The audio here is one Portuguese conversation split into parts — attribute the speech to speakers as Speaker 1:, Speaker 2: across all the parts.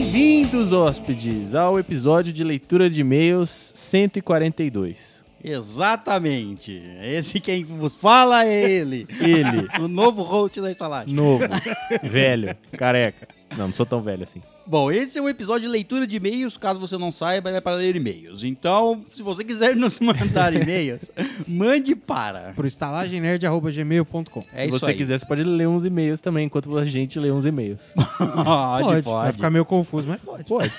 Speaker 1: Bem-vindos, hóspedes, ao episódio de leitura de e-mails 142.
Speaker 2: Exatamente. Esse quem vos fala é ele.
Speaker 1: Ele,
Speaker 2: o novo host da estalagem.
Speaker 1: novo, velho, careca. Não, não sou tão velho assim.
Speaker 2: Bom, esse é um episódio de leitura de e-mails. Caso você não saiba, ele é para ler e-mails. Então, se você quiser nos mandar e-mails, mande para.
Speaker 3: Pro estalagemnerd.gmail.com.
Speaker 2: É
Speaker 1: Se
Speaker 2: isso
Speaker 1: você
Speaker 2: aí.
Speaker 1: quiser, você pode ler uns e-mails também, enquanto a gente lê uns e-mails.
Speaker 2: Pode, pode.
Speaker 3: Vai ficar meio confuso, mas pode.
Speaker 1: Pode.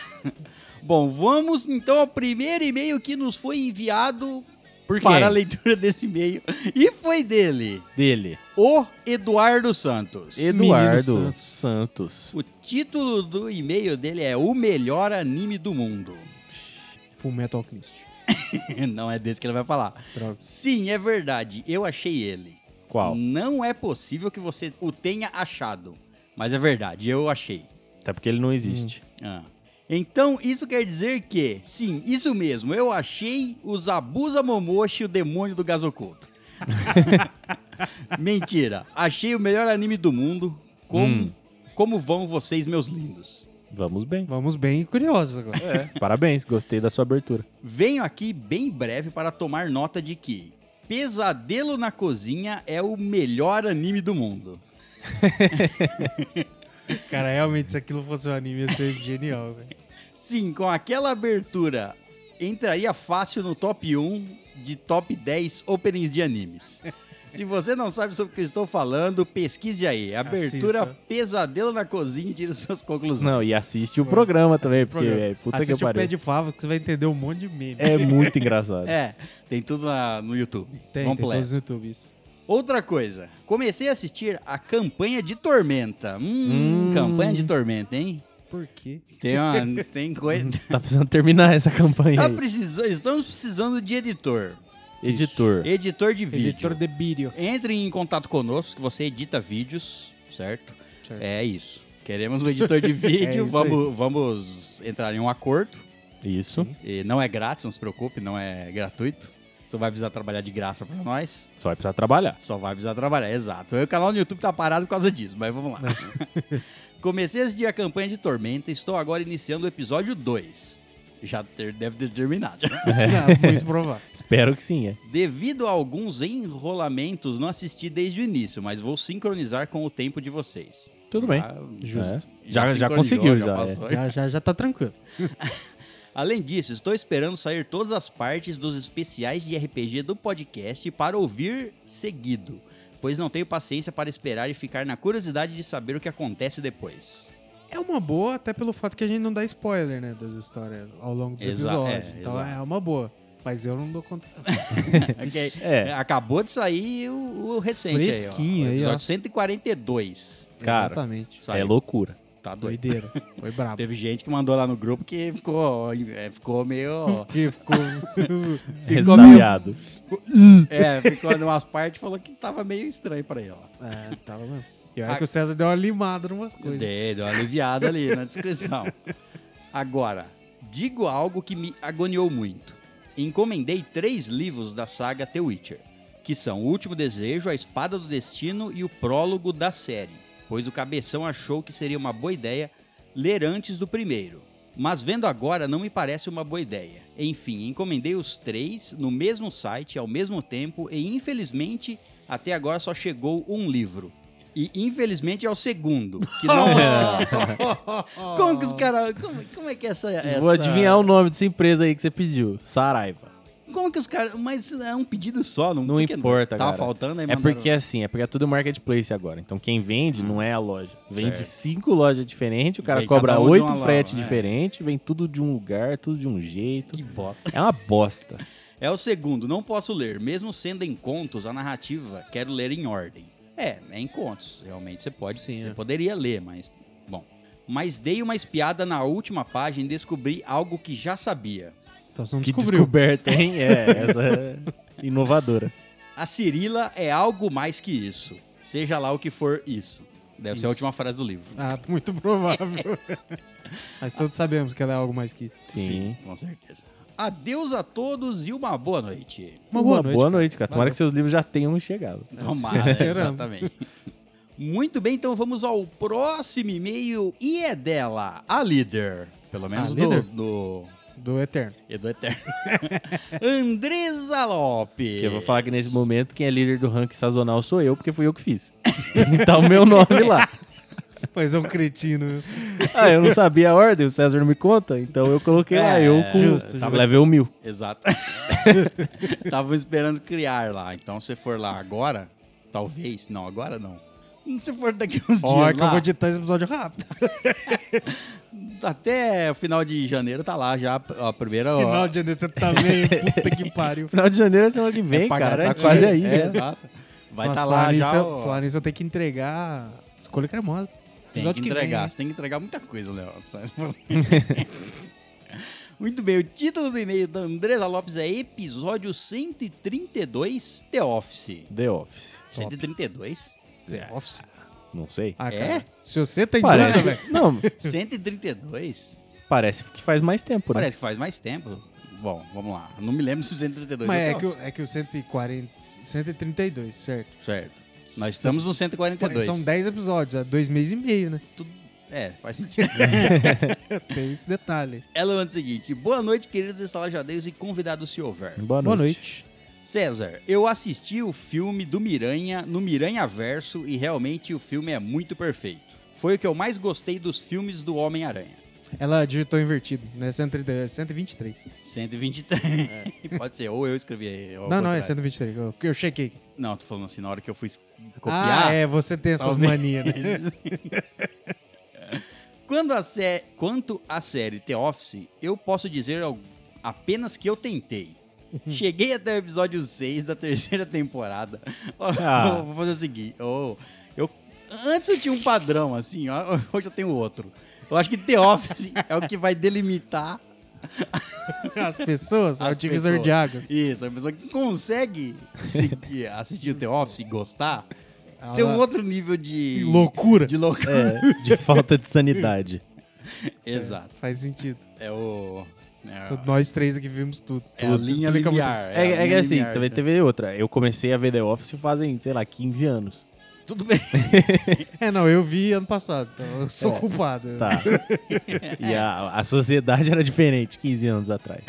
Speaker 2: Bom, vamos então ao primeiro e-mail que nos foi enviado
Speaker 1: Por quê?
Speaker 2: para a leitura desse e-mail. E foi dele,
Speaker 1: Dele,
Speaker 2: o Eduardo Santos.
Speaker 1: Eduardo
Speaker 3: Menino
Speaker 1: Santos.
Speaker 2: O título do e-mail dele é O Melhor Anime do Mundo.
Speaker 3: Full Metal Alchemist.
Speaker 2: Não é desse que ele vai falar.
Speaker 3: Droga.
Speaker 2: Sim, é verdade. Eu achei ele.
Speaker 1: Qual?
Speaker 2: Não é possível que você o tenha achado. Mas é verdade, eu achei.
Speaker 1: Até porque ele não existe.
Speaker 2: Ah. Então, isso quer dizer que, sim, isso mesmo, eu achei o Zabuza Momoshi, o demônio do gás oculto. Mentira, achei o melhor anime do mundo. Como, como vão vocês, meus lindos?
Speaker 1: Vamos bem.
Speaker 3: Vamos bem curiosos agora.
Speaker 1: É. Parabéns, gostei da sua abertura.
Speaker 2: Venho aqui bem breve para tomar nota de que Pesadelo na Cozinha é o melhor anime do mundo.
Speaker 3: Cara, realmente, se aquilo fosse um anime, ia ser genial, velho.
Speaker 2: Sim, com aquela abertura, entraria fácil no top 1 de top 10 openings de animes. Se você não sabe sobre o que eu estou falando, pesquise aí. Abertura
Speaker 3: Assista.
Speaker 2: Pesadelo na Cozinha e tire suas conclusões.
Speaker 1: Não, e assiste o programa também, porque
Speaker 3: Programa.
Speaker 1: é puta
Speaker 3: Assiste
Speaker 1: que
Speaker 3: o Pé
Speaker 1: pariu.
Speaker 3: de Fava que você vai entender um monte de meme.
Speaker 1: É muito engraçado.
Speaker 2: É, tem tudo na- no YouTube.
Speaker 3: Tem, tem
Speaker 2: completo.
Speaker 3: todos no YouTube isso.
Speaker 2: Outra coisa, comecei a assistir a campanha de Tormenta. Hum,
Speaker 1: Hum.
Speaker 2: campanha de Tormenta, hein?
Speaker 3: Por quê?
Speaker 2: Tem uma, tem coisa.
Speaker 1: Tá precisando terminar essa campanha
Speaker 2: Tá
Speaker 1: aí.
Speaker 2: precisando, estamos precisando de editor,
Speaker 1: Editor.
Speaker 2: editor de vídeo.
Speaker 3: Editor de vídeo.
Speaker 2: Entre em contato conosco, que você edita vídeos, certo?
Speaker 3: Certo. É
Speaker 2: É isso. Queremos um editor de vídeo,
Speaker 3: isso
Speaker 2: vamos, vamos entrar em um acordo.
Speaker 1: Isso.
Speaker 2: E não é grátis, não se preocupe, não é gratuito. Só vai precisar trabalhar de graça pra nós.
Speaker 1: Só vai precisar trabalhar.
Speaker 2: Só vai precisar trabalhar, exato. O canal no YouTube tá parado por causa disso, mas vamos lá. Comecei a assistir a campanha de Tormenta e estou agora iniciando o episódio 2. Já ter- deve ter terminado.
Speaker 3: Não, Ah, muito provável.
Speaker 1: Espero que sim, é.
Speaker 2: Devido a alguns enrolamentos, não assisti desde o início, mas vou sincronizar com o tempo de vocês.
Speaker 1: Tudo bem.
Speaker 2: Ah,
Speaker 1: Justo.
Speaker 2: É.
Speaker 1: Já- já
Speaker 2: sincronizou,
Speaker 1: conseguiu, já,
Speaker 2: passou.
Speaker 3: Já, já, já tá tranquilo.
Speaker 2: Além disso, estou esperando sair todas as partes dos especiais de RPG do podcast para ouvir seguido, pois não tenho paciência para esperar e ficar na curiosidade de saber o que acontece depois.
Speaker 3: É uma boa, até pelo fato que a gente não dá spoiler, né, das histórias ao longo dos
Speaker 2: Exa-
Speaker 3: episódios.
Speaker 2: é,
Speaker 3: então
Speaker 2: exato.
Speaker 3: é uma boa. Mas eu não dou conta.
Speaker 2: Ok.
Speaker 1: É.
Speaker 2: Acabou de sair o, o recente
Speaker 3: Fresquinho
Speaker 2: aí, ó.
Speaker 3: aí,
Speaker 2: O
Speaker 3: ó.
Speaker 2: episódio 142.
Speaker 1: Cara,
Speaker 3: Exatamente.
Speaker 2: Saiu.
Speaker 1: É loucura.
Speaker 2: Tá doido.
Speaker 3: Doideira. Foi brabo.
Speaker 2: Teve gente que mandou lá no grupo que ficou, é, ficou meio.
Speaker 3: Porque ficou.
Speaker 2: Ficou
Speaker 1: Resabiado.
Speaker 2: é, ficou em umas partes e falou que tava meio estranho pra ele, ó.
Speaker 3: é, tava mesmo. E olha que o César deu uma limada em umas coisas.
Speaker 2: Dei, deu uma aliviada ali na descrição. Agora, digo algo que me agoniou muito. Encomendei três livros da saga The Witcher, que são O Último Desejo, A Espada do Destino e o prólogo da série, pois o cabeção achou que seria uma boa ideia ler antes do primeiro. Mas vendo agora não me parece uma boa ideia. Enfim, encomendei os três no mesmo site ao mesmo tempo e infelizmente até agora só chegou um livro. E infelizmente é o segundo, que não é. Como que os caras. Como, como é que é essa, essa.
Speaker 1: Vou adivinhar o nome dessa empresa aí que você pediu. Saraiva.
Speaker 2: Como que os caras. Mas é um pedido só, não
Speaker 1: Não
Speaker 2: por que
Speaker 1: importa,
Speaker 2: Tava
Speaker 1: cara.
Speaker 2: faltando aí,
Speaker 1: É
Speaker 2: mandaram-
Speaker 1: porque assim, é porque é tudo marketplace agora. Então quem vende não é a loja. Vende cinco lojas diferentes, o cara
Speaker 2: Vem
Speaker 1: cobra
Speaker 2: cada um de
Speaker 1: oito
Speaker 2: uma loja,
Speaker 1: frete
Speaker 2: né?
Speaker 1: diferente, vem tudo de um lugar, tudo de um jeito.
Speaker 2: Que bosta.
Speaker 1: É uma bosta.
Speaker 2: É o segundo, não posso ler. Mesmo sendo em contos, a narrativa quero ler em ordem. É, é em contos. Realmente você pode.
Speaker 3: Sim,
Speaker 2: você
Speaker 3: é.
Speaker 2: poderia ler, mas. Bom. Mas dei uma espiada na última página e descobri algo que já sabia.
Speaker 3: Então você não
Speaker 1: Que
Speaker 3: descobriu.
Speaker 1: descoberta, hein? É, essa é inovadora.
Speaker 2: A Cirila é algo mais que isso. Seja lá o que for isso. Deve ser
Speaker 3: Isso.
Speaker 2: a última frase do livro.
Speaker 3: Ah, muito provável. Mas todos sabemos que ela é algo mais que isso.
Speaker 1: Sim.
Speaker 2: com certeza. Adeus a todos e uma boa noite.
Speaker 1: Uma boa, noite, cara. Tomara que seus livros já tenham chegado.
Speaker 2: Tomara,
Speaker 3: Esperamos.
Speaker 2: exatamente. Muito bem, então vamos ao próximo e-mail e é dela, é a líder, Pelo menos do,
Speaker 3: líder?
Speaker 2: do,
Speaker 3: Do Eterno.
Speaker 2: e do Eterno. Andresa Lopes.
Speaker 1: Porque eu vou falar que nesse momento quem é líder do ranking sazonal sou eu, porque fui eu que fiz. então meu nome lá.
Speaker 3: Pois é um cretino.
Speaker 1: Ah, eu não sabia a ordem, o César não me conta, então eu coloquei lá,
Speaker 2: É,
Speaker 1: eu com
Speaker 2: justo,
Speaker 1: tava
Speaker 2: justo.
Speaker 1: level mil.
Speaker 2: Exato. Tava esperando criar lá. Então, se for lá agora, talvez. Não, agora não. Se for daqui uns
Speaker 3: Ó, é
Speaker 2: dias
Speaker 3: que eu
Speaker 2: lá,
Speaker 3: vou editar esse episódio rápido.
Speaker 2: até o final de janeiro tá lá já a primeira...
Speaker 3: Final de janeiro você tá meio. Puta que pariu.
Speaker 1: Final de janeiro é semana que vem,
Speaker 2: pra
Speaker 1: cara. Tá
Speaker 2: garantir.
Speaker 1: quase aí,
Speaker 2: É,
Speaker 1: já.
Speaker 2: Exato. Vai estar tá
Speaker 3: Nossa, falar
Speaker 2: lá
Speaker 3: nisso,
Speaker 2: já...
Speaker 3: eu-
Speaker 2: ó,
Speaker 3: falar nisso, eu tenho que entregar escolha cremosa.
Speaker 2: Tem que
Speaker 3: Episódio vem,
Speaker 2: entregar.
Speaker 3: hein?
Speaker 2: Você tem que entregar muita coisa, Léo. Muito bem, o título do e-mail da Andresa Lopes é Episódio 132 The Office.
Speaker 1: The Office.
Speaker 2: 132?
Speaker 1: É,
Speaker 3: né? Office.
Speaker 1: Não sei.
Speaker 3: Ah, cara.
Speaker 2: É?
Speaker 3: Se você tem
Speaker 1: Parece.
Speaker 3: dúvida, velho.
Speaker 1: Não,
Speaker 2: 132?
Speaker 1: parece que faz mais tempo, né?
Speaker 2: Parece que faz mais tempo. Bom, vamos lá. Não me lembro se o 132
Speaker 3: Mas é
Speaker 2: o
Speaker 3: que, o- é que o 140, 132, certo?
Speaker 2: Certo. Nós estamos no 142.
Speaker 3: São 10 episódios, há dois meses e meio, né?
Speaker 2: Tudo- É, faz sentido.
Speaker 3: Tem esse detalhe.
Speaker 2: Ela manda o seguinte: Boa noite, queridos estalajadeiros e convidados se houver.
Speaker 1: Boa noite.
Speaker 3: Boa noite.
Speaker 2: César, eu assisti o filme do Miranha no Miranha Verso e realmente o filme é muito perfeito. Foi o que eu mais gostei dos filmes do Homem-Aranha.
Speaker 3: Ela digitou invertido, né? 132, 123.
Speaker 2: 123. É, Pode ser, ou eu escrevi. ao
Speaker 3: não, não, é
Speaker 2: contrário.
Speaker 3: 123. Eu, eu chequei.
Speaker 2: Não, tô falando assim, na hora que eu fui copiar.
Speaker 3: Ah, é, você tem essas
Speaker 2: Talvez.
Speaker 3: manias, né?
Speaker 2: Quando a sé- Quanto à série The Office, eu posso dizer al- apenas que eu tentei.
Speaker 3: Uhum.
Speaker 2: Cheguei até o episódio 6 da terceira temporada. Ó,
Speaker 1: Ah.
Speaker 2: Vou fazer o seguinte. ó, eu... Antes eu tinha um padrão, assim, ó, hoje eu tenho outro. Eu acho que The Office é o que vai delimitar
Speaker 3: As pessoas, é o
Speaker 2: As
Speaker 3: divisor
Speaker 2: pessoas.
Speaker 3: de águas.
Speaker 2: isso. A pessoa que consegue seguir- assistir o The Office e gostar
Speaker 3: Ela-
Speaker 2: tem um outro nível de.
Speaker 3: Que Ah, Loucura.
Speaker 2: De louca.
Speaker 1: É, de falta de sanidade.
Speaker 2: Exato.
Speaker 3: Faz sentido.
Speaker 2: É o. é
Speaker 3: Então, Nós três aqui vimos tudo.
Speaker 2: É a
Speaker 3: Tudo.
Speaker 2: linha
Speaker 3: Explica muito.
Speaker 2: linear.
Speaker 1: É,
Speaker 2: a
Speaker 1: é que
Speaker 2: linha
Speaker 1: assim,
Speaker 2: linear,
Speaker 1: também
Speaker 2: tá?
Speaker 1: teve outra. Eu comecei a ver The Office fazem, sei lá, 15 anos.
Speaker 2: Tudo bem.
Speaker 3: É, não, eu vi ano passado, então eu sou
Speaker 2: É.
Speaker 3: culpado.
Speaker 1: Tá. E a, a sociedade era diferente 15 anos atrás.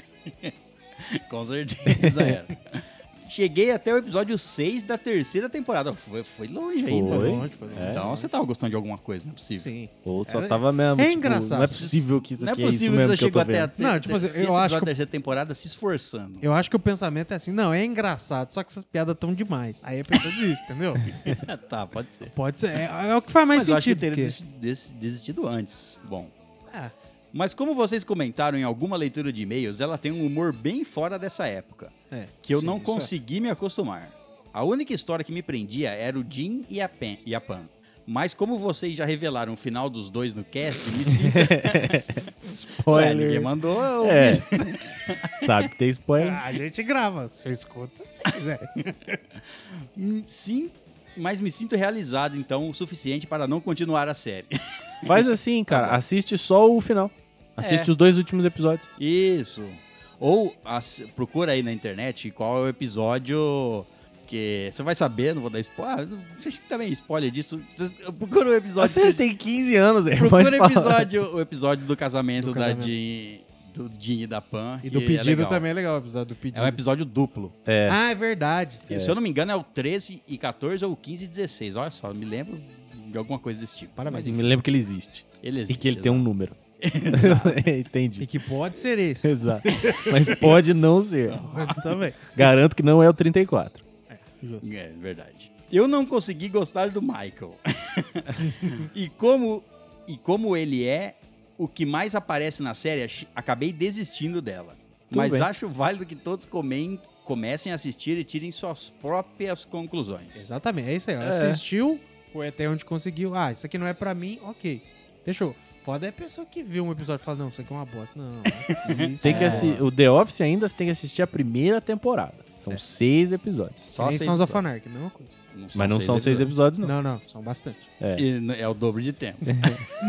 Speaker 2: Com certeza era. Cheguei até o episódio 6 da terceira temporada. Foi, foi longe ainda.
Speaker 1: Foi.
Speaker 3: longe, foi longe.
Speaker 1: É.
Speaker 2: Então você tava gostando de alguma coisa, não é possível.
Speaker 3: Sim.
Speaker 1: Outro só
Speaker 3: Era-
Speaker 1: tava mesmo.
Speaker 3: é
Speaker 1: tipo,
Speaker 3: engraçado.
Speaker 1: Não é possível que isso
Speaker 2: Não é
Speaker 1: aqui é isso
Speaker 2: possível que
Speaker 1: mesmo
Speaker 2: você
Speaker 1: que eu tô
Speaker 2: chegou até a
Speaker 1: vendo.
Speaker 2: ter,
Speaker 3: Não, tipo assim, eu
Speaker 2: sexta,
Speaker 3: acho que-
Speaker 2: terceira temporada se esforçando.
Speaker 3: Eu acho que o pensamento é assim, não, é engraçado, só que essas piadas estão demais. Aí a pessoa desiste, entendeu?
Speaker 2: tá, pode ser.
Speaker 3: Pode ser, é, é o que faz mais
Speaker 2: Mas eu acho que
Speaker 3: sentido.
Speaker 2: teria
Speaker 3: porque-
Speaker 2: des- des- desistido antes. Bom.
Speaker 3: Ah,
Speaker 2: Mas como vocês comentaram em alguma leitura de e-mails, ela tem um humor bem fora dessa época,
Speaker 3: é,
Speaker 2: que eu
Speaker 3: sim,
Speaker 2: não
Speaker 3: isso é.
Speaker 2: consegui me acostumar. A única história que me prendia era o Jim e a, Pen, e a Pan. Mas como vocês já revelaram o final dos dois no cast, me sinto Ué, ninguém
Speaker 1: Spoiler.
Speaker 2: mandou. eu-
Speaker 1: É. Sabe que tem spoiler.
Speaker 3: Ah, A gente grava, você escuta se quiser.
Speaker 2: Hum, Sim, mas me sinto realizado, então, o suficiente para não continuar a série.
Speaker 1: Faz assim, cara. Assiste só o final. Assiste
Speaker 2: É.
Speaker 1: os dois últimos episódios.
Speaker 2: Isso. Ou as- procura aí na internet qual é o episódio que você vai saber, não vou dar spoiler. Ah, Vocês também spoiler disso. Vocês- Procura o episódio.
Speaker 1: Você tem 15 anos, é.
Speaker 2: procura
Speaker 1: pode
Speaker 2: o
Speaker 1: falar.
Speaker 2: episódio, o episódio do casamento,
Speaker 3: Do
Speaker 2: da
Speaker 3: casamento.
Speaker 2: Jean, do Jean e da Pan.
Speaker 3: E do
Speaker 2: que é
Speaker 3: pedido
Speaker 2: legal.
Speaker 3: também é legal, o episódio do pedido.
Speaker 2: É um episódio duplo.
Speaker 1: É.
Speaker 3: Ah, é verdade.
Speaker 2: Se eu não me engano, é o 13 e 14 ou o 15 e 16. Olha só, eu me lembro de alguma coisa desse tipo. Parabéns.
Speaker 1: Me lembro que ele existe.
Speaker 2: Ele
Speaker 1: E que ele tem um número.
Speaker 3: E
Speaker 1: Entendi.
Speaker 3: que pode ser esse.
Speaker 1: Exato. Mas pode não ser.
Speaker 3: Também.
Speaker 1: Garanto que não é o 34.
Speaker 3: Justo.
Speaker 2: É verdade. Eu não consegui gostar do Michael. e como e como ele é o que mais aparece na série, ach- acabei desistindo dela.
Speaker 1: Tudo
Speaker 2: Mas
Speaker 1: bem.
Speaker 2: acho válido que todos comem- comecem a assistir e tirem suas próprias conclusões.
Speaker 3: Exatamente, é isso aí. ó.
Speaker 1: É.
Speaker 3: Assistiu, foi até onde conseguiu. Ah, isso aqui não é pra mim, ok. Fechou. Pode é a pessoa que viu um episódio e fala, não, isso aqui é uma bosta. Não, isso
Speaker 1: Tem
Speaker 3: é
Speaker 1: que
Speaker 3: uma
Speaker 1: assi-
Speaker 3: bosta.
Speaker 1: O The Office ainda tem que assistir a primeira temporada. São seis episódios.
Speaker 2: Só
Speaker 3: Que nem
Speaker 2: seis
Speaker 3: É Sons of
Speaker 2: episódios.
Speaker 3: Anarchy, mesma coisa.
Speaker 2: Não
Speaker 1: Mas não são seis episódios, não.
Speaker 3: Não, não, são bastante.
Speaker 2: E n- é o dobro de tempo.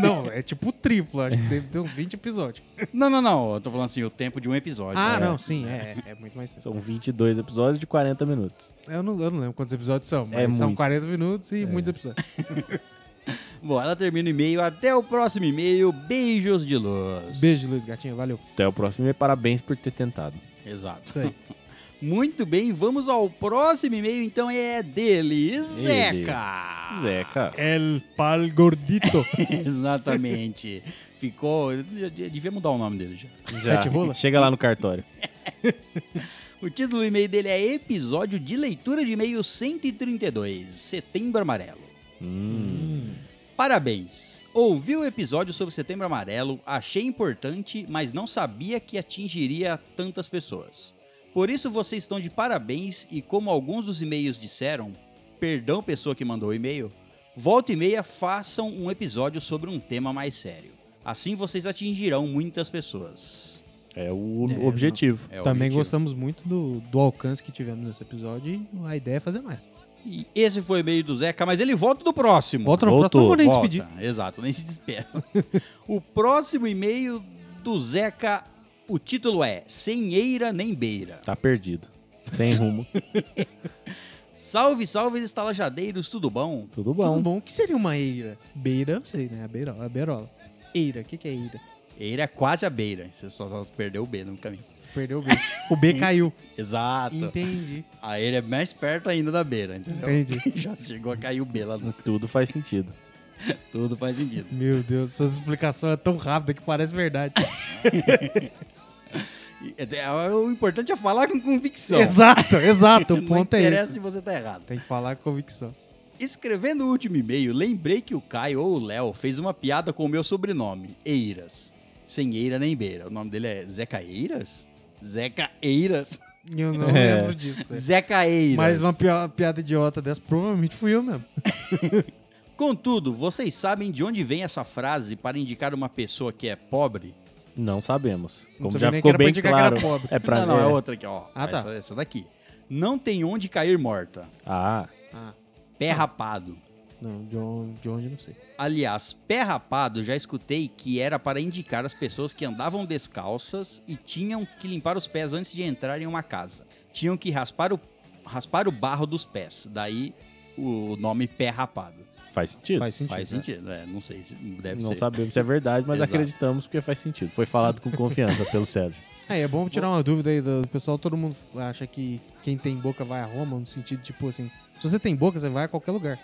Speaker 3: não, é tipo triplo, acho que deve ter uns 20 episódios.
Speaker 2: não, não, não. Eu tô falando assim, o tempo de um episódio.
Speaker 3: Ah,
Speaker 2: É.
Speaker 3: não, sim, é, é muito mais tempo.
Speaker 1: São 22 episódios de 40 minutos.
Speaker 3: Eu não, eu não lembro quantos episódios são, mas
Speaker 1: É
Speaker 3: são
Speaker 1: muito.
Speaker 3: 40 minutos e muitos episódios.
Speaker 2: Bom, ela termina o e-mail. Até o próximo e-mail. Beijos de luz.
Speaker 3: Beijo, Luiz Gatinho. Valeu.
Speaker 1: Até o próximo e parabéns por ter tentado.
Speaker 2: Exato.
Speaker 3: Isso aí.
Speaker 2: Muito bem, vamos ao próximo e-mail, então é dele, Zeca.
Speaker 1: Zeca.
Speaker 3: El pal gordito.
Speaker 2: Exatamente. Ficou. já- já Devia mudar o nome dele já.
Speaker 1: Já.
Speaker 3: Sete rola?
Speaker 1: Chega lá no cartório.
Speaker 2: O título do e-mail dele é Episódio de Leitura de E-mail 132, Setembro Amarelo.
Speaker 1: Hum.
Speaker 2: Parabéns! Ouvi o episódio sobre Setembro Amarelo, achei importante, mas não sabia que atingiria tantas pessoas. Por isso vocês estão de parabéns e, como alguns dos e-mails disseram, perdão pessoa que mandou o e-mail, volta e meia façam um episódio sobre um tema mais sério. Assim vocês atingirão muitas pessoas.
Speaker 1: É o
Speaker 3: É,
Speaker 1: objetivo.
Speaker 2: É o
Speaker 3: Também
Speaker 2: objetivo.
Speaker 3: gostamos muito do, do alcance que tivemos nesse episódio e a ideia é fazer mais.
Speaker 2: E esse foi o e-mail do Zeca, mas ele volta do próximo.
Speaker 3: Volta no
Speaker 1: Voltou,
Speaker 3: próximo, não vou nem
Speaker 2: Volta,
Speaker 3: despedir.
Speaker 2: Exato, nem se despede. o próximo e-mail do Zeca, o título é Sem Eira Nem Beira.
Speaker 1: Tá perdido. Sem rumo.
Speaker 2: Salve, salve, estalajadeiros, tudo bom?
Speaker 1: Tudo
Speaker 3: Bom.
Speaker 1: bom.
Speaker 3: Tudo bom, o que seria uma eira? Beira, eu sei, né? A beirola. A beirola. Eira, o que, que é eira?
Speaker 2: Eira é quase a beira, você só, só perdeu o B no caminho.
Speaker 3: Você perdeu o B. O B caiu.
Speaker 2: Exato.
Speaker 3: Entendi.
Speaker 2: A eira é mais perto ainda da beira, entendeu?
Speaker 3: Entendi.
Speaker 2: Já chegou a cair o B lá no
Speaker 1: Tudo faz sentido.
Speaker 2: tudo, faz sentido.
Speaker 3: Meu Deus, essa explicação é tão rápida que parece verdade.
Speaker 2: E- é- O importante é falar com convicção.
Speaker 3: Exato, exato. O
Speaker 2: Não
Speaker 3: ponto é
Speaker 2: interessa se
Speaker 3: esse.
Speaker 2: você tá errado.
Speaker 3: Tem que falar com convicção.
Speaker 2: Escrevendo o último e-mail, lembrei que o Caio ou o Léo fez uma piada com o meu sobrenome, Eiras. Sem eira nem beira. O nome dele é Zeca Eiras? Zeca Eiras?
Speaker 3: Eu não
Speaker 1: É.
Speaker 3: lembro disso. né?
Speaker 2: Zeca Eiras.
Speaker 3: Mas uma pia- piada idiota dessa provavelmente fui eu mesmo.
Speaker 2: Contudo, vocês sabem de onde vem essa frase para indicar uma pessoa que é pobre?
Speaker 1: Não sabemos. Como
Speaker 3: sabia
Speaker 1: já
Speaker 3: nem
Speaker 1: ficou
Speaker 3: que era pra
Speaker 1: bem
Speaker 3: indicar que
Speaker 1: claro.
Speaker 3: era pobre.
Speaker 1: É pra
Speaker 2: não, não, é
Speaker 1: é-
Speaker 2: outra aqui, ó.
Speaker 3: Ah, tá.
Speaker 2: Essa, essa daqui. Não tem onde cair morta.
Speaker 1: Ah,
Speaker 3: Ah,
Speaker 2: Pé rapado.
Speaker 3: não, de onde, de onde eu não sei.
Speaker 2: Aliás, pé rapado já escutei que era para indicar as pessoas que andavam descalças e tinham que limpar os pés antes de entrar em uma casa. Tinham que raspar o, raspar o barro dos pés. Daí o nome pé rapado.
Speaker 1: faz sentido.
Speaker 3: Faz sentido.
Speaker 2: Faz
Speaker 3: né?
Speaker 2: sentido, é, não sei se deve
Speaker 1: não
Speaker 2: ser.
Speaker 1: sabemos se é verdade, mas
Speaker 2: Exato.
Speaker 1: acreditamos porque faz sentido. Foi falado com confiança pelo César.
Speaker 3: É, é bom tirar uma dúvida aí do do pessoal. Todo mundo acha que quem tem boca vai a Roma, no sentido tipo assim: se você tem boca, você vai a qualquer lugar.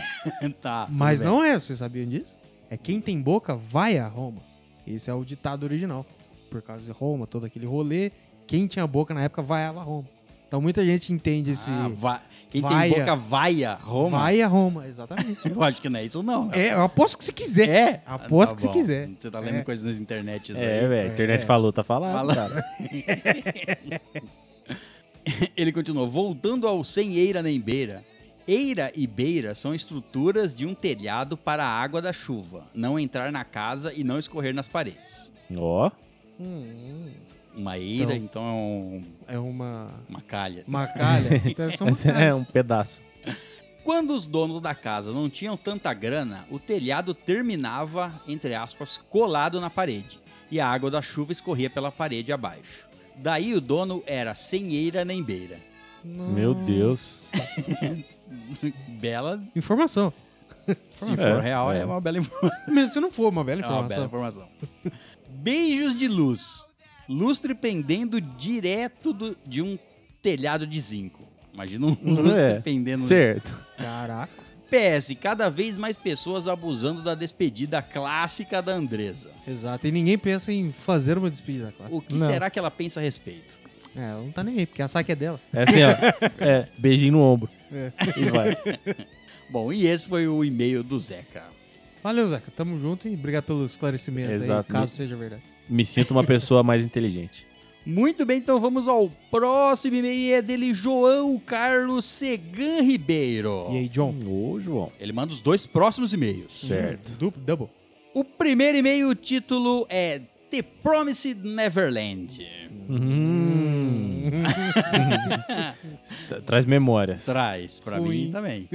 Speaker 2: tá, tudo
Speaker 3: Mas
Speaker 2: bem.
Speaker 3: não é, vocês sabiam disso? É quem tem boca vai a Roma. Esse é o ditado original. Por causa de Roma, todo aquele rolê, quem tinha boca na época vaiava a Roma. Então muita gente entende esse.
Speaker 2: Ah, va- Quem
Speaker 3: Vaia.
Speaker 2: tem boca vaia, Roma.
Speaker 3: Vai a Roma, exatamente.
Speaker 2: Eu acho que não é isso, não. né?
Speaker 3: é, eu aposto que se quiser. É,
Speaker 2: Ah,
Speaker 3: aposto
Speaker 2: tá
Speaker 3: que se
Speaker 2: bom.
Speaker 3: quiser.
Speaker 2: Você tá lendo
Speaker 3: É.
Speaker 2: coisas nas internet
Speaker 1: É, velho. A internet
Speaker 3: É.
Speaker 1: falou, tá falado.
Speaker 2: Fala.
Speaker 1: cara.
Speaker 2: Ele continuou, voltando ao sem eira nem beira. Eira e beira são estruturas de um telhado para a água da chuva não entrar na casa e não escorrer nas paredes.
Speaker 1: Ó,
Speaker 3: Hum,
Speaker 2: Uma eira, então,
Speaker 3: Então-
Speaker 2: é um-
Speaker 3: é uma.
Speaker 2: uma calha.
Speaker 3: Uma calha. Então, é só uma
Speaker 1: mas
Speaker 3: calha.
Speaker 1: é um pedaço.
Speaker 2: Quando os donos da casa não tinham tanta grana, o telhado terminava, entre aspas, colado na parede e a água da chuva escorria pela parede abaixo. Daí o dono era sem eira nem beira.
Speaker 1: Meu Deus.
Speaker 2: Bela,
Speaker 3: Informação.
Speaker 2: se for
Speaker 1: É,
Speaker 2: real,
Speaker 1: é.
Speaker 2: é uma bela informação.
Speaker 3: Mesmo se não for uma bela
Speaker 2: É uma bela
Speaker 3: informação.
Speaker 2: informação. Beijos de luz. Lustre pendendo direto do- de um telhado de zinco. Imagina um lustre
Speaker 1: É,
Speaker 2: pendendo.
Speaker 1: Certo.
Speaker 3: Caraca.
Speaker 2: PS, cada vez mais pessoas abusando da despedida clássica da Andresa.
Speaker 3: Exato. E ninguém pensa em fazer uma despedida clássica.
Speaker 2: O que
Speaker 1: Não.
Speaker 2: será que ela pensa a respeito?
Speaker 3: É, ela não tá nem aí, porque a saque é dela.
Speaker 1: É assim, ó. É, beijinho no ombro.
Speaker 3: É.
Speaker 1: E vai.
Speaker 2: Bom, e esse foi o e-mail do Zeca.
Speaker 3: Valeu, Zeca. Tamo junto e obrigado pelo esclarecimento aí,
Speaker 1: Exato.
Speaker 3: caso seja verdade.
Speaker 1: Me sinto uma pessoa mais inteligente.
Speaker 2: Muito bem, então vamos ao próximo e-mail e é dele, João Carlos Segan Ribeiro.
Speaker 3: E aí, John?
Speaker 1: Hum, Ô, João.
Speaker 2: Ele manda os dois próximos e-mails.
Speaker 1: Certo.
Speaker 3: Du double.
Speaker 2: O primeiro e-mail, o título é The Promised Neverland.
Speaker 1: Hum. Tra- Traz memórias.
Speaker 2: Traz pra
Speaker 3: Ruins.
Speaker 2: mim também.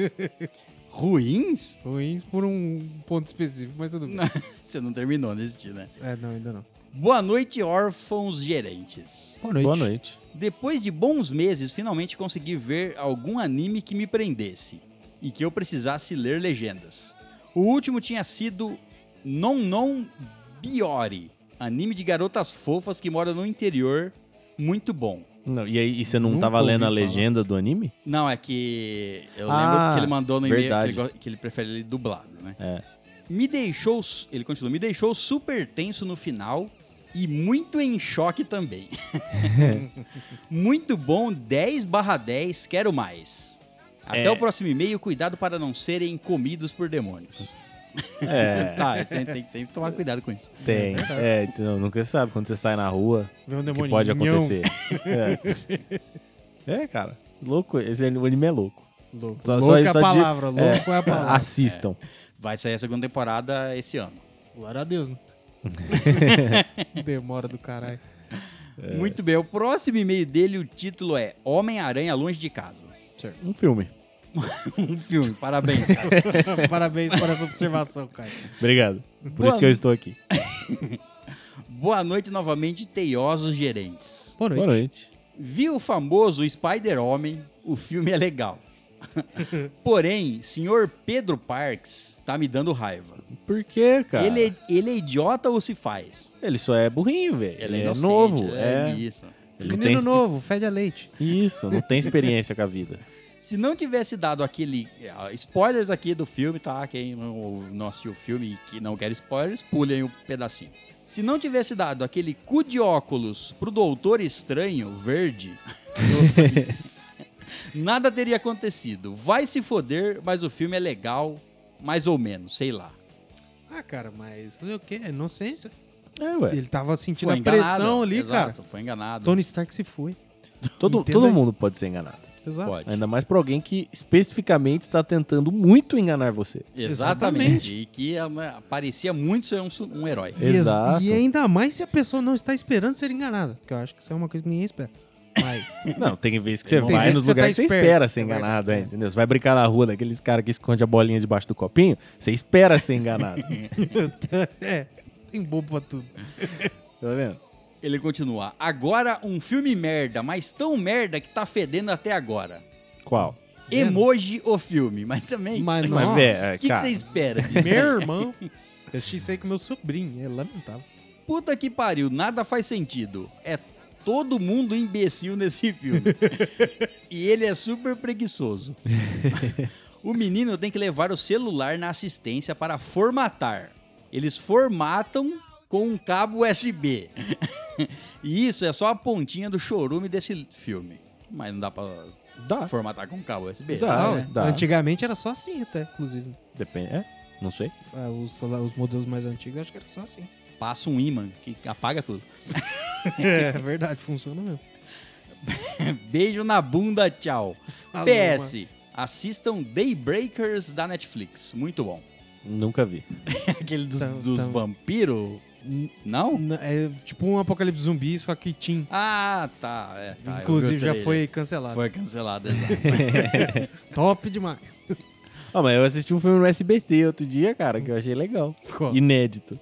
Speaker 2: Ruins?
Speaker 3: Ruins por um ponto específico, mas tudo bem.
Speaker 2: Você não terminou nesse né?
Speaker 3: É, não, ainda não.
Speaker 2: Boa noite, órfãos gerentes.
Speaker 3: Boa noite.
Speaker 1: Boa noite.
Speaker 2: Depois de bons meses, finalmente consegui ver algum anime que me prendesse e que eu precisasse ler legendas. O último tinha sido Non Non Biori, anime de garotas fofas que mora no interior, muito bom.
Speaker 1: Não, e aí, e você não
Speaker 3: Nunca
Speaker 1: tava lendo a
Speaker 3: ouvi falar.
Speaker 1: legenda do anime?
Speaker 2: Não, é que eu
Speaker 1: Ah,
Speaker 2: lembro que ele mandou no e-mail que
Speaker 1: verdade.
Speaker 2: ele, go- que ele prefere ele dublado, né?
Speaker 1: É.
Speaker 2: Me deixou, su- ele continua, me deixou super tenso no final e muito em choque também. muito bom, 10 barra 10, quero mais. Até
Speaker 1: É.
Speaker 2: o próximo e-mail, cuidado para não serem comidos por demônios.
Speaker 1: É,
Speaker 2: Tá, você tem que sempre tomar cuidado com isso.
Speaker 1: tem. É, então, nunca sabe quando você sai na rua
Speaker 3: Vê um
Speaker 1: o
Speaker 3: demônio.
Speaker 1: que pode acontecer. É. É, cara. Louco, esse anime é louco.
Speaker 3: Louco,
Speaker 1: Só-
Speaker 3: louco
Speaker 1: só-
Speaker 3: é a
Speaker 1: só de-
Speaker 3: palavra, louco é, a
Speaker 1: Ah,
Speaker 3: palavra.
Speaker 1: Assistam.
Speaker 2: Vai sair a segunda temporada esse ano.
Speaker 3: Glória a Deus, né? Demora do caralho.
Speaker 1: É.
Speaker 2: Muito bem, o próximo e-mail dele, o título é Homem-Aranha Longe de Casa.
Speaker 1: Um filme.
Speaker 2: Um filme, parabéns, cara.
Speaker 3: Parabéns por essa observação, cara.
Speaker 1: Obrigado. Por
Speaker 2: Boa
Speaker 1: isso que eu estou aqui.
Speaker 2: Boa noite novamente, teiosos gerentes.
Speaker 3: Boa noite.
Speaker 1: Boa noite.
Speaker 2: Viu o famoso Spider-Homem? O filme é legal. Porém, senhor Pedro Parks tá me dando raiva.
Speaker 1: Por quê, cara?
Speaker 2: Ele, é- ele é idiota ou se faz?
Speaker 1: Ele só é burrinho, velho. Ele, é,
Speaker 2: inocente, né?
Speaker 1: novo. É.
Speaker 2: isso.
Speaker 1: Ele não tem
Speaker 3: Menino
Speaker 1: exp-
Speaker 3: novo, fede a leite.
Speaker 1: Isso, não tem experiência com a vida.
Speaker 2: Se não tivesse dado aquele. ah, Spoilers aqui do filme, tá? Quem não, não assistiu o filme e que não quer spoilers, pulem o pedacinho. Se não tivesse dado aquele cu de óculos pro Doutor Estranho Verde. nada teria acontecido. Vai se foder, mas o filme é legal, mais ou menos, sei lá.
Speaker 3: Ah, cara, mas fazer o quê? É Inocência.
Speaker 1: É, ué.
Speaker 3: Ele tava sentindo a
Speaker 2: enganado,
Speaker 3: pressão ali,
Speaker 2: exato,
Speaker 3: cara.
Speaker 2: Foi enganado.
Speaker 3: Tony Stark se foi.
Speaker 1: Todo,
Speaker 3: Entenda
Speaker 1: todo
Speaker 3: isso.
Speaker 1: mundo pode ser enganado.
Speaker 3: Exato.
Speaker 2: Pode.
Speaker 1: Ainda mais pra alguém que especificamente está tentando muito enganar você.
Speaker 2: Exatamente. E que ah, parecia muito ser um, su- um herói.
Speaker 3: E, ex-
Speaker 1: Exato.
Speaker 3: e ainda mais se a pessoa não está esperando ser enganada. Que eu acho que isso é uma coisa que ninguém espera. Mas,
Speaker 1: Não, tem vezes que você
Speaker 3: Tem
Speaker 1: vai
Speaker 3: vezes
Speaker 1: nos
Speaker 3: que você
Speaker 1: lugares
Speaker 3: tá
Speaker 1: que você
Speaker 3: esperto.
Speaker 1: espera ser
Speaker 3: É verdade,
Speaker 1: enganado, é,
Speaker 3: é.
Speaker 1: entendeu? Você vai brincar na rua daqueles caras que esconde a bolinha debaixo do copinho, você espera ser enganado. tá
Speaker 3: é, tem bobo pra tudo.
Speaker 1: Tá vendo?
Speaker 2: Ele continua. Agora um filme merda, mas tão merda que tá fedendo até agora.
Speaker 1: Qual?
Speaker 3: Vendo?
Speaker 2: Emoji o filme, mas também.
Speaker 3: Mas
Speaker 2: sei
Speaker 3: não, é,
Speaker 2: lá,
Speaker 1: Mas,
Speaker 3: Nossa,
Speaker 2: o
Speaker 1: velho,
Speaker 2: que que
Speaker 1: cara,
Speaker 2: você espera? disso?
Speaker 3: Meu irmão. Eu assisti isso aí com meu sobrinho. É lamentável.
Speaker 2: Puta que pariu, nada faz sentido. É todo mundo imbecil nesse filme. e ele é super preguiçoso. o menino tem que levar o celular na assistência para formatar. Eles formatam com um cabo USB. e isso é só a pontinha do chorume desse filme. Mas não dá pra
Speaker 1: dá.
Speaker 2: formatar com um cabo USB.
Speaker 1: Tá. Dá. Ah,
Speaker 3: Não,
Speaker 1: é?
Speaker 3: é.
Speaker 1: Dá.
Speaker 3: Antigamente era só assim até, inclusive.
Speaker 1: Depende. É? Não sei.
Speaker 3: Ah, Os, celu- os modelos mais antigos acho que era só assim.
Speaker 2: Passa um imã que apaga tudo.
Speaker 3: É verdade, funciona mesmo.
Speaker 2: Beijo na bunda, tchau.
Speaker 3: Alô,
Speaker 2: PS, assistam Daybreakers da Netflix. Muito bom.
Speaker 1: Nunca vi.
Speaker 2: Aquele dos,
Speaker 3: Tam,
Speaker 2: dos
Speaker 3: tam.
Speaker 2: vampiros?
Speaker 3: N-
Speaker 2: Não?
Speaker 3: n- É tipo um apocalipse zumbi, só que Tim.
Speaker 2: Ah, tá. é, tá, eu vi
Speaker 3: Inclusive
Speaker 2: o
Speaker 3: já
Speaker 2: trailer.
Speaker 3: foi cancelado.
Speaker 2: Foi cancelado, exato.
Speaker 3: Top demais.
Speaker 1: Ah, mas eu assisti um filme no SBT outro dia, cara, que eu achei legal.
Speaker 3: Qual?
Speaker 1: Inédito.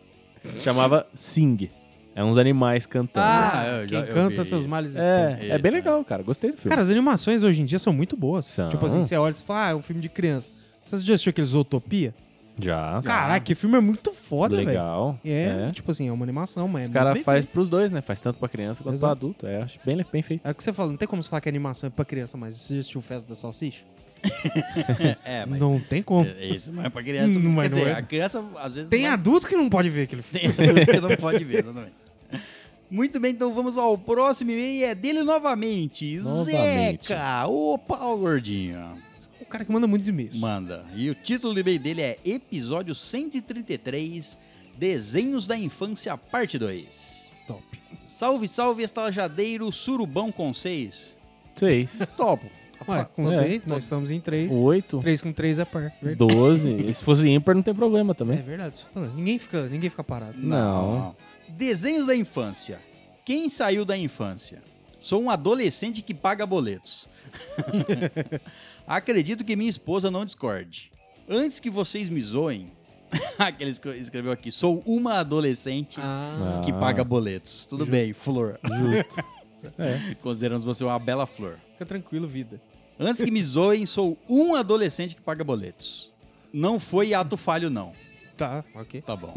Speaker 1: Chamava Sing. É uns animais cantando.
Speaker 2: Ah, eu já-
Speaker 3: Quem
Speaker 2: eu
Speaker 3: canta
Speaker 2: vi
Speaker 3: seus
Speaker 2: isso.
Speaker 3: males espanta.
Speaker 1: é, é bem
Speaker 2: Isso,
Speaker 1: legal, cara. Gostei do filme.
Speaker 3: Cara, as animações hoje em dia são muito boas.
Speaker 1: São.
Speaker 3: Tipo assim, você olha e você fala, ah, é um filme de criança. Você já assistiu aquele Zootopia?
Speaker 1: já.
Speaker 3: Caraca, que filme é muito foda, velho.
Speaker 1: legal.
Speaker 3: É, tipo assim, é uma animação, mas
Speaker 1: Os
Speaker 3: é
Speaker 1: caras
Speaker 3: muito bem
Speaker 1: fazem
Speaker 3: feito.
Speaker 1: pros dois, né? Faz tanto pra criança quanto pra
Speaker 3: Exato.
Speaker 1: adulto. É, acho bem, bem feito.
Speaker 3: É o que você fala, não tem como você falar que a animação é pra criança, mas você já assistiu Festa da Salsicha?
Speaker 2: É, mas
Speaker 3: Não tem como.
Speaker 2: é- isso não é pra criança.
Speaker 3: Não, mas
Speaker 2: Quer
Speaker 3: não
Speaker 2: dizer,
Speaker 3: é.
Speaker 2: a criança às vezes
Speaker 3: Tem
Speaker 2: não é-
Speaker 3: adulto que não pode ver aquele filme.
Speaker 2: Tem adulto que não pode ver, exatamente. Muito bem, então vamos ao próximo e-mail. É dele novamente.
Speaker 1: Novamente.
Speaker 2: Zeca, o Paulo Gordinho.
Speaker 3: O cara que manda muito de mesmo.
Speaker 2: Manda. E o título do e-mail dele é Episódio 133, Desenhos da Infância, Parte 2.
Speaker 3: Top.
Speaker 2: Salve, salve, estalajadeiro surubão com seis.
Speaker 1: Seis.
Speaker 2: Topo.
Speaker 3: Ué, com
Speaker 1: É.
Speaker 3: seis, nós estamos em três.
Speaker 1: Oito.
Speaker 3: Três com três é par. Verdade.
Speaker 1: Doze. E se fosse ímpar, não tem problema
Speaker 3: É
Speaker 1: também.
Speaker 3: verdade. isso. Não, Ninguém fica, ninguém fica parado.
Speaker 1: né? Não.
Speaker 2: Desenhos da infância. Quem saiu da infância? Sou um adolescente que paga boletos. Acredito que minha esposa não discorde. Antes que vocês me zoem, aquele escre- escreveu aqui, sou uma adolescente
Speaker 3: Ah,
Speaker 2: que
Speaker 1: Ah.
Speaker 2: paga boletos. Tudo bem, flor.
Speaker 1: Justo.
Speaker 2: Consideramos você uma bela flor.
Speaker 3: fica tranquilo, vida.
Speaker 2: Antes que me zoem, sou um adolescente que paga boletos. Não foi ato falho, não.
Speaker 3: Tá, ok.
Speaker 2: Tá bom.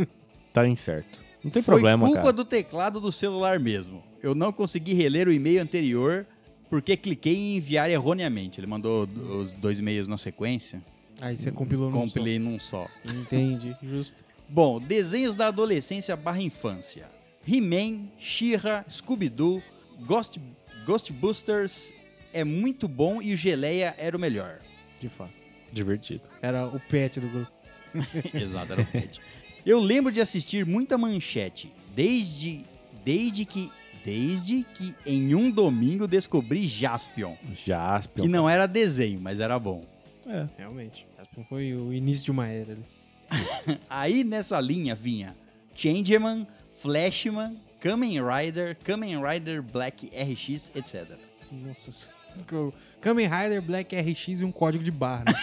Speaker 1: Tá incerto. Não tem
Speaker 2: Foi
Speaker 1: problema,
Speaker 2: culpa
Speaker 1: cara.
Speaker 2: do teclado do celular mesmo. Eu não consegui reler o e-mail anterior porque cliquei em enviar erroneamente. Ele mandou d- os dois e-mails na sequência.
Speaker 3: Aí você compilou no
Speaker 2: Compilei num só.
Speaker 3: Entendi, justo.
Speaker 2: Bom, desenhos da adolescência barra infância. He-Man, She-Ra, Scooby-Doo, Ghost, Ghostbusters é muito bom e o Geleia era o melhor.
Speaker 3: De fato.
Speaker 1: Divertido.
Speaker 3: Era o pet do grupo.
Speaker 2: Exato, era o Fred. Eu lembro de assistir muita manchete, desde, desde que desde que em um domingo descobri Jaspion,
Speaker 1: Jaspion.
Speaker 2: que não era desenho, mas era bom.
Speaker 1: É.
Speaker 3: Realmente. Foi o início de uma era ali.
Speaker 2: Aí nessa linha vinha Changeman, Flashman, Kamen Rider, Kamen Rider Black RX, etc.
Speaker 3: Nossa senhora. Kamen Rider, Black RX e um código de barra. né?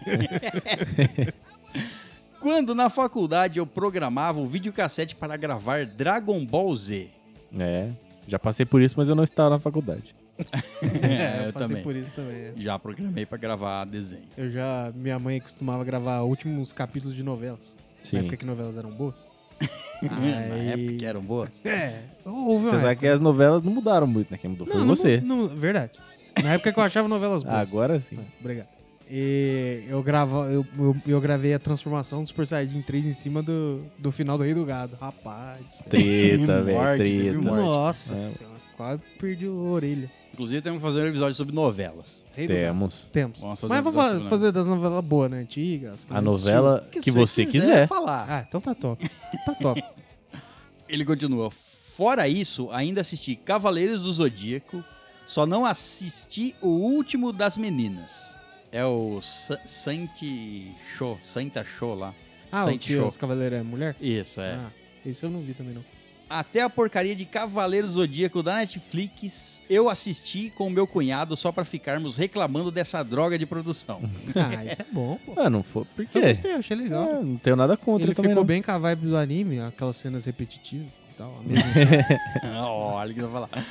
Speaker 3: na frente.
Speaker 2: Quando na faculdade eu programava o videocassete para gravar Dragon Ball Z.
Speaker 1: É. Já passei por isso, mas eu não estava na faculdade.
Speaker 2: É,
Speaker 3: passei por isso também. é.
Speaker 2: Já programei para gravar desenho.
Speaker 3: Eu já... Minha mãe costumava gravar últimos capítulos de novelas.
Speaker 1: Sim.
Speaker 3: Na época É, que novelas eram boas.
Speaker 2: Na época que eram boas.
Speaker 3: É, houve uma
Speaker 1: Você sabe que as novelas não mudaram muito, né? Quem mudou foi
Speaker 3: não,
Speaker 1: você.
Speaker 3: Não, verdade. Na época que eu achava novelas boas.
Speaker 1: Agora sim.
Speaker 3: É, Obrigado. E eu, grava, eu, eu, eu gravei a transformação do Super Saiyajin 3 em cima do, do final do Rei do Gado. Rapaz.
Speaker 1: Treta, velho.
Speaker 2: Morte, teve
Speaker 1: Treta.
Speaker 2: morte.
Speaker 3: Nossa
Speaker 1: É.
Speaker 3: senhora. Quase perdi a orelha.
Speaker 2: Inclusive, temos que fazer um episódio sobre novelas.
Speaker 3: Rei do Gado.
Speaker 1: Temos.
Speaker 3: Temos.
Speaker 2: Vamos
Speaker 3: Mas
Speaker 2: fazer um
Speaker 3: vamos
Speaker 2: episódio
Speaker 3: fa-
Speaker 2: sobre
Speaker 3: fazer das novelas boas, né? Antigas. que
Speaker 1: A
Speaker 3: nós
Speaker 1: novela é. que, você quiser.
Speaker 2: falar.
Speaker 3: assistimos. Ah, então tá top. Tá top.
Speaker 2: Ele continua. Fora isso, ainda assisti Cavaleiros do Zodíaco, só não assisti o último das meninas. É o Sa- Santi Show, Santa Show lá.
Speaker 3: Ah, o
Speaker 2: Saint
Speaker 3: que
Speaker 2: Show.
Speaker 3: os Cavaleiros é mulher?
Speaker 2: Isso, é.
Speaker 3: Ah, isso eu não vi também, não. Ah.
Speaker 2: Até a porcaria de Cavaleiros Zodíaco da Netflix, eu assisti com o meu cunhado só pra ficarmos reclamando dessa droga de produção.
Speaker 3: Ah, isso é bom, pô.
Speaker 1: Ah, não foi. Por
Speaker 3: Eu
Speaker 1: quê?
Speaker 3: gostei, eu achei legal.
Speaker 1: Ah, não tenho nada contra.
Speaker 3: Ele
Speaker 1: também
Speaker 3: ficou
Speaker 1: não.
Speaker 3: bem com a vibe do anime, aquelas cenas repetitivas e tal. a mesma-
Speaker 2: Olha o que eu vou falar.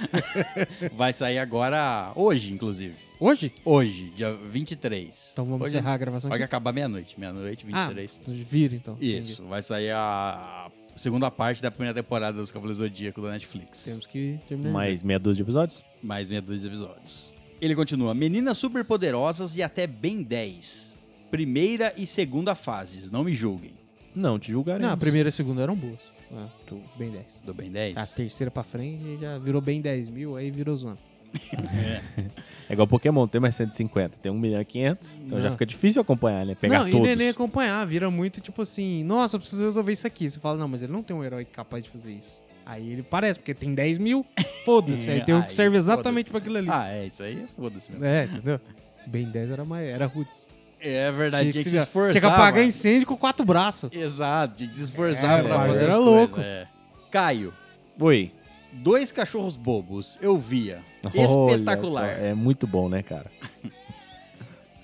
Speaker 2: Vai sair agora, hoje, inclusive.
Speaker 3: Hoje?
Speaker 2: Hoje, dia 23.
Speaker 3: Então vamos
Speaker 2: hoje, é
Speaker 3: encerrar a gravação
Speaker 2: Pode
Speaker 3: aqui.
Speaker 2: acabar meia-noite. Meia-noite,
Speaker 3: Ah,
Speaker 2: 23.
Speaker 3: vira então. entendi.
Speaker 2: Isso, vai sair a segunda parte da primeira temporada dos Cavaleiros do Zodíaco da Netflix.
Speaker 3: Temos que terminar.
Speaker 1: Mais meia dúzia de episódios?
Speaker 2: Mais meia dúzia de episódios. Ele continua: Meninas Superpoderosas e até bem 10. Primeira e segunda fases, não me julguem.
Speaker 1: Não, te julgaremos.
Speaker 3: Não, a primeira e a segunda eram boas. Ah, tu- bem 10.
Speaker 2: Do bem 10?
Speaker 3: A terceira pra frente já virou bem 10 mil, aí virou zona.
Speaker 1: É igual Pokémon, tem mais 150, tem 1 milhão e 500. Então já
Speaker 3: Não.
Speaker 1: fica difícil acompanhar, né? Pegar
Speaker 3: não,
Speaker 1: todos.
Speaker 3: e é nem, nem acompanhar, vira muito tipo assim, nossa, eu preciso resolver isso aqui. Você fala, não, mas ele não tem um herói capaz de fazer isso. Aí ele parece, porque tem 10 mil, foda-se. Aí tem um
Speaker 2: É, Aí,
Speaker 3: que serve exatamente pra aquilo ali.
Speaker 2: Ah, é, isso aí é foda-se mesmo.
Speaker 3: É, entendeu? Bem 10 era mais, era roots.
Speaker 2: É verdade, tinha que, se
Speaker 3: se-
Speaker 2: esforçar.
Speaker 3: Tinha que apagar
Speaker 2: mano.
Speaker 3: incêndio com quatro braços.
Speaker 2: Exato, tinha que se esforçar
Speaker 3: É,
Speaker 2: pra
Speaker 3: o
Speaker 2: fazer.
Speaker 3: bagulho era
Speaker 2: as
Speaker 3: louco.
Speaker 2: coisas, é. Caio,
Speaker 1: Oi.
Speaker 2: dois cachorros bobos, eu via.
Speaker 1: Olha
Speaker 2: Espetacular.
Speaker 1: só, É muito bom, né, cara?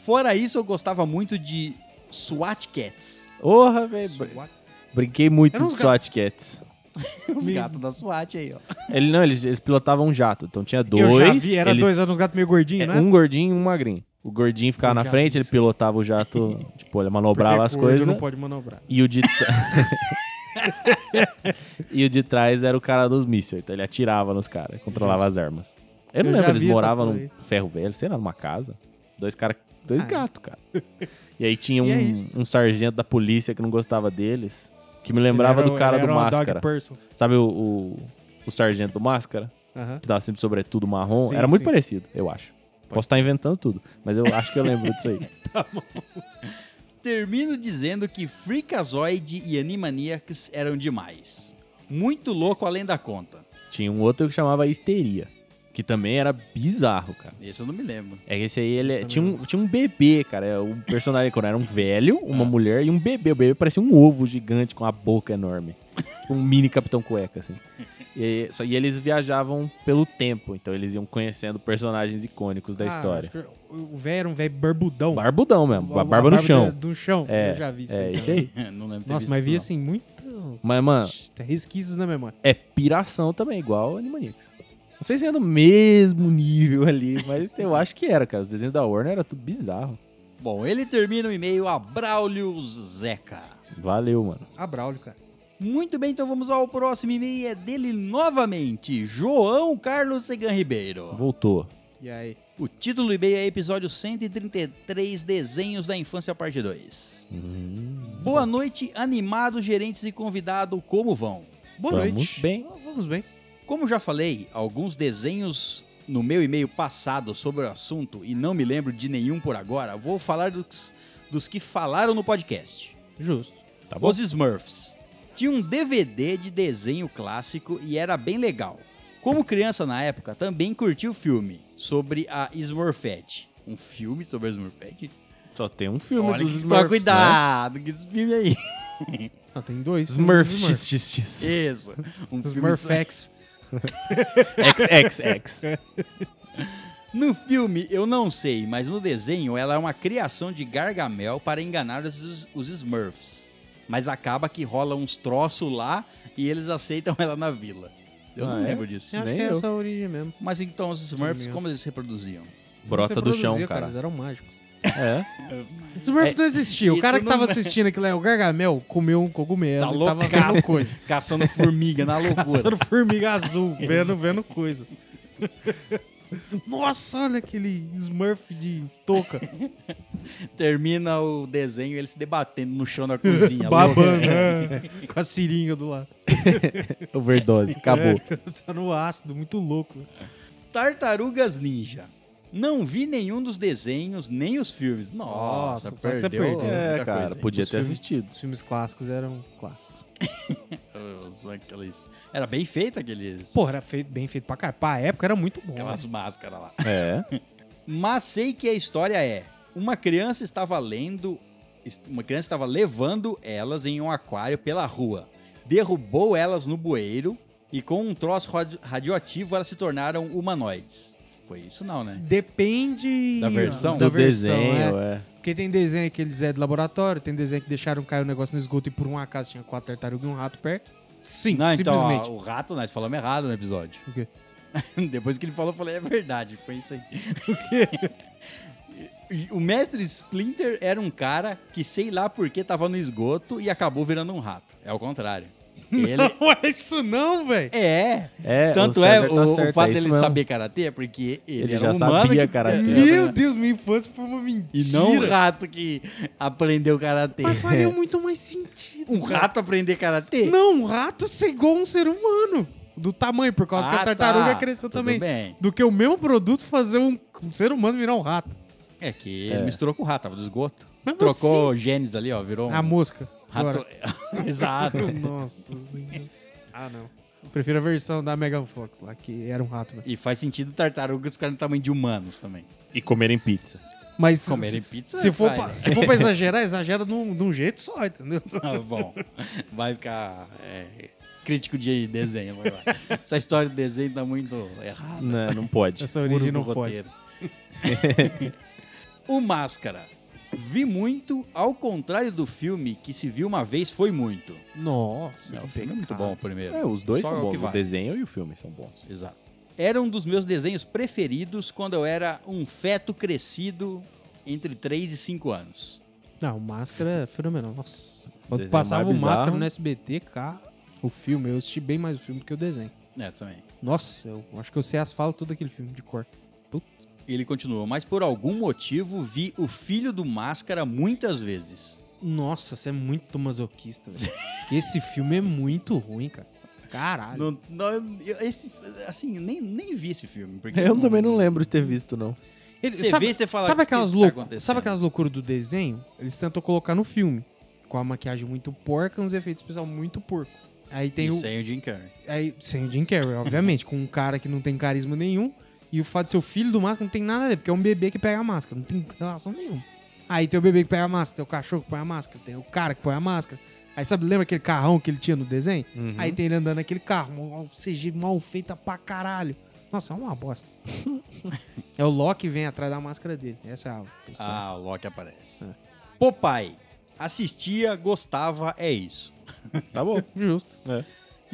Speaker 2: Fora isso, eu gostava muito de SWAT Cats.
Speaker 1: Porra, velho. br- Brinquei muito
Speaker 3: Era
Speaker 1: de
Speaker 3: uns
Speaker 1: SWAT Cats.
Speaker 2: Os gatos da SWAT aí, ó.
Speaker 1: Ele, não, eles, eles pilotavam um jato. Então tinha dois.
Speaker 3: eu já vi, era
Speaker 1: eles-
Speaker 3: dois, eram uns gatos meio gordinhos,
Speaker 1: é,
Speaker 3: né?
Speaker 1: Um gordinho e um magrinho. O gordinho ficava
Speaker 3: Eu
Speaker 1: na
Speaker 3: já
Speaker 1: frente,
Speaker 3: vi
Speaker 1: ele
Speaker 3: isso.
Speaker 1: pilotava o jato, tipo, ele manobrava
Speaker 3: Porque
Speaker 1: as
Speaker 3: gordo
Speaker 1: coisas.
Speaker 3: não pode manobrar.
Speaker 1: E o de tra- E o de trás era o cara dos mísseis. Então ele atirava nos caras, controlava as armas. Eu não
Speaker 3: Eu já
Speaker 1: lembro, eles
Speaker 3: vi essa
Speaker 1: moravam
Speaker 3: porra
Speaker 1: num ferro velho, sei lá, numa casa. Dois caras. Dois
Speaker 3: Ah, é.
Speaker 1: gatos, cara. E aí tinha
Speaker 3: E é
Speaker 1: um,
Speaker 3: isso.
Speaker 1: um sargento da polícia que não gostava deles. Que me lembrava
Speaker 3: Ele
Speaker 1: do
Speaker 3: era- um-
Speaker 1: cara
Speaker 3: ele
Speaker 1: do
Speaker 3: era uma
Speaker 1: máscara.
Speaker 3: Dog person.
Speaker 1: Sabe o, o, o sargento do máscara?
Speaker 3: Aham.
Speaker 1: Que tava sempre sobretudo marrom.
Speaker 3: Sim,
Speaker 1: era muito
Speaker 3: sim.
Speaker 1: parecido, eu acho. Posso estar inventando tudo, mas eu acho que eu lembro disso aí.
Speaker 2: Termino dizendo que Freakazoid e Animaniacs eram demais. Muito louco além da conta.
Speaker 1: Tinha um outro que chamava histeria. Que também era bizarro, cara.
Speaker 2: Isso eu não me lembro.
Speaker 1: É que esse aí, ele
Speaker 3: Isso eu
Speaker 1: tinha
Speaker 3: não
Speaker 1: um, tinha um bebê, cara. é, O personagem, quando era um velho, uma
Speaker 3: Ah.
Speaker 1: mulher e um bebê. O bebê parecia um ovo gigante com a boca enorme. Tipo um mini Capitão Cueca, assim. E, só, e eles viajavam pelo tempo, então eles iam conhecendo personagens icônicos da
Speaker 3: Ah,
Speaker 1: história.
Speaker 3: acho que O velho era um velho barbudão.
Speaker 1: Barbudão
Speaker 3: A-
Speaker 1: mesmo, a
Speaker 3: a
Speaker 1: barba no chão.
Speaker 3: Do né? chão,
Speaker 1: É,
Speaker 3: eu já vi isso.
Speaker 1: É,
Speaker 3: aí.
Speaker 1: isso aí.
Speaker 2: não lembro. de ter
Speaker 3: Nossa,
Speaker 2: visto
Speaker 3: mas vi
Speaker 2: isso,
Speaker 3: assim muito...
Speaker 1: Mas, mano,
Speaker 3: Tem resquícios na memória.
Speaker 1: é piração também, igual o Animaniacs. Não sei se é do mesmo nível ali, mas eu acho que era, cara. Os desenhos da Warner era tudo bizarro.
Speaker 2: não. Bom, ele termina o e-mail a Braulio Zeca.
Speaker 1: Valeu, mano.
Speaker 3: A Braulio, cara.
Speaker 2: Muito bem, então vamos ao próximo e-mail. É dele novamente, João Carlos Segan Ribeiro.
Speaker 1: Voltou.
Speaker 3: E aí?
Speaker 2: O título do e-mail é Episódio 133, Desenhos da Infância, Parte 2.
Speaker 1: Hum,
Speaker 2: Boa noite, animados, gerentes e convidado, como vão?
Speaker 3: Boa
Speaker 1: Vamos
Speaker 3: noite.
Speaker 1: bem.
Speaker 3: Ah, Vamos bem.
Speaker 2: Como já falei, alguns desenhos no meu e-mail passado sobre o assunto e não me lembro de nenhum por agora, vou falar dos, dos que falaram no podcast.
Speaker 3: Justo.
Speaker 1: tá bom?
Speaker 2: Os Smurfs. Tinha um DVD de desenho clássico e era bem legal. Como criança na época, também curti o filme sobre a Smurfette. Um filme sobre a Smurfette?
Speaker 1: Só tem um filme
Speaker 2: Olha
Speaker 1: dos
Speaker 2: que-
Speaker 1: Smurfs.
Speaker 2: Só cuidado com esse filme aí.
Speaker 3: Ah, tem dois.
Speaker 1: Né? Smurfs
Speaker 3: Smurf.
Speaker 1: x, x, x.
Speaker 2: Isso. Um filme só-
Speaker 3: Smurfex.
Speaker 1: X, X, X.
Speaker 2: No filme, eu não sei, mas no desenho ela é uma criação de Gargamel para enganar os, os Smurfs. Mas acaba que rola uns troços lá e eles aceitam ela na vila. Eu não
Speaker 1: Ah, é?
Speaker 2: lembro disso.
Speaker 3: Eu acho
Speaker 1: Nem
Speaker 3: que é
Speaker 1: eu.
Speaker 3: essa a origem mesmo.
Speaker 2: Mas então os Smurfs,
Speaker 3: Sim,
Speaker 2: como eles se reproduziam?
Speaker 1: Brota
Speaker 3: Você
Speaker 1: do chão,
Speaker 3: produzia,
Speaker 1: cara.
Speaker 3: Eles eram mágicos.
Speaker 1: É.
Speaker 3: Smurf
Speaker 1: É,
Speaker 3: não existia. O
Speaker 2: isso
Speaker 3: cara que
Speaker 2: não
Speaker 3: tava
Speaker 2: é.
Speaker 3: assistindo aquilo é o Gargamel, comeu um cogumelo
Speaker 2: Tá
Speaker 3: e tava
Speaker 2: loucaço.
Speaker 3: vendo coisa.
Speaker 2: Caçando formiga na loucura.
Speaker 3: Passando formiga azul, vendo, vendo coisa. Nossa, olha aquele Smurf de touca.
Speaker 2: Termina o desenho eles se debatendo no chão da cozinha.
Speaker 3: babando.
Speaker 2: louco.
Speaker 3: é, com a seringa do lado.
Speaker 1: Overdose.
Speaker 2: É,
Speaker 1: Acabou.
Speaker 3: Tá no ácido, muito louco.
Speaker 2: Tartarugas Ninja. Não vi nenhum dos desenhos, nem os filmes. Nossa,
Speaker 3: Nossa, só que
Speaker 2: perdeu,
Speaker 3: você perdeu.
Speaker 1: É,
Speaker 2: muita
Speaker 1: cara.
Speaker 2: coisa, hein?
Speaker 1: Podia
Speaker 3: Os
Speaker 1: ter
Speaker 3: filmes-
Speaker 1: assistido.
Speaker 3: Os filmes clássicos eram clássicos.
Speaker 2: Os- aqueles- Era bem feito aqueles...
Speaker 3: Pô, era feito, bem feito pra caralho. Pra época era muito bom.
Speaker 2: Aquelas máscaras lá.
Speaker 1: É.
Speaker 2: é? Mas sei que a história é: uma criança estava lendo, uma criança estava levando elas em um aquário pela rua, derrubou elas no bueiro e com um troço radio- radioativo elas se tornaram humanoides. Foi isso não, né?
Speaker 3: Depende
Speaker 2: Da versão?
Speaker 3: da
Speaker 1: Do
Speaker 3: versão,
Speaker 1: desenho,
Speaker 3: é.
Speaker 1: é.
Speaker 3: Porque tem desenho que eles é de laboratório, tem desenho que deixaram cair o negócio no esgoto e por um acaso tinha quatro tartarugas e um rato perto. Sim,
Speaker 2: não, então, ó,
Speaker 3: simplesmente.
Speaker 2: o rato, nós falamos errado no episódio.
Speaker 3: O quê?
Speaker 2: Depois que ele falou, eu falei, é verdade, foi isso aí. E o mestre Splinter era um cara que sei lá por que tava no esgoto e acabou virando um rato. É o contrário. Ele,
Speaker 3: Não é isso não, velho.
Speaker 2: É.
Speaker 1: É,
Speaker 2: Tanto
Speaker 1: o
Speaker 2: é,
Speaker 1: César tá
Speaker 2: o,
Speaker 1: certo,
Speaker 2: o fato
Speaker 1: é isso
Speaker 2: dele
Speaker 1: mesmo.
Speaker 2: saber karatê é porque ele,
Speaker 1: Ele
Speaker 2: era
Speaker 1: já
Speaker 2: um humano
Speaker 1: sabia
Speaker 2: que-
Speaker 1: karatê. é
Speaker 3: Meu Deus, minha infância foi uma
Speaker 2: né? E
Speaker 3: mentira.
Speaker 2: não um rato que aprendeu karatê.
Speaker 3: Mas
Speaker 1: É.
Speaker 3: faria muito mais sentido.
Speaker 2: Um rato aprender karatê?
Speaker 3: Não, um rato cegou um ser humano. Do tamanho, por causa que a
Speaker 2: Ah,
Speaker 3: tartaruga
Speaker 2: tá.
Speaker 3: cresceu
Speaker 2: Tudo
Speaker 3: também.
Speaker 2: bem.
Speaker 3: Do que o mesmo produto fazer um, um ser humano virar um rato.
Speaker 2: É que ele misturou com o rato, tava do esgoto.
Speaker 3: Mas
Speaker 2: Trocou genes ali, ó, virou um
Speaker 3: A mosca.
Speaker 2: rato.
Speaker 3: Agora.
Speaker 2: Exato.
Speaker 3: Nossa senhora. Ah, não. Eu prefiro a versão da Megan Fox lá, que era um rato, né?
Speaker 2: E faz sentido tartarugas ficarem no tamanho de humanos também.
Speaker 1: E comerem pizza.
Speaker 3: Mas
Speaker 2: Comerem
Speaker 3: se,
Speaker 2: pizza,
Speaker 3: se for
Speaker 2: vai,
Speaker 3: pra,
Speaker 2: né?
Speaker 3: se for pra exagerar, exagera num- de um jeito só, entendeu?
Speaker 2: Tá bom. Vai ficar é, crítico de desenhos agora. Essa história de desenho tá muito errada.
Speaker 1: Não, não pode.
Speaker 3: Essa
Speaker 2: Furos
Speaker 3: origem
Speaker 2: do
Speaker 3: não pode.
Speaker 2: roteiro. o Máscara. Vi muito, ao contrário do filme, que se viu uma vez foi muito.
Speaker 3: Nossa,
Speaker 2: Não, o
Speaker 3: que
Speaker 2: filme é muito
Speaker 3: pecado.
Speaker 2: bom, o primeiro.
Speaker 1: É, os dois
Speaker 2: Só
Speaker 1: são
Speaker 2: o
Speaker 1: bons.
Speaker 2: que
Speaker 1: O
Speaker 2: vale.
Speaker 1: desenho e o filme são bons.
Speaker 2: Exato. Era um dos meus desenhos preferidos quando eu era um feto crescido entre 3 e 5 anos.
Speaker 3: Não, o Máscara é fenomenal. Nossa. Quando
Speaker 1: Desenho
Speaker 3: passava o
Speaker 1: mais
Speaker 3: Máscara
Speaker 1: bizarro. né?
Speaker 3: no SBT, cara, o filme, eu assisti bem mais o filme do que o desenho.
Speaker 2: É, também.
Speaker 3: Nossa, eu acho que eu sei as falas todo aquele filme de cor.
Speaker 2: Ele continuou, mas por algum motivo vi o filho do Máscara muitas vezes.
Speaker 3: Nossa, você é muito masoquista, velho. Porque esse filme é muito ruim, cara. Caralho.
Speaker 2: Não, não, eu- esse, assim, nem, nem vi esse filme. Porque
Speaker 1: Eu também não lembro de ter visto, não.
Speaker 3: Ele-
Speaker 2: Você vê, você fala,
Speaker 3: sabe
Speaker 2: "Que
Speaker 3: aquelas
Speaker 2: que tá
Speaker 3: loucu-
Speaker 2: acontecendo?"
Speaker 3: Sabe aquelas loucuras do desenho? Eles tentam colocar no filme. Com a maquiagem muito porca, uns efeitos especiais muito porco. Aí tem
Speaker 2: E
Speaker 3: o.
Speaker 2: sem é o Jim Carrey.
Speaker 3: Aí, sem o Jim Carrey, obviamente, com um cara que não tem carisma nenhum. E o fato de ser o filho do máscara não tem nada a ver, porque é um bebê que pega a máscara, não tem relação nenhuma. Aí tem o bebê que pega a máscara, tem o cachorro que põe a máscara, tem o cara que põe a máscara. Aí sabe, lembra aquele carrão que ele tinha no desenho?
Speaker 1: Uhum.
Speaker 3: Aí tem ele andando naquele carro, um CG mal feita pra caralho. Nossa, é uma bosta. é o Loki que vem atrás da máscara dele. Essa é a questão.
Speaker 2: Ah, o Loki aparece.
Speaker 3: É.
Speaker 2: Popeye. Assistia, gostava, é isso.
Speaker 1: Tá bom.
Speaker 3: Justo.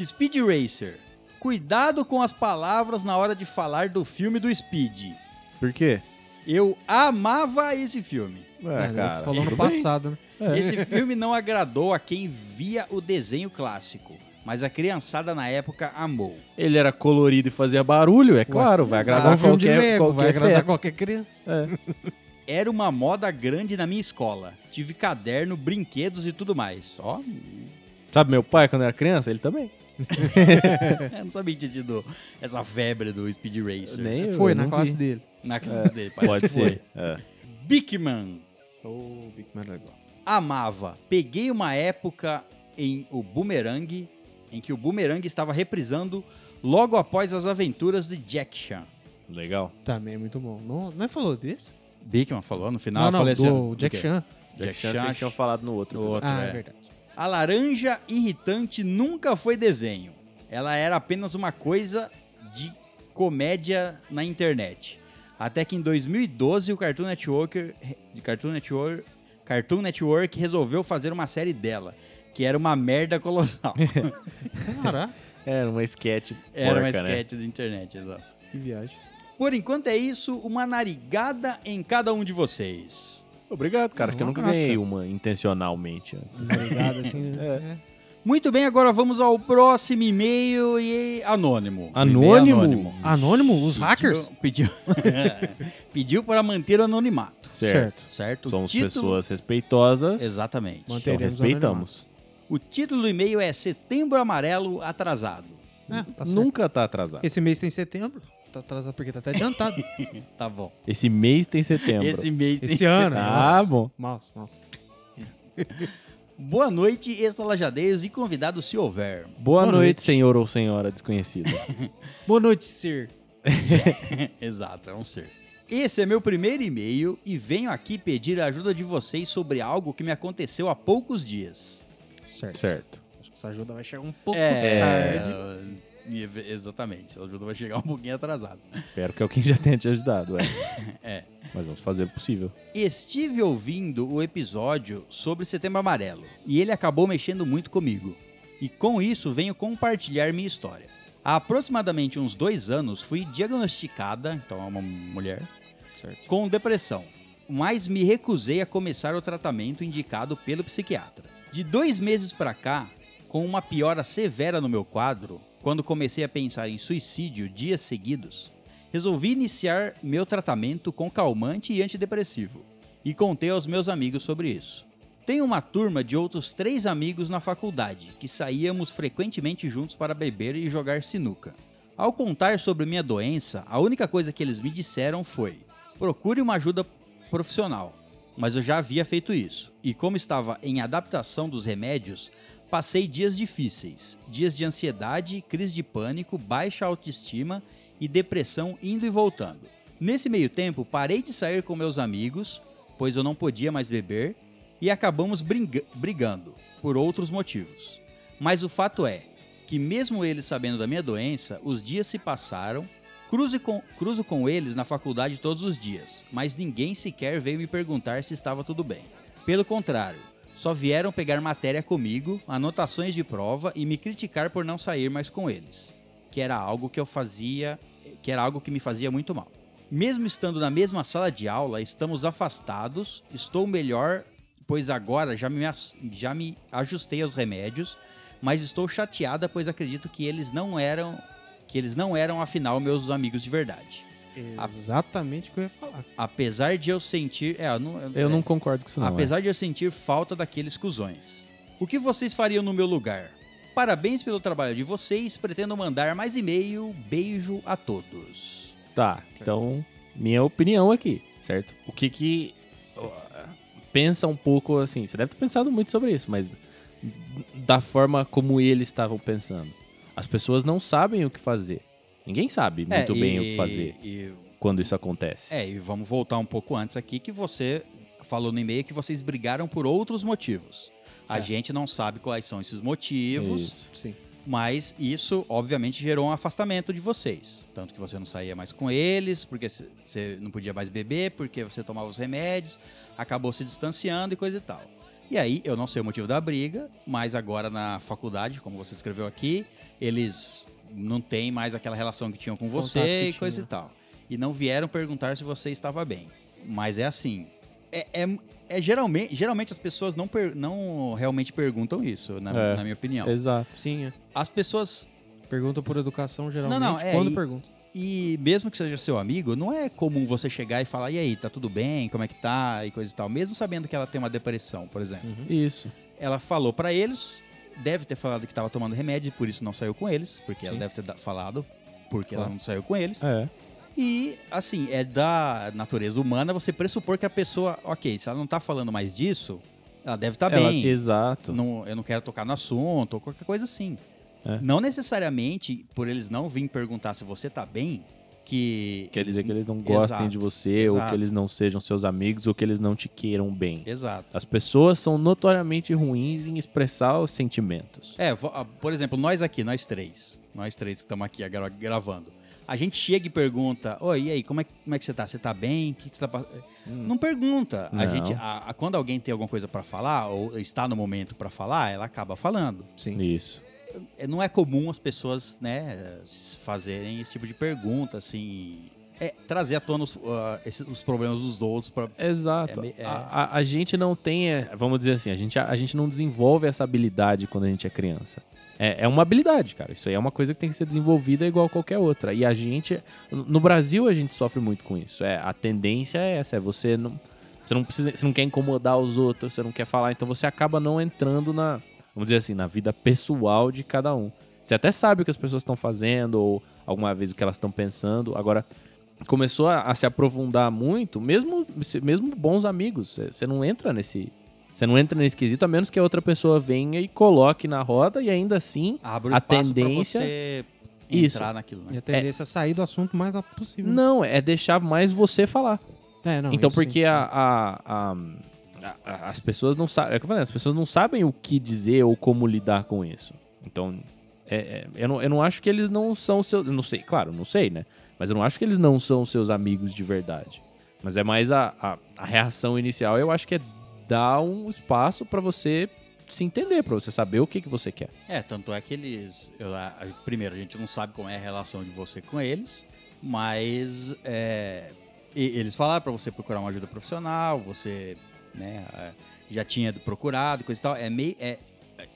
Speaker 2: Speed Racer. Cuidado com as palavras na hora de falar do filme do Speed.
Speaker 1: Por quê?
Speaker 2: Eu amava esse filme.
Speaker 1: Ué,
Speaker 3: É,
Speaker 1: cara,
Speaker 3: você falou no
Speaker 1: tudo bem.
Speaker 3: passado, né?
Speaker 1: É.
Speaker 2: Esse filme não agradou a quem via o desenho clássico, mas a criançada na época amou.
Speaker 1: Ele era colorido e fazia barulho, é claro, vai agradar
Speaker 3: um filme de
Speaker 1: qualquer,
Speaker 3: Lego,
Speaker 1: qualquer
Speaker 3: vai agradar
Speaker 1: feto.
Speaker 3: qualquer criança.
Speaker 2: Era uma moda grande na minha escola. Tive caderno, brinquedos e tudo mais. Ó,
Speaker 1: Sabe meu pai, quando era criança, ele também.
Speaker 2: eu não sabia que tinha tido essa febre do Speed Racer
Speaker 1: Nem eu,
Speaker 3: Foi
Speaker 1: É, eu
Speaker 3: na
Speaker 1: não
Speaker 3: classe
Speaker 1: vi.
Speaker 3: dele.
Speaker 2: na classe dele. Parece
Speaker 1: Pode
Speaker 2: que foi.
Speaker 1: ser. É.
Speaker 2: Bigman amava. Peguei uma época em o Boomerang, em que o Boomerang estava reprisando logo após as aventuras de Jack Chan.
Speaker 1: Legal.
Speaker 3: Também é muito bom. Não, não é falou desse?
Speaker 2: Bigman falou no final, eu falei assim,
Speaker 3: do
Speaker 2: ó,
Speaker 3: Jack
Speaker 2: quê?
Speaker 3: Chan.
Speaker 1: Jack,
Speaker 2: Jack
Speaker 1: Chan
Speaker 2: Chan,
Speaker 1: vocês tinham falado no outro.
Speaker 2: no
Speaker 1: episódio.
Speaker 2: outro.
Speaker 3: Ah, é
Speaker 2: é.
Speaker 3: verdade.
Speaker 2: A laranja irritante nunca foi desenho. Ela era apenas uma coisa de comédia na internet. Até que em 2012 o Cartoon Network, Cartoon Network, Cartoon Network resolveu fazer uma série dela, que era uma merda colossal.
Speaker 3: Caraca,
Speaker 1: Era uma sketch
Speaker 2: era uma
Speaker 1: porca, né?
Speaker 2: sketch da internet, exato.
Speaker 3: que viagem.
Speaker 2: Por enquanto é isso, uma narigada em cada um de vocês.
Speaker 1: Obrigado, cara,
Speaker 3: Não,
Speaker 1: que eu
Speaker 3: uma
Speaker 1: nunca
Speaker 3: casca.
Speaker 1: ganhei uma intencionalmente antes.
Speaker 3: Desligado assim. né?
Speaker 2: Muito bem, agora vamos ao próximo e-mail e anônimo.
Speaker 1: Anônimo?
Speaker 2: E-mail anônimo.
Speaker 3: Anônimo? Os
Speaker 2: Pediu-
Speaker 3: hackers?
Speaker 2: Pediu, pediu para manter o anonimato,
Speaker 1: Certo.
Speaker 2: certo? O
Speaker 1: Somos
Speaker 2: título-
Speaker 1: pessoas respeitosas.
Speaker 2: Exatamente.
Speaker 3: Manter-
Speaker 1: Então
Speaker 3: Teremos
Speaker 1: respeitamos.
Speaker 2: O título do e-mail é Setembro Amarelo Atrasado.
Speaker 3: É, tá certo.
Speaker 1: Nunca tá atrasado.
Speaker 3: Esse mês tem setembro. Tá atrasado porque tá até adiantado.
Speaker 2: Tá bom.
Speaker 1: Esse mês tem setembro.
Speaker 2: Esse mês tem...
Speaker 3: Esse ano. né?
Speaker 1: Ah,
Speaker 3: nossa.
Speaker 1: bom.
Speaker 3: Nossa, nossa.
Speaker 2: Boa noite, estalajadeiros e convidados se houver.
Speaker 1: Boa,
Speaker 3: Boa
Speaker 1: noite,
Speaker 3: noite.
Speaker 1: senhor ou senhora desconhecida.
Speaker 3: Boa noite, Sir.
Speaker 2: Exato, é um ser. Esse é meu primeiro e-mail e venho aqui pedir a ajuda de vocês sobre algo que me aconteceu há poucos dias.
Speaker 3: Certo.
Speaker 1: certo. É.
Speaker 3: Acho que essa ajuda vai chegar um pouco tarde.
Speaker 2: É. e- Exatamente, a ajuda vai chegar um pouquinho atrasada.
Speaker 1: Espero que alguém já tenha te ajudado. É.
Speaker 2: É.
Speaker 1: Mas vamos fazer o possível.
Speaker 2: Estive ouvindo o episódio sobre Setembro Amarelo e ele acabou mexendo muito comigo. E com isso venho compartilhar minha história. Há aproximadamente uns dois anos fui diagnosticada, então é uma mulher,
Speaker 1: É.
Speaker 3: Certo.
Speaker 2: com depressão, mas me recusei a começar o tratamento indicado pelo psiquiatra. De dois meses pra cá, com uma piora severa no meu quadro, quando comecei a pensar em suicídio dias seguidos, resolvi iniciar meu tratamento com calmante e antidepressivo e contei aos meus amigos sobre isso. Tenho uma turma de outros três amigos na faculdade que saíamos frequentemente juntos para beber e jogar sinuca. Ao contar sobre minha doença, a única coisa que eles me disseram foi: procure uma ajuda profissional. Mas eu já havia feito isso, e como estava em adaptação dos remédios, passei dias difíceis, dias de ansiedade, crise de pânico, baixa autoestima e depressão indo e voltando. Nesse meio tempo, parei de sair com meus amigos, pois eu não podia mais beber, e acabamos bringa- brigando por outros motivos. Mas o fato é que, mesmo eles sabendo da minha doença, os dias se passaram. Cruze com- cruzo com eles na faculdade todos os dias, mas ninguém sequer veio me perguntar se estava tudo bem. Pelo contrário, só vieram pegar matéria comigo, anotações de prova e me criticar por não sair mais com eles, que era algo que eu fazia, que era algo que me fazia muito mal. Mesmo estando na mesma sala de aula, estamos afastados, estou melhor, pois agora já me, as- já me ajustei aos remédios, mas estou chateada, pois acredito que eles não eram, que eles não eram afinal meus amigos de verdade.
Speaker 3: Ah. Exatamente o que eu ia falar.
Speaker 2: Apesar de eu sentir, é, eu não,
Speaker 1: Eu
Speaker 2: é,
Speaker 1: não concordo com isso, não.
Speaker 2: apesar de eu sentir falta daqueles cuzões. O que vocês fariam no meu lugar? Parabéns pelo trabalho de vocês, pretendo mandar mais e-mail. Beijo a todos.
Speaker 1: é. Tá, então, minha opinião aqui, certo? O que que. Pensa um pouco assim. Você deve ter pensado muito sobre isso, mas da forma como eles estavam pensando. As pessoas não sabem o que fazer. Ninguém sabe muito
Speaker 2: É,
Speaker 1: bem o
Speaker 2: e-
Speaker 1: que fazer
Speaker 2: e-
Speaker 1: quando isso acontece.
Speaker 2: é, e vamos voltar um pouco antes aqui que você falou no e-mail que vocês brigaram por outros motivos. A
Speaker 3: É.
Speaker 2: gente não sabe quais são esses motivos,
Speaker 1: Isso.
Speaker 3: Sim.
Speaker 2: mas isso obviamente gerou um afastamento de vocês. Tanto que você não saía mais com eles, porque c- você não podia mais beber, porque você tomava os remédios, acabou se distanciando e coisa e tal. E aí, eu não sei o motivo da briga, mas agora na faculdade, como você escreveu aqui, eles não têm mais aquela relação que tinham com
Speaker 3: Contato
Speaker 2: você
Speaker 3: que
Speaker 2: e coisa e
Speaker 3: tinha.
Speaker 2: tal. e não vieram perguntar se você estava bem. Mas é assim. É, é- é geralmente, geralmente as pessoas não, per- não realmente perguntam isso, na,
Speaker 1: É.
Speaker 2: na minha opinião.
Speaker 1: Exato.
Speaker 3: Sim, é.
Speaker 2: As pessoas.
Speaker 3: Pergunta por educação, geralmente.
Speaker 2: Não, não, é,
Speaker 3: Quando
Speaker 2: e-
Speaker 3: pergunta.
Speaker 2: E mesmo que seja seu amigo, não é comum você chegar e falar, e aí, tá tudo bem? Como é que tá? E coisa e tal. Mesmo sabendo que ela tem uma depressão, por exemplo.
Speaker 1: Hum. Isso.
Speaker 2: Ela falou pra eles, deve ter falado que tava tomando remédio, e por isso não saiu com eles, porque ela
Speaker 1: Sim.
Speaker 2: deve ter da- falado, porque
Speaker 1: Claro.
Speaker 2: ela não saiu com eles.
Speaker 1: É.
Speaker 2: E, assim, é da natureza humana você pressupor que a pessoa, ok, se ela não tá falando mais disso, ela deve estar
Speaker 1: Ela-
Speaker 2: bem.
Speaker 1: Exato.
Speaker 2: Não, eu não quero tocar no assunto, ou qualquer coisa assim.
Speaker 1: É.
Speaker 2: Não necessariamente, por eles não virem perguntar se você tá bem, que.
Speaker 1: Quer dizer que eles não gostem
Speaker 2: Exato,
Speaker 1: de você, ou
Speaker 2: exato.
Speaker 1: que eles não sejam seus amigos, ou que eles não te queiram bem.
Speaker 2: Exato.
Speaker 1: As pessoas são notoriamente ruins em expressar os sentimentos.
Speaker 2: É, vo- ah, por exemplo, nós aqui, nós três. Nós três que estamos aqui agora gravando. A gente chega e pergunta, oi, e aí, como é, que- como é que você tá? Você tá bem? O que que você tá pa- Não pergunta. A
Speaker 1: Hum. Não.
Speaker 2: gente, a- a- quando alguém tem alguma coisa pra falar, ou está no momento pra falar, ela acaba falando.
Speaker 3: Sim.
Speaker 1: Isso.
Speaker 2: É, Não é comum as pessoas, né, s- fazerem esse tipo de pergunta, assim. É, trazer à tona os, ah, esses- os problemas dos outros pra.
Speaker 1: Exato.
Speaker 2: É me- é.
Speaker 1: A, a- a gente não tem, é, vamos dizer assim, a gente, a, gente não desenvolve essa habilidade quando a gente é criança. É, é uma habilidade, cara. Isso aí é uma coisa que tem que ser desenvolvida igual qualquer outra. E a gente, no no Brasil, a gente sofre muito com isso. É, a tendência é essa, é você não, você não precisa, você não quer incomodar os outros, você não quer falar, então você acaba não entrando na, vamos dizer assim, na vida pessoal de cada um. Você até sabe o que as pessoas estão fazendo ou alguma vez o que elas estão pensando. Agora começou a, a se aprofundar muito, mesmo se- mesmo bons amigos, você- você não entra nesse você não entra nesse quesito a menos que a outra pessoa venha e coloque na roda e ainda assim
Speaker 2: Abre o
Speaker 1: A
Speaker 2: espaço
Speaker 1: tendência-
Speaker 2: pra você
Speaker 1: Isso.
Speaker 2: entrar naquilo, né?
Speaker 3: E a tendência é sair do assunto o mais rápido possível. né?
Speaker 1: não é deixar mais você falar.
Speaker 3: É, não,
Speaker 1: então,
Speaker 3: isso aí.
Speaker 1: porque a, a- a- a- as pessoas não sabem. É o que eu falei, as pessoas não sabem o que dizer ou como lidar com isso. Então, é- é- eu, não, eu não acho que eles não são seus. eu Não sei, claro, não sei, né? Mas eu não acho que eles não são seus amigos de verdade. Mas é mais a, a- a reação inicial, eu acho que é dar um espaço pra você se entender, pra você saber o que, que você quer.
Speaker 2: É, tanto é que eles. eu- a- a- primeiro, a gente não sabe como é a relação de você com eles, mas é, e- eles falaram pra você procurar uma ajuda profissional, você né, a- já tinha procurado, coisa e tal. É, meio, é, é-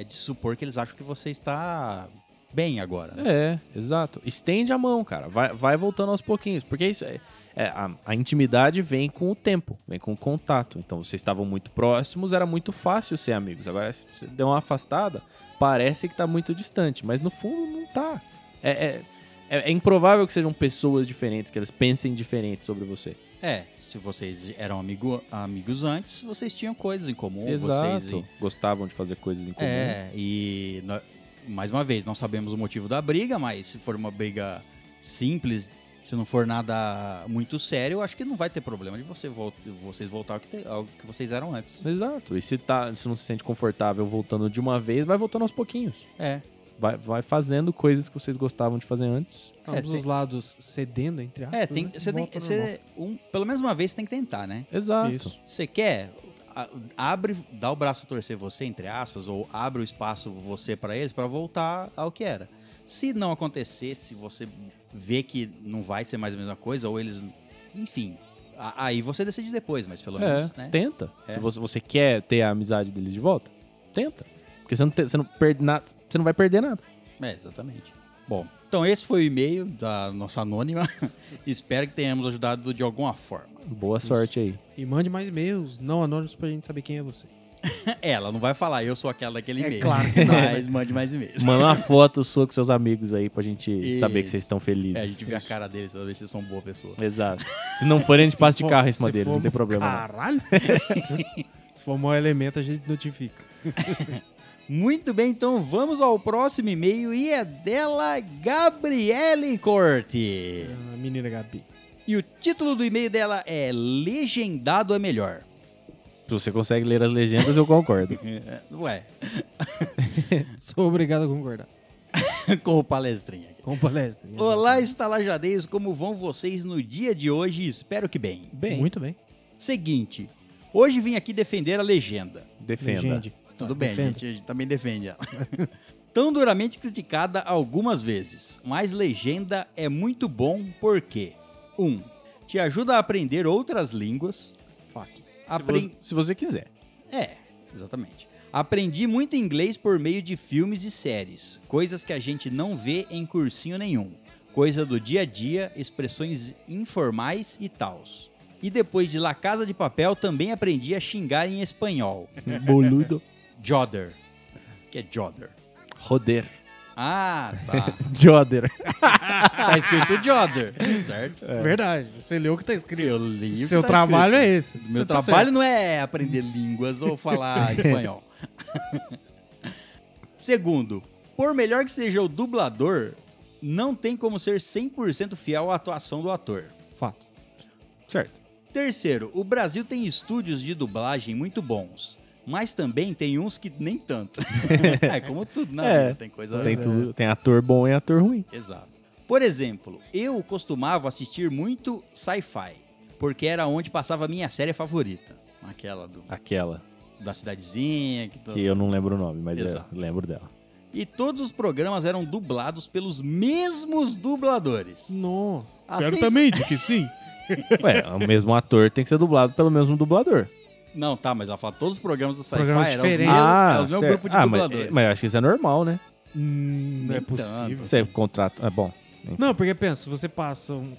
Speaker 2: é de supor que eles acham que você está bem agora. né?
Speaker 1: É, exato. Estende a mão, cara. Vai, vai voltando aos pouquinhos. Porque isso é. é, a, a intimidade vem com o tempo, vem com o contato. Então vocês estavam muito próximos, era muito fácil ser amigos. Agora, se você der uma afastada, parece que tá muito distante, mas no fundo não tá. É, é, é- é improvável que sejam pessoas diferentes, que elas pensem diferente sobre você.
Speaker 2: É, se vocês eram amigo, amigos antes, vocês tinham coisas em comum, vocês
Speaker 1: Exato. Gostavam de fazer coisas em comum.
Speaker 2: É, e nó- mais uma vez, não sabemos o motivo da briga, mas se for uma briga simples, se não for nada muito sério, eu acho que não vai ter problema de você vol- vocês voltar ao que, te- ao que vocês eram antes.
Speaker 1: Exato. E se, tá, se não se sente confortável voltando de uma vez, vai voltando aos pouquinhos.
Speaker 2: É.
Speaker 1: Vai, vai fazendo coisas que vocês gostavam de fazer antes.
Speaker 2: É,
Speaker 3: Ambos
Speaker 2: tem-
Speaker 3: os lados cedendo, entre aspas.
Speaker 2: É, tem,
Speaker 3: né?
Speaker 2: você tem,
Speaker 3: Volta ao
Speaker 2: você-
Speaker 3: normal.
Speaker 2: um- pelo menos uma vez você tem que tentar, né?
Speaker 1: Exato.
Speaker 3: Isso.
Speaker 2: Você quer, a- abre, dá o braço a torcer você, entre aspas, ou abre o espaço você pra eles pra voltar ao que era. Se não acontecer, se você vê que não vai ser mais a mesma coisa, ou eles. Enfim. a- Aí você decide depois, mas pelo menos,
Speaker 1: É,
Speaker 2: né?
Speaker 1: Tenta.
Speaker 2: É.
Speaker 1: Se você, você quer ter a amizade deles de volta, tenta. Porque você não, te- você não, perde nada, você não vai perder nada.
Speaker 2: É, exatamente. Bom, então esse foi o e-mail da nossa anônima. Espero que tenhamos ajudado de alguma forma.
Speaker 1: Boa sorte aí.
Speaker 3: E mande mais e-mails não anônimos pra gente saber quem é você.
Speaker 2: Ela não vai falar, eu sou aquela daquele
Speaker 3: É
Speaker 2: e-mail.
Speaker 3: claro que não.
Speaker 2: Mas mande mais e-mails.
Speaker 1: Manda uma foto sua com seus amigos aí pra gente
Speaker 2: Isso.
Speaker 1: saber que vocês estão
Speaker 2: É,
Speaker 1: felizes.
Speaker 2: a gente vê a cara deles, pra ver se eles são boa pessoa.
Speaker 1: Exato. Se não forem, a gente passa
Speaker 3: Se
Speaker 1: de
Speaker 3: for-
Speaker 1: carro em
Speaker 3: se
Speaker 1: cima deles,
Speaker 3: for-
Speaker 1: não tem problema. não.
Speaker 3: Caralho! Se for mau elemento, a gente notifica.
Speaker 2: Muito bem, então vamos ao próximo e-mail e é dela Gabriele Corte.
Speaker 3: Ah, menina Gabi.
Speaker 2: E o título do e-mail dela é Legendado é Melhor.
Speaker 1: Se você consegue ler as legendas, eu concordo.
Speaker 2: Ué,
Speaker 3: Sou obrigado a concordar.
Speaker 2: com o palestrinha. aqui.
Speaker 3: Com palestra.
Speaker 2: Olá, estalajadeiros, como vão vocês no dia de hoje? Espero que bem.
Speaker 1: Bem,
Speaker 3: Muito bem.
Speaker 2: Seguinte, hoje vim aqui defender a legenda.
Speaker 1: defenda.
Speaker 3: Legende.
Speaker 2: Tudo bem,
Speaker 3: Defenda.
Speaker 2: gente, a gente também defende ela. Tão duramente criticada algumas vezes, mas legenda é muito bom porque 1. Te ajuda a aprender outras línguas.
Speaker 1: Fuck. Se,
Speaker 2: Apren...
Speaker 1: vo- se você quiser.
Speaker 2: É, exatamente. Aprendi muito inglês por meio de filmes e séries, coisas que a gente não vê em cursinho nenhum. Coisa do dia a dia, expressões informais e tals. E depois de La Casa de Papel, também aprendi a xingar em espanhol.
Speaker 1: Boludo.
Speaker 2: Joder. Que é Joder.
Speaker 1: Roder.
Speaker 2: Ah, tá.
Speaker 1: Joder.
Speaker 2: Tá escrito Joder, certo?
Speaker 3: É. Verdade. Você leu o que tá escrito.
Speaker 2: Eu li o que
Speaker 3: Seu
Speaker 2: tá
Speaker 3: trabalho
Speaker 2: escrito.
Speaker 3: é esse.
Speaker 2: Meu
Speaker 1: Você tá
Speaker 2: trabalho não é aprender línguas ou falar espanhol. Segundo, por melhor que seja o dublador, não tem como ser 100% fiel à atuação do ator.
Speaker 3: Fato.
Speaker 1: Certo.
Speaker 2: Terceiro, o Brasil tem estúdios de dublagem muito bons, mas também tem uns que nem tanto. é como tudo na
Speaker 1: É,
Speaker 2: vida, tem coisa assim.
Speaker 1: Tem, tudo, tem ator bom e ator ruim.
Speaker 2: Exato. Por exemplo, eu costumava assistir muito sci-fi, porque era onde passava a minha série favorita. Aquela do,
Speaker 1: Aquela,
Speaker 2: da cidadezinha. Que to-
Speaker 1: que eu não lembro o nome, mas eu
Speaker 2: Tá. Exato.
Speaker 1: lembro dela.
Speaker 2: E todos os programas eram dublados pelos mesmos dubladores.
Speaker 3: Não.
Speaker 2: Ah,
Speaker 3: Quero
Speaker 2: vocês-
Speaker 3: também, de que sim.
Speaker 1: Ué, é o mesmo ator tem que ser dublado pelo mesmo dublador.
Speaker 2: Não, tá, mas ela fala, todos os programas do sci-fi
Speaker 3: Programas
Speaker 2: eram os
Speaker 3: diferentes.
Speaker 2: mesmos, era os É mesmo
Speaker 1: certo.
Speaker 2: grupo de
Speaker 1: Ah, mas-
Speaker 2: dubladores.
Speaker 1: Mas, eu acho que isso é normal, né?
Speaker 3: Hum, não é
Speaker 2: Nem
Speaker 3: possível.
Speaker 1: Você contrata. É bom. enfim.
Speaker 3: Não, porque pensa, se você passa um.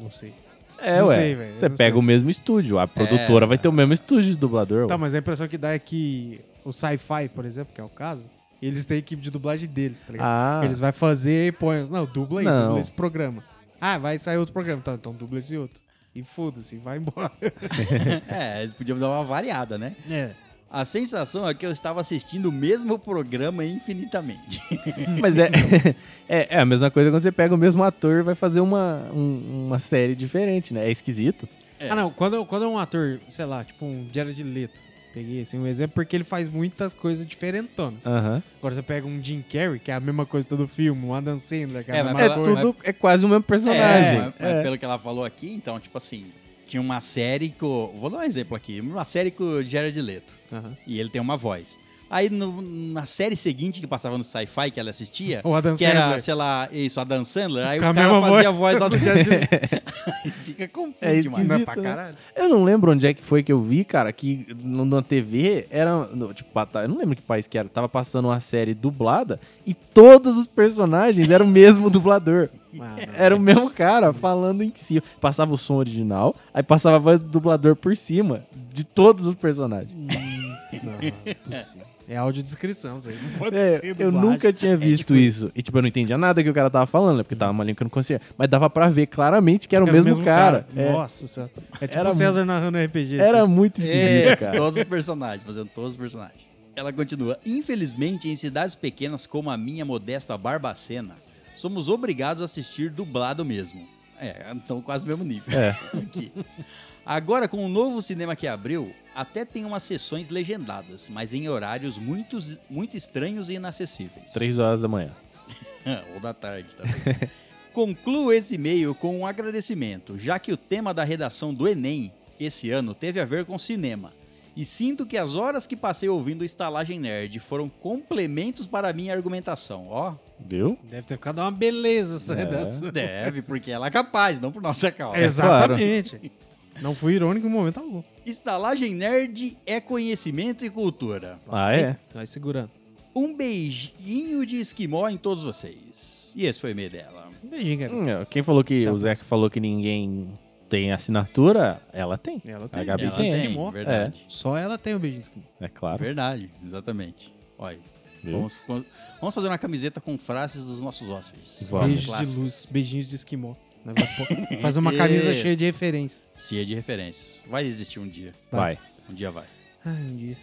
Speaker 3: Não sei.
Speaker 1: É,
Speaker 3: Não
Speaker 1: ué.
Speaker 3: sei, velho, eu
Speaker 1: você
Speaker 3: não
Speaker 1: pega
Speaker 3: sei.
Speaker 1: o mesmo estúdio. A produtora vai ter o mesmo estúdio de dublador.
Speaker 3: Tá,
Speaker 1: ué.
Speaker 3: mas a impressão que dá é que o sci-fi, por exemplo, que é o caso, eles têm a equipe de dublagem deles, tá ligado?
Speaker 1: Ah,
Speaker 3: Eles vão fazer e põem. os- Não, dubla aí,
Speaker 1: Não.
Speaker 3: dubla esse programa. Ah, vai sair outro programa. Tá, então dubla esse outro. E foda-se, vai embora.
Speaker 2: É, eles podiam dar uma variada, né?
Speaker 3: É.
Speaker 2: A sensação é que eu estava assistindo o mesmo programa infinitamente.
Speaker 1: mas é, é, é a mesma coisa quando você pega o mesmo ator e vai fazer uma, um- uma série diferente, né? É esquisito.
Speaker 2: É.
Speaker 3: Ah, não. Quando, quando é um ator, sei lá, tipo um Jared Leto, peguei assim um exemplo, porque ele faz muitas coisas diferentonas.
Speaker 1: Aham.
Speaker 3: Agora você pega um Jim Carrey, que é a mesma coisa todo filme, um Adam Sandler, que é,
Speaker 2: É,
Speaker 3: a
Speaker 2: mas
Speaker 3: mesma
Speaker 1: É
Speaker 2: Mas-
Speaker 3: coisa.
Speaker 1: tudo, é quase o mesmo personagem.
Speaker 2: É, mas- mas pelo que ela falou aqui, então, tipo assim, tinha uma série que. o- Vou dar um exemplo aqui. Uma série com o Jared Leto.
Speaker 3: Aham.
Speaker 2: E ele tem uma voz. Aí no- na série seguinte que passava no sci-fi que ela assistia,
Speaker 3: O Adam
Speaker 2: é, que era,
Speaker 3: Sandler.
Speaker 2: sei lá, isso, a Dan Sandler, aí
Speaker 3: Com
Speaker 2: o
Speaker 3: a
Speaker 2: cara
Speaker 3: mesma
Speaker 2: fazia
Speaker 3: voz.
Speaker 2: a voz do Jared Leto. Aí Fica confuso
Speaker 1: É
Speaker 2: demais.
Speaker 1: esquisito,
Speaker 3: pra
Speaker 1: né?
Speaker 3: caralho.
Speaker 1: Eu não lembro onde é que foi que eu vi, cara, que no- na TV era, no- tipo, pa- tá- eu não lembro que país que era, tava passando uma série dublada e todos os personagens eram o mesmo dublador. Era
Speaker 2: um-
Speaker 1: o mesmo cara falando em cima. Passava o som original, aí passava a voz do dublador por cima de todos os personagens.
Speaker 3: Não, é possível. É audiodescrição, isso aí. Não pode
Speaker 1: É,
Speaker 3: ser
Speaker 1: eu
Speaker 3: dublagem.
Speaker 1: nunca tinha visto isso. E, tipo, eu não entendia nada que o cara tava falando, né? Porque tava uma língua que eu não conseguia. Mas dava pra ver claramente que era, o mesmo, cara. É.
Speaker 3: Nossa senhora. É tipo
Speaker 1: Era
Speaker 3: o César narrando RPG.
Speaker 1: era muito esquisito,
Speaker 2: É,
Speaker 1: cara.
Speaker 2: todos os personagens, fazendo todos os personagens. Ela continua. Infelizmente, em cidades pequenas como a minha modesta Barbacena, somos obrigados a assistir dublado mesmo. É, então quase no mesmo nível.
Speaker 1: É.
Speaker 2: Aqui. Agora, com o novo cinema que abriu, até tem umas sessões legendadas, mas em horários muito, muito estranhos e inacessíveis.
Speaker 1: Três horas da manhã.
Speaker 2: É, Ou da tarde também. Concluo esse e-mail com um agradecimento, já que o tema da redação do Enem esse ano teve a ver com cinema. E sinto que as horas que passei ouvindo Estalagem Nerd foram complementos para a minha argumentação. Ó,
Speaker 1: Viu?
Speaker 3: Deve ter ficado uma beleza essa
Speaker 1: É.
Speaker 3: redação.
Speaker 2: deve, porque ela é capaz, não por nossa
Speaker 3: É.
Speaker 2: causa.
Speaker 3: Exatamente. Não fui irônico em momento algum.
Speaker 2: Estalagem Nerd é conhecimento e cultura.
Speaker 1: Ah, é?
Speaker 3: Você vai segurando.
Speaker 2: Um beijinho de esquimó em todos vocês. E esse foi o e-mail dela.
Speaker 3: Um beijinho, cara.
Speaker 1: Hum, Quem falou que
Speaker 3: Tá.
Speaker 1: o Zeca falou que ninguém tem assinatura, ela tem.
Speaker 3: Ela tem.
Speaker 1: A Gabi
Speaker 2: ela
Speaker 1: tem.
Speaker 3: esquimó.
Speaker 2: verdade.
Speaker 3: Só ela tem o beijinho de esquimó.
Speaker 1: É claro.
Speaker 2: Verdade, exatamente. Olha,
Speaker 1: Viu?
Speaker 2: vamos, vamos fazer uma camiseta com frases dos nossos hóspedes.
Speaker 1: Vamos.
Speaker 2: Frases
Speaker 3: Beijos de
Speaker 2: clássicas,
Speaker 3: luz, beijinhos de esquimó. Né, vai pôr- Faz uma camisa
Speaker 2: Yeah.
Speaker 3: cheia de referência.
Speaker 2: Cheia é de referências. Vai existir um dia.
Speaker 1: Vai.
Speaker 2: Um dia vai.
Speaker 3: Ai, um dia.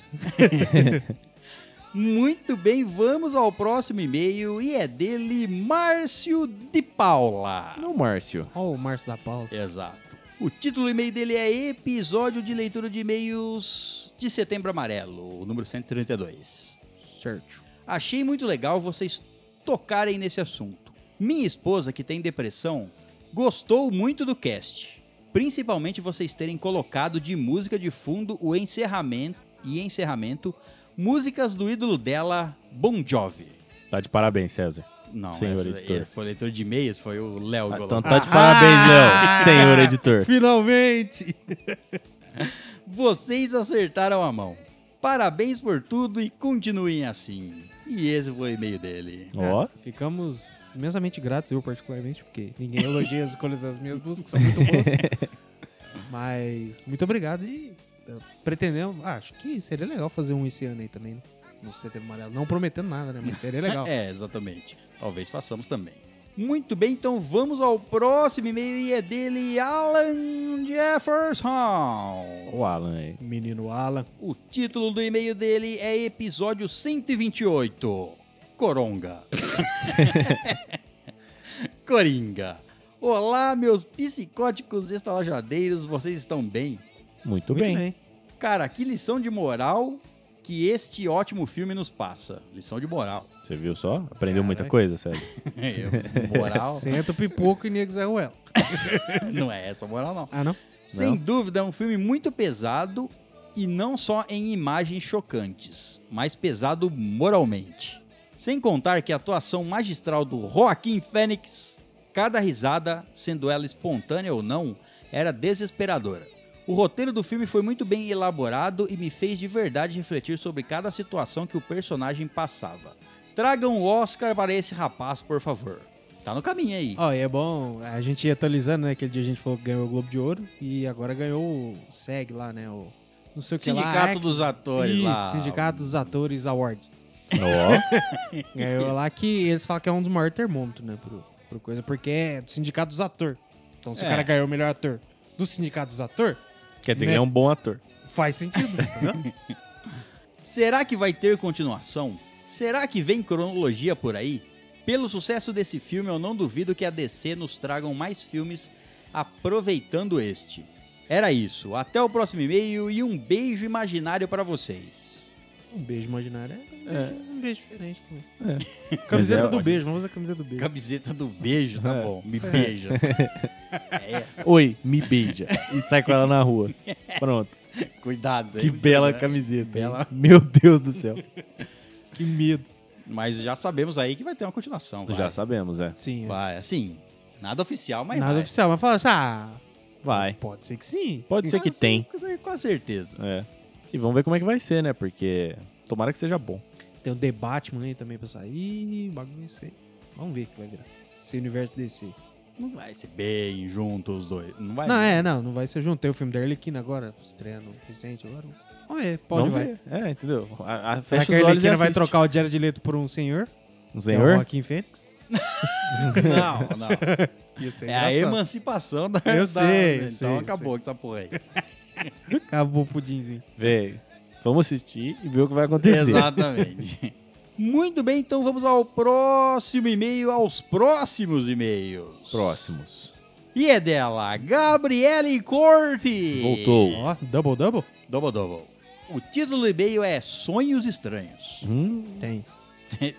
Speaker 2: Muito bem, vamos ao próximo e-mail e é dele Márcio de Paula.
Speaker 1: Não, Márcio.
Speaker 3: Ó o Márcio da Paula.
Speaker 2: Exato. O título do e-mail dele é Episódio de Leitura de E-mails de Setembro Amarelo, o número 132.
Speaker 3: Certo.
Speaker 2: Achei muito legal vocês tocarem nesse assunto. Minha esposa, que tem depressão, gostou muito do cast. Principalmente vocês terem colocado de música de fundo o encerramento e encerramento músicas do ídolo dela, Bon Jovi.
Speaker 1: Tá de parabéns, César.
Speaker 2: Não,
Speaker 1: Senhor
Speaker 2: essa-
Speaker 1: editor.
Speaker 2: ele foi o leitor de e-mails, foi o Léo
Speaker 1: Ah,
Speaker 2: Golão.
Speaker 1: Então tá de parabéns, Léo, senhor editor.
Speaker 3: Finalmente!
Speaker 2: Ah, Vocês acertaram a mão. Parabéns por tudo e continuem assim. E esse foi o e-mail dele.
Speaker 1: Ó,
Speaker 3: Ficamos imensamente gratos, eu particularmente, porque ninguém elogia as escolhas das minhas músicas, são muito boas. Mas muito obrigado e eh, pretendemos. ah, acho que seria legal fazer um esse ano aí também, né? No setembro amarelo. Não prometendo nada, né? Mas seria legal.
Speaker 2: É, exatamente. Talvez façamos também. Muito bem, então vamos ao próximo e-mail e é dele Alan Jefferson.
Speaker 1: o Alan aí.
Speaker 3: Menino Alan.
Speaker 2: O título do e-mail dele é episódio 128. Coronga. Coringa. Olá, meus psicóticos estalajadeiros, vocês estão bem?
Speaker 1: Muito, bem.
Speaker 2: Cara, que lição de moral que este ótimo filme nos passa. Lição de moral.
Speaker 1: Você viu só? Aprendeu muita
Speaker 3: Caraca.
Speaker 1: coisa, sério.
Speaker 2: Eu- moral?
Speaker 3: Senta o pipoco e nego Zé Ruela.
Speaker 2: não é essa moral, não.
Speaker 3: Ah, não?
Speaker 2: Sem dúvida, é um filme muito pesado e não só em imagens chocantes, mas pesado moralmente. Sem contar que a atuação magistral do Joaquim Fênix, cada risada, sendo ela espontânea ou não, era desesperadora. O roteiro do filme foi muito bem elaborado e me fez de verdade refletir sobre cada situação que o personagem passava. Tragam o Oscar para esse rapaz, por favor. Tá no caminho aí.
Speaker 3: Ó, e é bom, a gente ia atualizando, né? Aquele dia a gente falou que ganhou o Globo de Ouro e agora ganhou o SEG lá, né? O não sei o que lá.
Speaker 2: Sindicato
Speaker 3: Act-
Speaker 2: dos Atores
Speaker 3: Isso,
Speaker 2: lá.
Speaker 3: Sindicato dos Atores Awards.
Speaker 1: Ó,
Speaker 3: Ganhou é lá que eles falam que é um dos maiores termômetros, né? Pro, pro coisa, porque é do Sindicato dos Atores. Então, se
Speaker 2: É.
Speaker 3: o cara ganhou o melhor ator do Sindicato dos Atores,
Speaker 1: quer dizer,
Speaker 3: Né?
Speaker 1: ele é um bom ator.
Speaker 3: faz sentido. entendeu?
Speaker 2: Será que vai ter continuação? Será que vem cronologia por aí? Pelo sucesso desse filme, eu não duvido que a DC nos tragam mais filmes aproveitando este. Era isso. Até o próximo e-mail e um beijo imaginário pra vocês.
Speaker 3: um beijo imaginário é um beijo, um beijo diferente também.
Speaker 1: Mas
Speaker 3: Camiseta
Speaker 1: é
Speaker 3: do
Speaker 1: ótimo.
Speaker 3: beijo, vamos usar a camiseta do beijo.
Speaker 2: Camiseta do beijo, tá
Speaker 1: É.
Speaker 2: bom. Me beija. É essa.
Speaker 1: Oi, me beija. E sai com ela na rua. Pronto.
Speaker 2: Cuidado. Zé.
Speaker 1: Que um né? bela camiseta. hein?
Speaker 2: Bela.
Speaker 1: Meu Deus do céu.
Speaker 3: Que medo.
Speaker 2: Mas já sabemos aí que vai ter uma continuação. Vai.
Speaker 1: Já sabemos, é.
Speaker 3: Sim, é.
Speaker 2: Vai, assim. Nada oficial, mas
Speaker 3: nada
Speaker 2: vai.
Speaker 3: oficial, mas fala assim, ah,
Speaker 1: Vai.
Speaker 3: pode ser que sim.
Speaker 1: Pode ser que
Speaker 2: Quase-
Speaker 1: tem.
Speaker 2: Com certeza.
Speaker 1: É. E vamos ver como é que vai ser, né? Porque tomara que seja bom.
Speaker 3: Tem o The Batman aí também pra sair. Bagulho sei. Vamos ver o que vai virar. Esse universo DC.
Speaker 2: Não vai ser bem junto os dois. Não vai.
Speaker 3: Não, é, não, não vai ser junto. Tem o filme da Arlequina agora, estreando recente agora. Vamos ver, pode
Speaker 1: vamos
Speaker 3: vai.
Speaker 1: ver. É, entendeu? A, a,
Speaker 3: Será
Speaker 1: fecha
Speaker 3: que a
Speaker 1: os olhos e
Speaker 3: Arlequina vai
Speaker 1: assiste.
Speaker 3: trocar o Jared Leto por um senhor?
Speaker 1: Um
Speaker 3: Que é o
Speaker 1: senhor?
Speaker 3: Joaquim Fênix?
Speaker 2: Não, não.
Speaker 3: Ia ser
Speaker 2: É a
Speaker 3: engraçado.
Speaker 2: emancipação da.
Speaker 3: Eu
Speaker 2: da-
Speaker 3: sei, eu
Speaker 2: Então
Speaker 3: sei, eu
Speaker 2: acabou com essa porra aí.
Speaker 3: Acabou o pudinzinho.
Speaker 1: Vê. Vamos assistir e ver o que vai acontecer.
Speaker 2: Exatamente. Muito bem, então vamos ao próximo e-mail, aos próximos e-mails.
Speaker 1: Próximos.
Speaker 2: E é dela, Gabriele Corte.
Speaker 1: Voltou.
Speaker 3: Ó, double, double?
Speaker 2: Double Double. O título do e-mail é Sonhos Estranhos.
Speaker 1: Hum,
Speaker 3: Tem.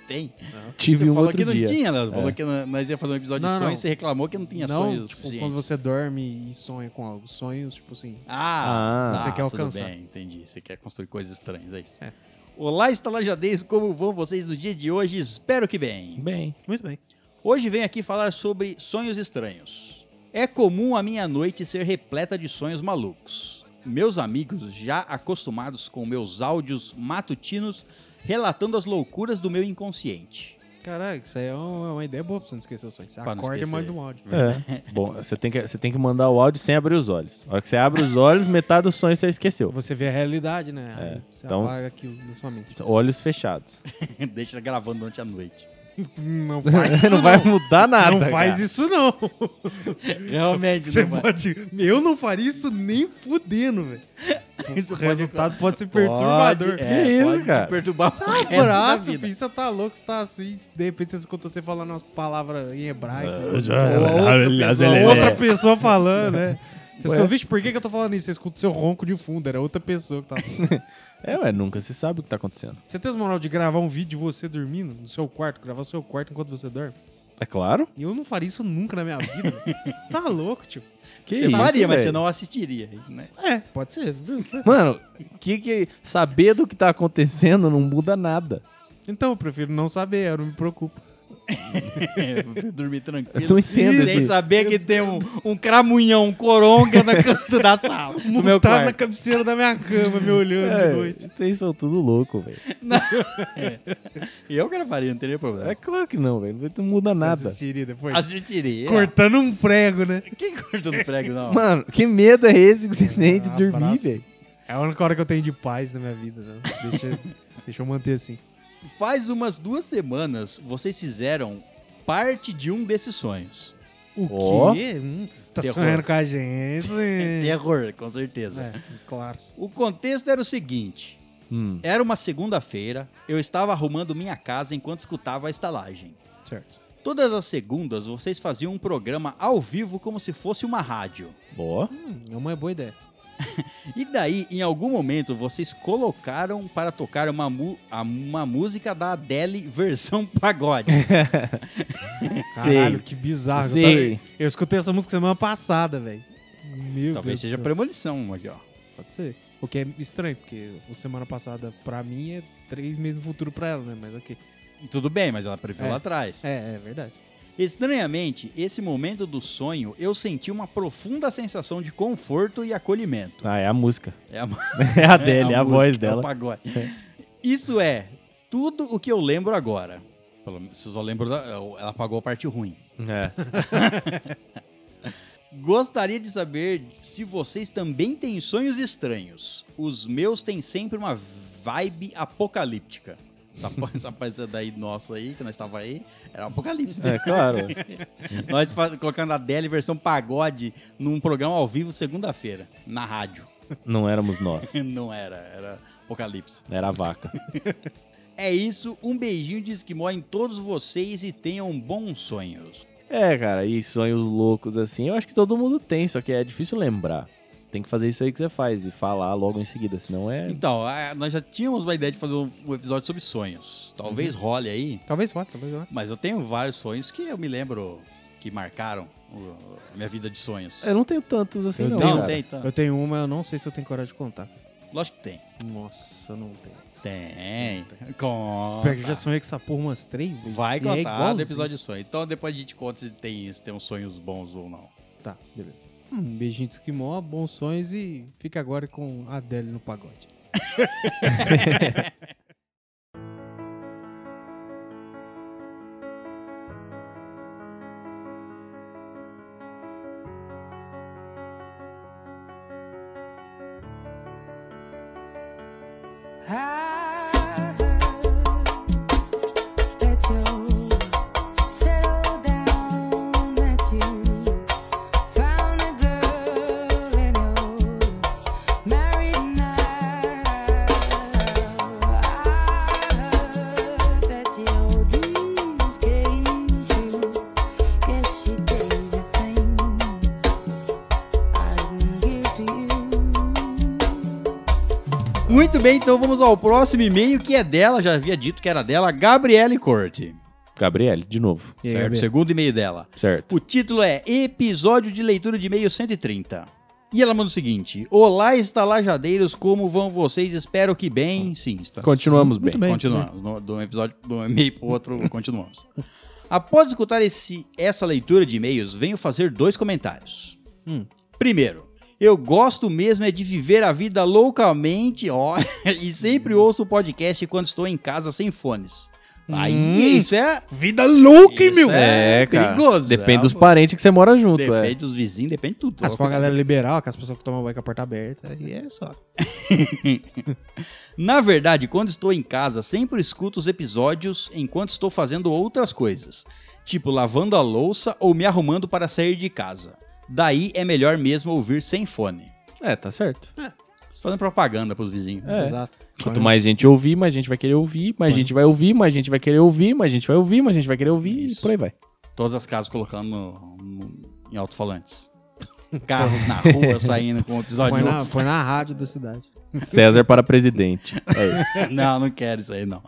Speaker 2: Tem.
Speaker 1: tive
Speaker 2: você
Speaker 1: um
Speaker 2: falou
Speaker 1: outro
Speaker 2: que não
Speaker 1: dia.
Speaker 2: tinha, né? Falou que não- nós ia fazer um episódio de
Speaker 3: É. Não,
Speaker 2: sonhos,
Speaker 3: não.
Speaker 2: você reclamou que não tinha
Speaker 3: não,
Speaker 2: sonhos
Speaker 3: tipo,
Speaker 2: suficientes.
Speaker 3: quando você dorme e sonha com algo. Sonhos, tipo assim.
Speaker 2: Ah,
Speaker 1: Ah,
Speaker 2: tá,
Speaker 3: você quer
Speaker 2: tudo
Speaker 3: alcançar.
Speaker 2: bem, entendi. Você quer construir coisas estranhas, é isso.
Speaker 3: É.
Speaker 2: Olá, estalajadeiros, como vão vocês no dia de hoje? Espero que bem.
Speaker 1: Bem.
Speaker 3: Muito bem.
Speaker 2: Hoje venho aqui falar sobre sonhos estranhos. É comum a minha noite ser repleta de sonhos malucos. Meus amigos, já acostumados com meus áudios matutinos, relatando as loucuras do meu inconsciente.
Speaker 3: Caralho, isso aí é uma, é uma ideia boa pra você não esquecer o sonho. Você
Speaker 2: Pra não
Speaker 3: acorda e
Speaker 2: esquecer.
Speaker 3: manda um áudio.
Speaker 1: É. Bom, você tem, que, você tem que mandar o áudio sem abrir os olhos. A hora que você abre os olhos, metade do sonho você esqueceu.
Speaker 3: Você vê a realidade, né? Aí você
Speaker 1: então-
Speaker 3: apaga aquilo na sua mente.
Speaker 1: Olhos fechados.
Speaker 2: Deixa gravando durante a noite.
Speaker 3: Hum, Não faz isso,
Speaker 1: não vai mudar nada.
Speaker 3: Não faz
Speaker 1: cara.
Speaker 3: isso, não.
Speaker 2: Realmente,
Speaker 3: Você
Speaker 2: né, mano?
Speaker 3: pode. Eu não faria isso nem fudendo, velho. O resultado pode ser
Speaker 2: Perturbador.
Speaker 3: perturbador.
Speaker 1: é. Que isso,
Speaker 2: te
Speaker 1: cara?
Speaker 2: Perturbar pro resto é da
Speaker 3: Abraço,
Speaker 2: vida.
Speaker 3: filho. Você tá louco, você tá assim. De repente você escutou você falando umas palavras em hebraico.
Speaker 1: É.
Speaker 3: Ou outra pessoa falando, né? Você
Speaker 1: Ué.
Speaker 3: escuta, vixe, por que, que eu tô falando isso? Você escuta o seu ronco de fundo, era outra pessoa que tava falando.
Speaker 1: É, ué, nunca se sabe o que tá acontecendo.
Speaker 3: Você tem as moral de gravar um vídeo de você dormindo no seu quarto, gravar o seu quarto enquanto você dorme?
Speaker 1: É claro.
Speaker 3: Eu não faria isso nunca na minha vida. velho. tá louco, tio.
Speaker 1: Que
Speaker 2: Você
Speaker 1: isso,
Speaker 2: faria, mas
Speaker 1: velho?
Speaker 2: você não assistiria, né?
Speaker 3: É, pode ser. viu?
Speaker 1: Mano, que que... Saber do que tá acontecendo não muda nada.
Speaker 3: Então, eu prefiro não saber, eu não me preocupo.
Speaker 2: Dormir tranquilo.
Speaker 1: Eu não entendo
Speaker 2: Sem
Speaker 1: esse-
Speaker 2: saber que tem um, um cramunhão, um coronga no canto da sala. no meu
Speaker 3: Montado na
Speaker 2: quarto.
Speaker 3: cabeceira da minha cama, me olhando de noite.
Speaker 1: É, vocês são tudo louco, velho.
Speaker 2: E eu gravaria, não teria problema.
Speaker 1: É claro que não, velho. Não muda nada.
Speaker 3: Assistiria depois.
Speaker 2: Assim, Assistiria.
Speaker 3: Cortando um prego, né?
Speaker 2: Quem corta no prego, não?
Speaker 1: Mano, que medo é esse que você tem de
Speaker 3: Ah,
Speaker 1: dormir,
Speaker 3: abraço.
Speaker 1: velho?
Speaker 3: É a única hora que eu tenho de paz na minha vida, né? Deixa, deixa eu manter assim.
Speaker 2: Faz umas duas semanas, vocês fizeram parte de um desses sonhos.
Speaker 3: O
Speaker 1: Ó.
Speaker 3: quê? Hum, tá
Speaker 2: Terror.
Speaker 3: sonhando com a gente. hein?
Speaker 2: Terror, com certeza.
Speaker 3: é, claro.
Speaker 2: O contexto era o seguinte.
Speaker 1: Hum,
Speaker 2: Era uma segunda-feira, eu estava arrumando minha casa enquanto escutava a estalagem.
Speaker 3: Certo.
Speaker 2: Todas as segundas, vocês faziam um programa ao vivo como se fosse uma rádio.
Speaker 1: ó.
Speaker 3: Hum, é uma boa ideia.
Speaker 2: E daí, em algum momento, vocês colocaram para tocar uma, mu- a- uma música da Adele versão pagode.
Speaker 3: Caralho, que tá bizarro.
Speaker 1: Sei.
Speaker 3: Eu, tava- eu escutei essa música semana passada, velho. Meu
Speaker 2: Talvez
Speaker 3: Deus
Speaker 2: seja
Speaker 3: do céu.
Speaker 2: premonição aqui, ó.
Speaker 3: Pode ser. O que é estranho, porque o semana passada pra mim é três meses no futuro pra ela, né? Mas ok.
Speaker 2: Tudo bem, mas ela previu
Speaker 3: É.
Speaker 2: lá atrás.
Speaker 3: É, é verdade.
Speaker 2: Estranhamente, esse momento do sonho, eu senti uma profunda sensação de conforto e acolhimento.
Speaker 1: Ah, é a música.
Speaker 2: É a
Speaker 1: É a dela, é a,
Speaker 2: música,
Speaker 1: voz
Speaker 2: é o
Speaker 1: dela.
Speaker 2: pagode. Isso é tudo o que eu lembro agora. Pelo menos eu só lembro da- ela apagou a parte ruim.
Speaker 1: É.
Speaker 2: Gostaria de saber se vocês também têm sonhos estranhos. Os meus têm sempre uma vibe apocalíptica. Essa, pa- essa paisa daí nossa aí, que nós estava aí, era um apocalipse.
Speaker 1: É claro.
Speaker 2: Nós faz- colocando a Adele versão pagode num programa ao vivo segunda-feira, na rádio.
Speaker 1: Não éramos nós.
Speaker 2: Não era, era apocalipse.
Speaker 1: Era a vaca.
Speaker 2: É isso, um beijinho de esquimó em todos vocês e tenham bons sonhos.
Speaker 1: É, cara, e sonhos loucos assim, eu acho que todo mundo tem, só que é difícil lembrar. Tem que fazer isso aí que você faz e falar logo em seguida, senão é.
Speaker 2: Então, ah, nós já tínhamos uma ideia de fazer um um episódio sobre sonhos. Talvez role aí,
Speaker 3: Talvez vá, talvez vá.
Speaker 2: mas eu tenho vários sonhos que eu me lembro que marcaram o- a minha vida de sonhos.
Speaker 1: Eu não tenho tantos assim,
Speaker 3: Eu
Speaker 1: não.
Speaker 3: tenho,
Speaker 2: não,
Speaker 1: cara.
Speaker 2: tem, então.
Speaker 3: Eu tenho uma, eu não sei se eu tenho coragem de contar.
Speaker 2: Lógico que tem.
Speaker 3: Nossa, não tenho.
Speaker 2: Tem. Com.
Speaker 3: Pior que
Speaker 1: tá.
Speaker 3: eu já sonhei com essa porra umas três vezes.
Speaker 2: Vai
Speaker 3: E é
Speaker 2: contar do
Speaker 3: igualzinho.
Speaker 2: episódio de sonho. Então depois a gente conta se tem, se tem uns sonhos bons ou não.
Speaker 3: Tá, beleza.
Speaker 1: Hum,
Speaker 3: Um beijinho de esquimó, bons sonhos e fica agora com a Adele no pagode.
Speaker 4: I heard that you settled down, that you found a girl and you're married now. I heard that your dreams came true. Guess she gave you things I didn't give to you.
Speaker 2: Muito bem, então vamos ao próximo e-mail que é dela, já havia dito que era dela, Gabriele Corte.
Speaker 1: Gabriele, de novo.
Speaker 3: E aí,
Speaker 2: Certo,
Speaker 3: Gabi?
Speaker 2: segundo e-mail dela.
Speaker 1: Certo.
Speaker 2: O título é Episódio de Leitura de E-mail 130. E ela manda o seguinte: Olá, estalajadeiros, como vão vocês? Espero que bem.
Speaker 3: Ah.
Speaker 2: Sim, está.
Speaker 1: Tá. Continuamos bem.
Speaker 3: Muito bem.
Speaker 2: Continuamos. No- De um episódio, de um e-mail pro outro, continuamos. Após escutar esse, essa leitura de e-mails, venho fazer dois comentários.
Speaker 3: Hum.
Speaker 2: Primeiro, eu gosto mesmo é de viver a vida loucamente, ó, e sempre
Speaker 3: Hum.
Speaker 2: ouço o podcast quando estou em casa sem fones. Aí,
Speaker 3: Hum.
Speaker 2: isso é
Speaker 3: Vida louca,
Speaker 2: hein, meu?
Speaker 1: É,
Speaker 2: É
Speaker 1: cara.
Speaker 2: perigoso,
Speaker 1: Depende
Speaker 2: é.
Speaker 1: dos parentes que você mora junto,
Speaker 2: Depende
Speaker 1: é.
Speaker 2: dos vizinhos, depende de tudo.
Speaker 3: Ah, se for uma galera liberal, com as pessoas que tomam banho com a porta aberta, e é só.
Speaker 2: Na verdade, quando estou em casa, sempre escuto os episódios enquanto estou fazendo outras coisas, tipo lavando a louça ou me arrumando para sair de casa. Daí é melhor mesmo ouvir sem fone.
Speaker 1: É, tá certo.
Speaker 2: Estou fazendo propaganda pros vizinhos.
Speaker 1: É.
Speaker 3: Exato.
Speaker 1: Quanto mais gente ouvir, mais gente vai querer ouvir, mais gente vai ouvir, mais gente vai querer ouvir, mais gente vai ouvir, mais gente vai querer ouvir
Speaker 2: Isso.
Speaker 1: e por aí vai.
Speaker 2: Todas as casas colocando no- no- em alto-falantes. Carros na rua saindo com um episódio
Speaker 3: Põe na,
Speaker 2: novo.
Speaker 3: põe na rádio da cidade.
Speaker 1: César para presidente. Aí.
Speaker 2: Não, não quero isso aí, não.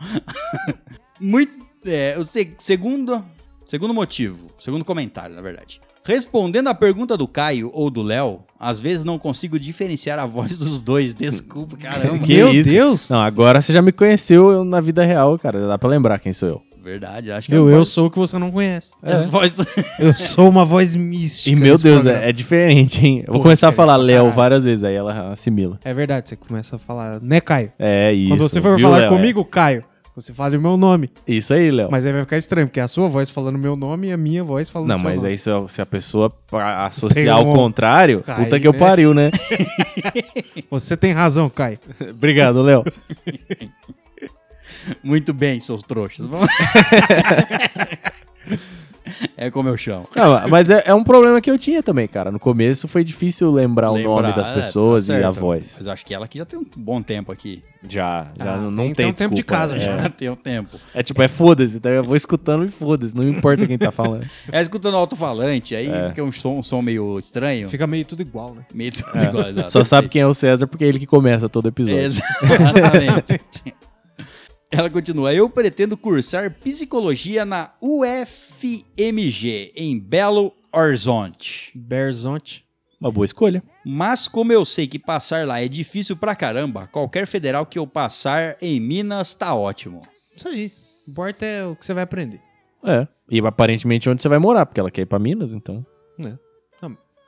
Speaker 2: Muito. É, o se- segundo, segundo motivo, segundo comentário, na verdade. Respondendo à pergunta do Caio ou do Léo, às vezes não consigo diferenciar a voz dos dois. Desculpa, caramba.
Speaker 1: Que
Speaker 3: Meu
Speaker 1: isso?
Speaker 3: Deus!
Speaker 1: Não, agora você já me conheceu eu na vida real, cara. Já dá pra lembrar quem sou eu.
Speaker 2: Verdade, acho que
Speaker 3: Meu,
Speaker 2: é
Speaker 3: eu sou é. o que você não conhece.
Speaker 2: As vozes...
Speaker 3: Eu sou uma voz mística.
Speaker 1: E meu
Speaker 3: nesse
Speaker 1: Deus,
Speaker 3: programa.
Speaker 1: é, é diferente, hein? Eu vou
Speaker 3: Pô,
Speaker 1: começar a
Speaker 3: diferente
Speaker 1: falar
Speaker 3: pra
Speaker 1: Léo
Speaker 3: caralho.
Speaker 1: várias vezes, aí ela assimila.
Speaker 3: É verdade, você começa a falar, né, Caio?
Speaker 1: É isso.
Speaker 3: Quando você for
Speaker 1: viu,
Speaker 3: falar
Speaker 1: Léo?
Speaker 3: comigo, Caio, você fala o meu nome.
Speaker 1: É Isso aí, Léo.
Speaker 3: Mas aí vai ficar estranho, porque é a sua voz falando meu nome e a minha voz falando
Speaker 1: Não,
Speaker 3: seu
Speaker 1: mas
Speaker 3: nome.
Speaker 1: aí se a, se a pessoa pra- associar ao
Speaker 3: um-
Speaker 1: contrário,
Speaker 3: Tá
Speaker 1: puta
Speaker 3: aí,
Speaker 1: que eu
Speaker 3: né?
Speaker 1: pariu, né?
Speaker 3: Você tem razão, Caio.
Speaker 1: Então. Obrigado, Léo.
Speaker 2: Muito bem, seus trouxas. Vamos- é como eu chamo.
Speaker 1: Não, mas é, é um problema que eu tinha também, cara. No começo foi difícil lembrar, o nome
Speaker 2: Lembrar,
Speaker 1: das
Speaker 2: é,
Speaker 1: pessoas
Speaker 2: tá
Speaker 1: e a
Speaker 2: certo.
Speaker 1: voz.
Speaker 2: Mas eu acho que ela aqui já tem um bom tempo aqui.
Speaker 1: Já, já
Speaker 3: Ah,
Speaker 1: não não
Speaker 3: tem-
Speaker 1: tem,
Speaker 3: tem um tempo de
Speaker 1: desculpa,
Speaker 3: casa
Speaker 1: né?
Speaker 3: já.
Speaker 1: É,
Speaker 2: Ela tem um tempo.
Speaker 1: é tipo, é foda-se, então eu vou escutando e foda-se, não importa quem tá falando.
Speaker 2: É escutando alto-falante, aí
Speaker 1: É.
Speaker 2: fica um som, um som meio estranho.
Speaker 3: Fica meio tudo igual, né?
Speaker 2: Meio tudo igual, exato.
Speaker 1: Só sabe quem é o César porque é ele que começa todo episódio.
Speaker 2: Exatamente. Ela continua. Eu pretendo cursar psicologia na UFMG, em Belo Horizonte.
Speaker 3: Berzonte.
Speaker 1: Uma boa escolha.
Speaker 2: Mas como eu sei que passar lá é difícil pra caramba, qualquer federal que eu passar em Minas tá ótimo.
Speaker 3: Isso aí. O importa é o que você vai aprender.
Speaker 1: É. E aparentemente onde você vai morar, porque ela quer ir pra Minas, então.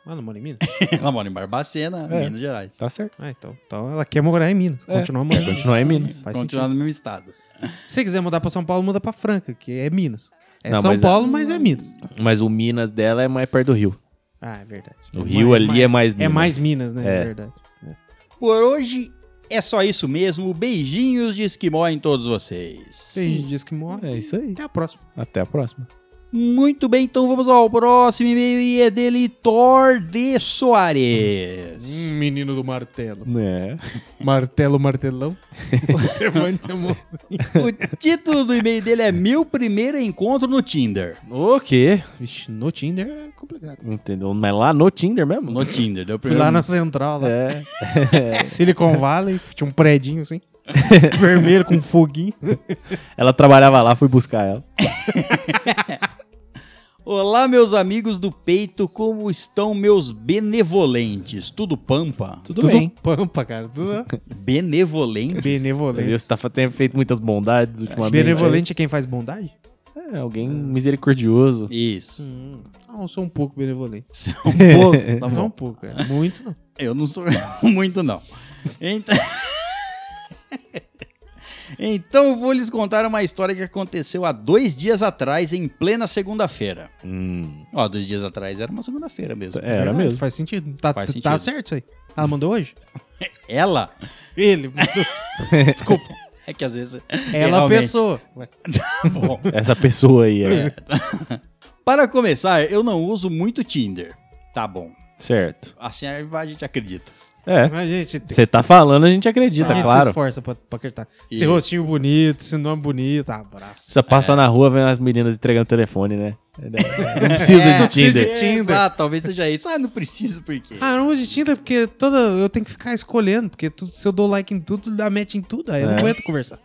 Speaker 3: Ah, não mora em Minas?
Speaker 2: Ela mora em Barbacena,
Speaker 1: É.
Speaker 2: Minas Gerais.
Speaker 1: Tá certo.
Speaker 3: ah, então, então ela quer morar em Minas.
Speaker 1: É.
Speaker 3: Continua morando.
Speaker 1: Continuar em Minas.
Speaker 3: Faz
Speaker 2: Continuar no mesmo estado.
Speaker 3: sentido. Se você quiser mudar pra São Paulo, muda pra Franca, que é Minas. É
Speaker 1: Não,
Speaker 3: São
Speaker 1: mas é-
Speaker 3: Paulo, mas é Minas.
Speaker 1: Mas o Minas dela é mais perto do Rio.
Speaker 3: Ah, é verdade.
Speaker 1: O Rio ali é mais
Speaker 3: É
Speaker 1: Minas.
Speaker 3: mais Minas, né? É
Speaker 1: É.
Speaker 3: verdade.
Speaker 2: Por hoje é só isso mesmo. Beijinhos de esquimó em todos vocês.
Speaker 3: Tem dias que morre.
Speaker 1: É isso aí.
Speaker 3: Até a próxima.
Speaker 1: Até a próxima.
Speaker 2: Muito bem, então vamos ao próximo e-mail e é dele Thor de Soares.
Speaker 3: Um menino do martelo.
Speaker 1: É.
Speaker 3: Martelo, martelão. Levante a mãozinha.
Speaker 2: O título do e-mail dele é Meu Primeiro Encontro no Tinder.
Speaker 1: O quê?
Speaker 3: Vixe, no Tinder é complicado.
Speaker 1: Entendeu? Mas lá no Tinder mesmo?
Speaker 2: No Tinder, deu
Speaker 3: Fui
Speaker 2: primeiro.
Speaker 3: lá na central, lá.
Speaker 1: É.
Speaker 3: Silicon Valley, tinha um predinho assim. vermelho com um foguinho.
Speaker 1: Ela trabalhava lá, fui buscar ela.
Speaker 2: Olá, meus amigos do peito, como estão meus benevolentes? Tudo pampa?
Speaker 1: Tudo, bem.
Speaker 3: pampa, cara. Tudo é
Speaker 2: Benevolentes?
Speaker 3: benevolente.
Speaker 1: Deus tá fa- tem feito muitas bondades ultimamente.
Speaker 3: Benevolente é quem faz bondade?
Speaker 1: É, alguém misericordioso.
Speaker 2: Isso.
Speaker 3: Ah, eu sou um pouco benevolente.
Speaker 2: Só um
Speaker 1: É.
Speaker 2: pouco, tá
Speaker 3: Só
Speaker 2: bom?
Speaker 3: um pouco, cara. Muito não.
Speaker 2: Eu não sou muito, não. Então... então vou lhes contar uma história que aconteceu há dois dias atrás, em plena segunda-feira.
Speaker 1: Hum, É.
Speaker 2: Ó, dois dias atrás era uma segunda-feira mesmo.
Speaker 1: era
Speaker 3: Verdade,
Speaker 1: mesmo.
Speaker 3: Faz sentido. Tá,
Speaker 2: Faz
Speaker 3: tá
Speaker 2: sentido.
Speaker 3: certo isso aí. Ela mandou hoje?
Speaker 2: Ela?
Speaker 3: Ele mandou. Desculpa.
Speaker 2: É que às vezes.
Speaker 3: Ela, a
Speaker 2: realmente-
Speaker 3: pessoa.
Speaker 2: Tá bom.
Speaker 1: Essa pessoa aí. É.
Speaker 2: Para começar, eu não uso muito Tinder. Tá bom.
Speaker 1: Certo.
Speaker 2: Assim a gente acredita.
Speaker 1: É.
Speaker 3: A gente tem.
Speaker 1: Você tá falando, a gente acredita,
Speaker 3: A gente se
Speaker 1: claro.
Speaker 3: esforça pra, pra acreditar. Esse
Speaker 2: Isso.
Speaker 3: rostinho bonito, esse nome bonito, abraço.
Speaker 1: Precisa passar na rua, vendo as meninas entregando telefone, né? Não precisa
Speaker 2: É,
Speaker 1: de Tinder.
Speaker 3: precisa de Tinder.
Speaker 2: Exato, talvez seja isso. Ah, não preciso por quê?
Speaker 3: Ah, eu não uso de Tinder porque toda, eu tenho que ficar escolhendo, porque tu- se eu dou like em tudo, dá match em tudo, aí eu não
Speaker 1: É.
Speaker 3: aguento conversar.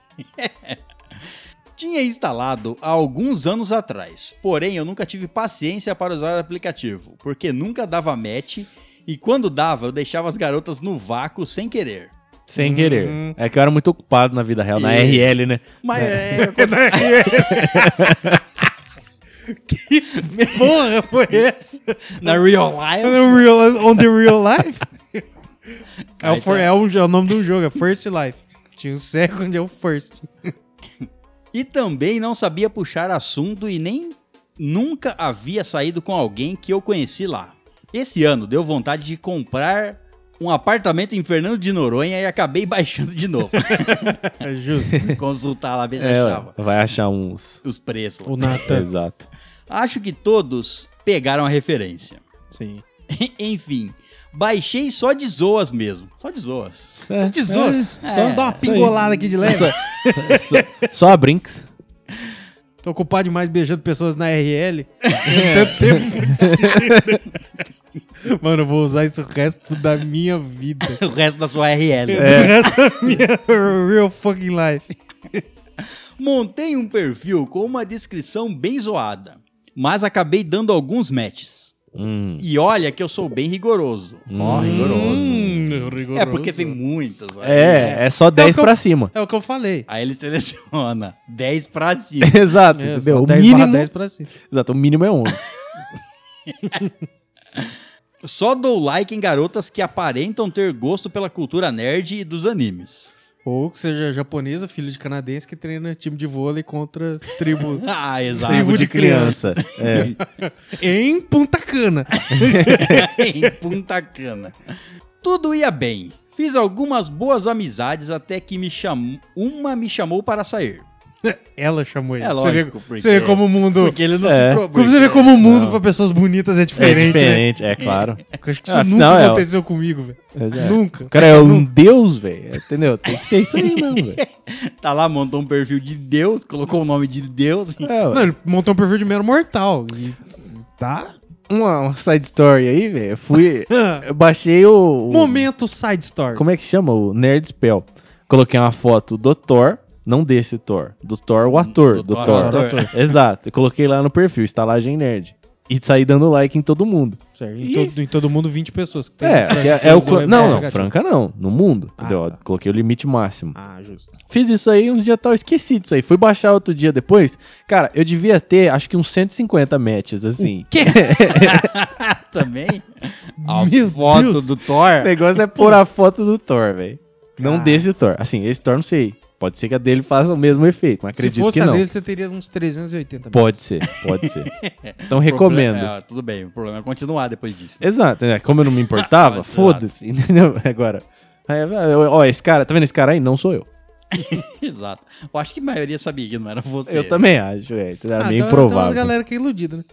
Speaker 2: Tinha instalado há alguns anos atrás, porém eu nunca tive paciência para usar o aplicativo, porque nunca dava match e quando dava eu deixava as garotas no vácuo sem querer.
Speaker 1: Sem querer.
Speaker 3: Hum.
Speaker 1: É que eu era muito ocupado na vida real, na
Speaker 2: Isso.
Speaker 1: RL, né?
Speaker 2: Mas é,
Speaker 3: Porra, foi essa?
Speaker 2: na real life.
Speaker 3: No real- on the real life? é, o
Speaker 2: Aí
Speaker 3: for-
Speaker 2: tá.
Speaker 3: é o, é o nome do jogo, é First Life. Tinha o second e é o first.
Speaker 2: E também não sabia puxar assunto e nem nunca havia saído com alguém que eu conheci lá. Esse ano deu vontade de comprar um apartamento em Fernando de Noronha e acabei baixando de novo.
Speaker 3: É justo.
Speaker 2: Consultar lá, ver se
Speaker 1: É, ué,
Speaker 2: achava
Speaker 1: vai achar uns.
Speaker 2: os preços. lá.
Speaker 3: O Nathan.
Speaker 1: Exato.
Speaker 2: Acho que todos pegaram a referência.
Speaker 3: Sim.
Speaker 2: Enfim, baixei só de zoas mesmo. Só de zoas.
Speaker 1: É,
Speaker 3: De zoas.
Speaker 2: é,
Speaker 3: Só dá uma
Speaker 1: isso aí.
Speaker 3: pingolada aqui de leve.
Speaker 1: é, só, só a Brinks.
Speaker 3: Tô ocupado demais beijando pessoas na RL. Tanto tempo. Mano, eu vou usar isso o resto da minha vida.
Speaker 2: O resto da sua RL.
Speaker 3: O resto da minha real fucking life.
Speaker 2: Montei um perfil com uma descrição bem zoada, mas acabei dando alguns matches.
Speaker 1: Hum.
Speaker 2: E olha que eu sou bem rigoroso. Ó,
Speaker 1: Hum.
Speaker 2: rigoroso.
Speaker 3: Hum, rigoroso.
Speaker 2: É porque tem muitas. aí, né?
Speaker 1: É, é só 10
Speaker 3: que eu-
Speaker 1: pra cima.
Speaker 3: É o que eu falei.
Speaker 2: Aí ele seleciona 10 pra cima.
Speaker 1: Exato,
Speaker 3: É,
Speaker 1: entendeu?
Speaker 3: só
Speaker 1: O
Speaker 3: 10 barra
Speaker 1: mínimo,
Speaker 3: 10 pra cima.
Speaker 1: Exato, o mínimo é 11.
Speaker 2: Só dou like em garotas que aparentam ter gosto pela cultura nerd e dos animes.
Speaker 3: Ou que seja japonesa, filho de canadense, que treina time de vôlei contra tribo
Speaker 2: Ah, exato.
Speaker 1: Tribo de criança. É.
Speaker 3: em Punta Cana.
Speaker 2: em Punta Cana. Tudo ia bem. Fiz algumas boas amizades até que me chamou, uma me chamou para sair.
Speaker 3: Ela chamou ele.
Speaker 2: É
Speaker 3: você vê,
Speaker 2: lógico, porque-
Speaker 3: você vê como o mundo...
Speaker 2: Porque ele não
Speaker 1: É.
Speaker 2: se
Speaker 3: Como você vê
Speaker 2: preocupa.
Speaker 3: como o mundo
Speaker 1: Não.
Speaker 3: pra pessoas bonitas é
Speaker 1: É
Speaker 3: diferente, né?
Speaker 1: diferente, é claro.
Speaker 3: Eu Acho que isso
Speaker 1: Ah,
Speaker 3: nunca
Speaker 1: não, é, ó.
Speaker 3: aconteceu comigo, velho.
Speaker 1: Mas é.
Speaker 3: Nunca.
Speaker 1: O cara é um deus, velho. Entendeu? Tem que ser isso aí mesmo, velho.
Speaker 2: Tá lá, montou um perfil de Deus, colocou o nome de Deus. então
Speaker 1: É,
Speaker 3: Não, ele montou um perfil de mero mortal. E... Tá?
Speaker 1: uma, uma side story aí, velho. Eu Fui. Eu baixei o. o-
Speaker 3: Momento side story.
Speaker 1: Como é que chama? O Nerd Spell. Coloquei uma foto do Thor. Não desse Thor. Do Thor, o ator.
Speaker 2: Do
Speaker 1: Do,
Speaker 2: Thor,
Speaker 1: Thor.
Speaker 2: o ator.
Speaker 1: Exato. Eu coloquei lá no perfil, estalagem nerd. E saí dando like em todo mundo.
Speaker 3: Em, todo, em todo mundo, 20 pessoas. que tem-
Speaker 1: É,
Speaker 3: que
Speaker 1: que é, é o.
Speaker 3: usam
Speaker 1: co- Não, não,
Speaker 3: negativo.
Speaker 1: Franca não. No mundo. entendeu? Eu Coloquei o limite máximo.
Speaker 3: Ah, justo.
Speaker 1: Fiz isso aí um dia tal, esqueci disso aí. Fui baixar outro dia depois. Cara, eu devia ter acho que uns 150 matches, assim.
Speaker 3: Que?
Speaker 2: Também. A
Speaker 3: Meu
Speaker 2: foto
Speaker 3: Deus.
Speaker 2: do
Speaker 1: O
Speaker 2: Thor.
Speaker 1: negócio é pôr a foto do Thor, velho. Não
Speaker 3: Cara.
Speaker 1: desse Thor. Assim, esse Thor não sei. Pode ser que a dele faça o mesmo efeito, mas
Speaker 3: Se
Speaker 1: acredito
Speaker 3: fosse
Speaker 1: que
Speaker 3: a
Speaker 1: não.
Speaker 3: dele, você teria uns 380
Speaker 1: Pode ser, pode ser. Então
Speaker 2: O
Speaker 1: recomendo.
Speaker 2: problema- é, tudo bem, o problema é continuar depois disso. né?
Speaker 1: Exato, né? como eu não me importava,
Speaker 2: Exato.
Speaker 1: foda-se, entendeu? Agora, aí, ó, esse cara, tá vendo esse cara aí? Não sou eu.
Speaker 2: Exato. Eu acho que a maioria sabia que não era você.
Speaker 1: Eu também acho, velho. Era
Speaker 3: Ah,
Speaker 1: é meio
Speaker 3: então- então
Speaker 1: improvável.
Speaker 3: a galera que é iludida, né?